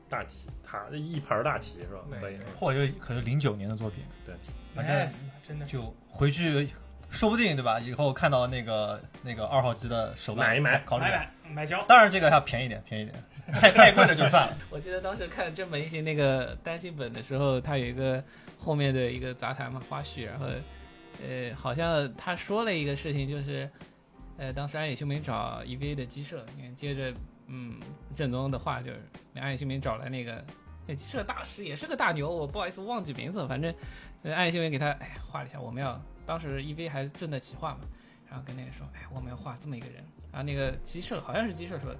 S2: 大旗，他一盘儿大旗是吧？可以。
S3: 破就可是零九年的作品，
S5: 反正
S9: nice，真的
S5: 就回去，说不定对吧？以后看到那个那个二号机的手办，
S2: 买一买
S5: 考虑
S9: 买。买买胶，
S5: 当然这个要便宜一点，便宜一点， 太太贵了就算了。
S4: 我记得当时看正本一行那个单行本的时候，他有一个后面的一个杂谈嘛花絮，然后呃，好像他说了一个事情，就是呃，当时安野秀明找 EVA 的鸡舍，因为接着嗯，正宗的话就是安野秀明找来那个那鸡舍大师，也是个大哎牛，我不好意思忘记名字了，反正呃安野秀明给他哎画了一下，我们要当时 EVA 还正在企划嘛，然后跟那个说，哎，我们要画这么一个人。然后那个鸡舍好像是鸡舍说的，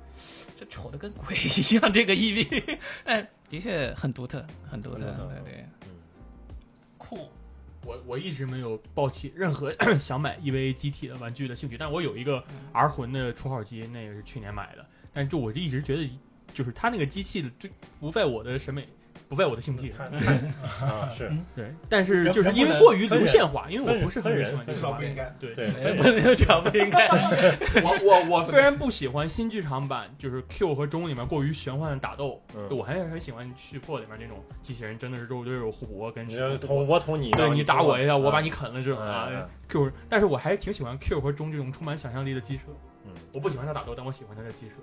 S4: 这丑的跟鬼一样，这个 EV，但的确很独特，很独特，
S2: 很独特
S4: 对对。
S5: 酷，
S6: 我我一直没有抱起任何 想买 E EVA 机体的玩具的兴趣，但我有一个
S2: 嗯
S6: R 魂的初号机，那个是去年买的，但就我就一直觉得，就是它那个机器的就不在我的审美，不在我的兴趣。
S2: 嗯看 看啊，是
S4: 嗯
S6: 对，但是就是
S2: 人
S6: 因为
S2: 人
S6: 过于
S2: 分
S6: 流
S2: 人
S6: 线化，因为我不是
S2: 分
S6: 很
S2: 人
S6: 喜欢这
S8: 至
S6: 个
S8: 少
S6: 画
S8: 不应
S6: 面。
S8: 该。
S6: 对，
S4: 嗯
S2: 对，
S4: 不能讲不应该。
S6: 我我我虽然不喜欢新剧场版，就是 Q 和中里面过于玄幻的打斗，
S2: 嗯
S6: 就我还是很喜欢续破里面那种机器人真的是肉对肉互搏跟
S2: 你
S6: 石
S2: 要
S6: 头互搏
S2: 捅我捅你，然
S6: 对
S2: 后
S6: 你
S2: 你
S6: 打我一下，我把
S2: 你
S6: 你啃了这种啊。
S2: 嗯嗯
S6: Q，但是我还挺喜欢 Q 和中这种充满想象力的机车。
S2: 嗯
S6: 我不喜欢他打斗，但我喜欢他的机车。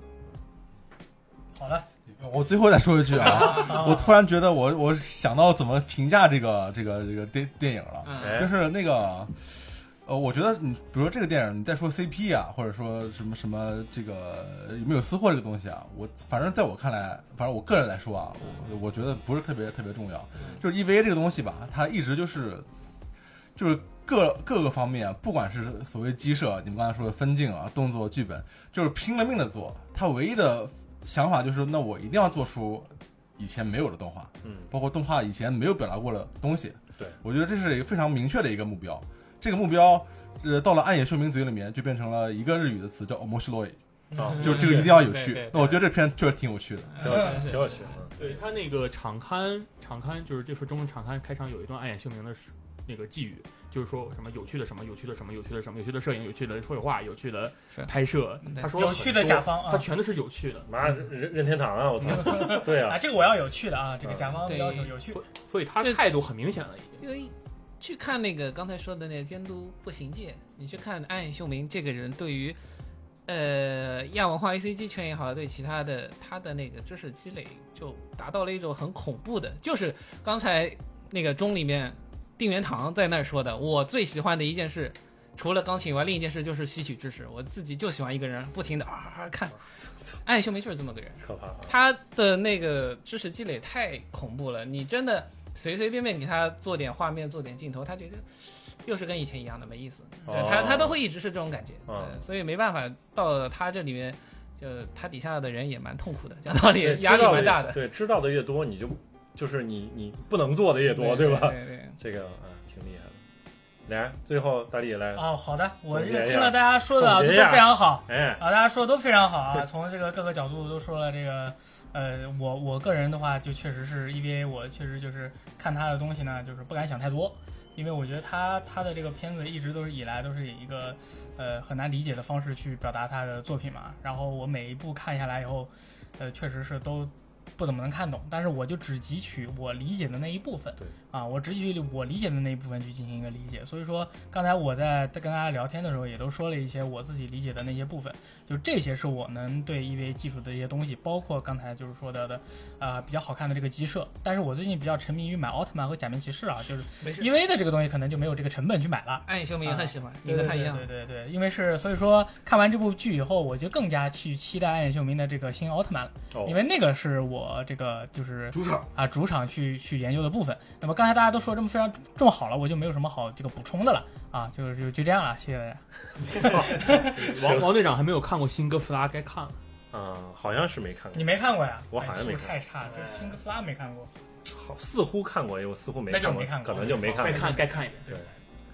S9: 好了，
S8: 你我最后再说一句啊，我突然觉得我我想到怎么评价这个这个这个电电影了，
S2: 哎
S8: 就是那个。呃，我觉得你，比如说这个电影，你再说 CP 啊，或者说什么什么这个有没有私货这个东西啊，我反正在我看来，反正我个人来说啊，我我觉得不是特别特别重要。就是 EVA 这个东西吧，它一直就是就是各各个方面，不管是所谓机设，你们刚才说的分镜啊、动作、剧本，就是拼了命的做。他唯一的想法就是，那我一定要做出以前没有的动画，
S2: 嗯，
S8: 包括动画以前没有表达过的东西。
S2: 对，
S8: 我觉得这是一个非常明确的一个目标。这个目标，呃，到了暗野秀明嘴里面就变成了一个日语的词，叫 “omoshiroi”，
S2: 啊，
S8: 就是这个一定要有
S4: 对对
S8: 趣
S4: 对。
S8: 那
S7: 哦
S8: 我觉得这片确实挺有趣的。
S2: 挺有趣，挺有趣的。
S6: 对他那个场刊，场刊就是就说中文场刊开场有一段暗眼秀明的那个寄语，就是说什么有趣的什么，有趣的什么，有趣的什么，有趣的摄影，有趣的绘画，有趣的
S4: 是
S6: 拍摄
S4: 嗯。对
S6: 他说了
S7: 有
S6: 很
S7: 趣的
S6: 多
S7: 甲，方
S6: 他
S7: 啊
S6: 全都是有趣的。
S2: 妈，任任天堂啊！我操，对
S7: 啊，
S2: 啊，
S7: 这个我要有趣的啊，这个
S2: 嗯
S7: 甲方
S4: 对
S7: 要求有趣。
S6: 所以他
S4: 这
S6: 态度很明显了，已
S4: 因
S6: 经。
S4: 为去看那个刚才说的那个监督步行界，你去看暗野秀明这个人对于呃亚文化 A C G 圈也好，对其他的他的那个知识积累就达到了一种很恐怖的，就是刚才那个钟里面定元堂在那儿说的，我最喜欢的一件事。除了钢琴以外，另一件事就是吸取知识。我自己就喜欢一个人不停的啊啊啊看，暗野秀明就是这么个人。
S2: 可怕啊！
S4: 他的那个知识积累太恐怖了，你真的随随便便给他做点画面、做点镜头，他觉得又是跟以前一样的没意思。对
S2: 哦
S4: 他他都会一直是这种感觉，
S2: 嗯
S4: 对所以没办法，到了他这里面，就他底下的人也蛮痛苦的，讲道理
S2: 对
S4: 压
S2: 知
S4: 力
S2: 道
S4: 蛮大
S2: 越
S4: 的，
S2: 对，知道的越多，你就就是你你不能做的越多，
S4: 对
S2: 吧？
S4: 对对，
S2: 这个啊，挺厉害的。来，最后大力也来，
S7: 啊，好的，我这
S2: 总
S7: 个
S2: 结一下
S7: 听了大家说的啊，
S2: 总结
S7: 都
S2: 一下
S7: 非常好。
S2: 哎，
S7: 啊，大家说的都非常好啊，从这个各个角度都说了这个，呃，我我个人的话，就确实是 EVA，我确实就是看他的东西呢，就是不敢想太多，因为我觉得他他的这个片子一直都是以来都是以一个呃很难理解的方式去表达他的作品嘛，然后我每一部看下来以后，呃，确实是都。不怎么能看懂，但是我就只汲取我理解的那一部分，
S2: 对
S7: 啊，我只取我理解的那一部分去进行一个理解。所以说，刚才我在在跟大家聊天的时候，也都说了一些我自己理解的那些部分。就这些是我们对 EVA 技术的一些东西，包括刚才就是说到的，呃，比较好看的这个鸡舍。但是我最近比较沉迷于买奥特曼和假面骑士啊，就是
S4: 没事。
S7: EVA 的这个东西可能就没有这个成本去买了。
S4: 暗野秀明也很喜欢，你
S7: 对
S4: 跟
S7: 对
S4: 他一样
S7: 对，对对，对因为是所以说看完这部剧以后，我就更加去期待暗夜秀明的这个新奥特曼了，
S2: 哦
S7: 因为那个是我这个就是
S8: 主场
S7: 啊主场去去研究的部分。那么刚才大家都说这么非常这么好了，我就没有什么好这个补充的了啊，就是就就这样了，谢谢大家。
S6: 王王队长还没有看过新哥斯拉，该看了。
S2: 嗯，好像是没看过
S7: 你，没看过呀？
S2: 我好像没
S7: 哎是不是
S2: 看
S7: 太差，这新哥斯拉没看过。
S2: 好，似乎看过，哎又似乎没
S7: 那就
S2: 看
S7: 没看过
S2: 可能就没看
S6: 该
S2: 过。
S6: 看该看一遍。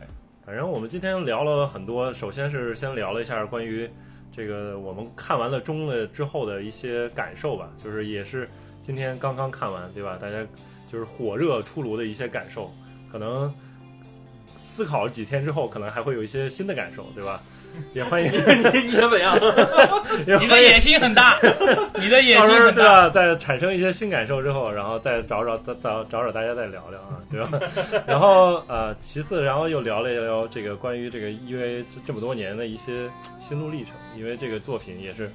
S2: 对，反正我们今天聊了很多，首先是先聊了一下关于这个我们看完了中了之后的一些感受吧，就是也是今天刚刚看完，对吧？大家就是火热出炉的一些感受，可能思考几天之后，可能还会有一些新的感受，对吧？也欢迎，
S6: 你你想怎样？
S2: 也
S7: 你的
S2: 欢迎。
S7: 野心 很大，你的野
S2: 到
S7: 心
S2: 时候
S7: 很
S2: 对啊
S7: 大。
S2: 吧？在产生一些新感受之后，然后再找找再找找找大家再聊聊啊，对吧？ 然后呃，其次，然后又聊了一聊这个关于这个 EVA 这这么多年的一些心路历程，因为这个作品也是，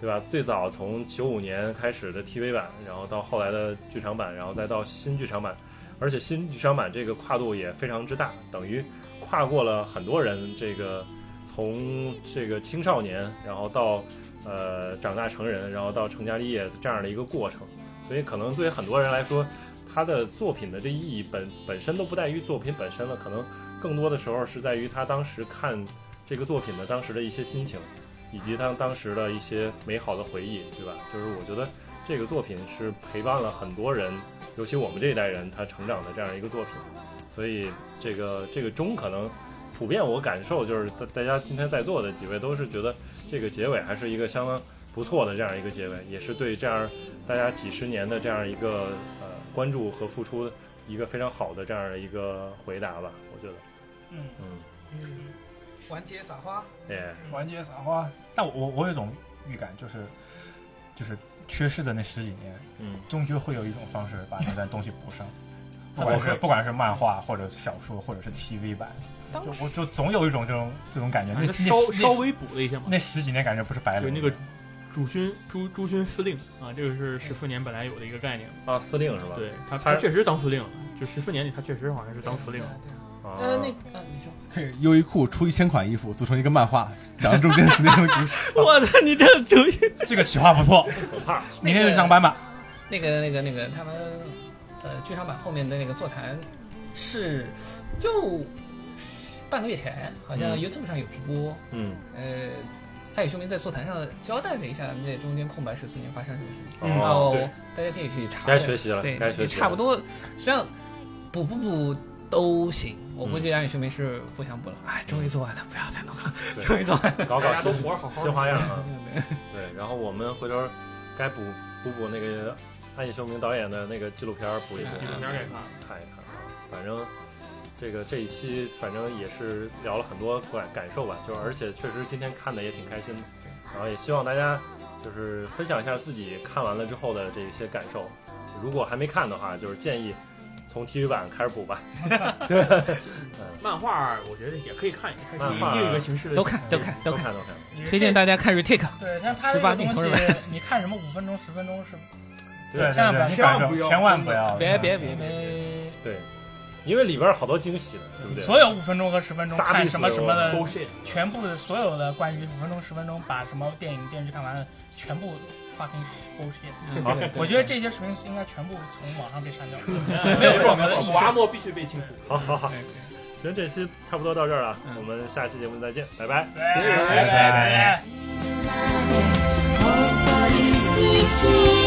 S2: 对吧？最早从九五年开始的 TV 版，然后到后来的剧场版，然后再到新剧场版，而且新剧场版这个跨度也非常之大，等于跨过了很多人这个从这个青少年，然后到呃长大成人，然后到成家立业的这样的一个过程。所以可能对于很多人来说，他的作品的这意义本本身都不在于作品本身了，可能更多的时候是在于他当时看这个作品的当时的一些心情，以及他当时的一些美好的回忆，对吧？就是我觉得这个作品是陪伴了很多人，尤其我们这一代人他成长的这样一个作品。所以这个这个钟可能普遍我感受就是大大家今天在座的几位都是觉得这个结尾还是一个相当不错的这样一个结尾，也是对这样大家几十年的这样一个呃关注和付出一个非常好的这样的一个回答吧，我觉得，
S9: 嗯
S2: 嗯，
S10: 完结撒花，
S2: 哎，
S3: 团结撒花。但我我我有一种预感，就是就是缺失的那十几年，
S2: 嗯，
S3: 终究会有一种方式把那段东西补 上。
S7: 他
S3: 不
S7: 总
S3: 管
S7: 会
S3: 是不管是漫画或者小说或者是 TV 版，
S4: 当
S3: 就我就总有一种这种这种感觉，
S6: 他
S3: 那那
S6: 稍
S3: 那
S6: 稍微补了一下嘛。
S3: 那十几年感觉不是白
S6: 对
S3: 流的
S6: 那个主勋朱朱勋司令啊，这个是十四年本来有的一个概念。
S2: 啊，司令是吧？
S6: 对他，
S2: 他
S6: 他确实当司令，就十四年里他确实好像是当司令。
S2: 啊，
S4: 呃，那呃，你说，
S8: 优衣库出一千款衣服，组成一个漫画，讲中间十年的故事。
S4: 我操，你这主意，
S5: 这个企划不错，
S2: 可怕。
S5: 明天就上班吧。
S4: 那个那个那个，他们呃，剧场版后面的那个座谈是就半个月前，好像
S2: 嗯
S4: YouTube 上有直播，
S2: 嗯，
S4: 呃，他也说明在座谈上交代了一下那中间空白十四年发生什么事情。
S2: 嗯
S4: 然后
S2: 对
S4: 大家可以去查。
S2: 该学习了
S4: 对，
S2: 该学习了
S4: 差不多，实际上补不补都行。我
S2: 嗯
S4: 估计安宇秀明是不想补了，哎，终于做完了，不要再弄了，
S2: 嗯对
S4: 终于做完了。
S2: 搞
S6: 大
S2: 搞
S6: 家
S2: 新
S6: 都活得好好
S2: 新
S6: 的。
S2: 花样啊。对，然后我们回头该补补补那个安野秀明导演的那个纪录片儿补一补，
S6: 纪录片儿给看
S2: 看一看啊。反正这个这一期反正也是聊了很多感感受吧，就而且确实今天看的也挺开心的，然后也希望大家就是分享一下自己看完了之后的这一些感受。如果还没看的话，就是建议从体育版开始补吧。对，
S6: 漫画我觉得也可以看一看，
S2: 漫画
S6: 是另一个形式的
S4: 都看，都看，都
S2: 都
S4: 看。
S2: 看都看。
S4: 推荐大家看 retake，
S7: 对，像他这
S4: 18
S7: 个
S4: 禁
S7: 东
S4: 同
S7: 西
S4: 志，
S7: 你看什么五分钟、十分钟是
S5: 对
S7: 千万
S5: 对，
S7: 不要
S5: 你感
S11: 千万不
S5: 受
S11: 要
S5: 千万不要，
S4: 别
S2: 嗯
S4: 别别别，
S7: 没
S2: 对，因为里边儿好多惊喜呢，对不对？
S7: 所有五分钟和十分钟
S2: 傻逼
S7: 看什么什么的，
S6: bullshit。
S7: 全部的所有的关于五分钟、十分钟把什么电影、电视剧看完了，全部 fucking bullshit。
S4: 嗯
S2: 好
S4: 对对
S7: 我觉得这些视频应该全部从网上被删掉。
S6: 没有任何的古阿莫必须被清除。
S2: 好好好，行，这期差不多到这儿了，我们下期节目再见，拜拜。
S7: 拜
S5: 拜拜。
S1: 本当に一緒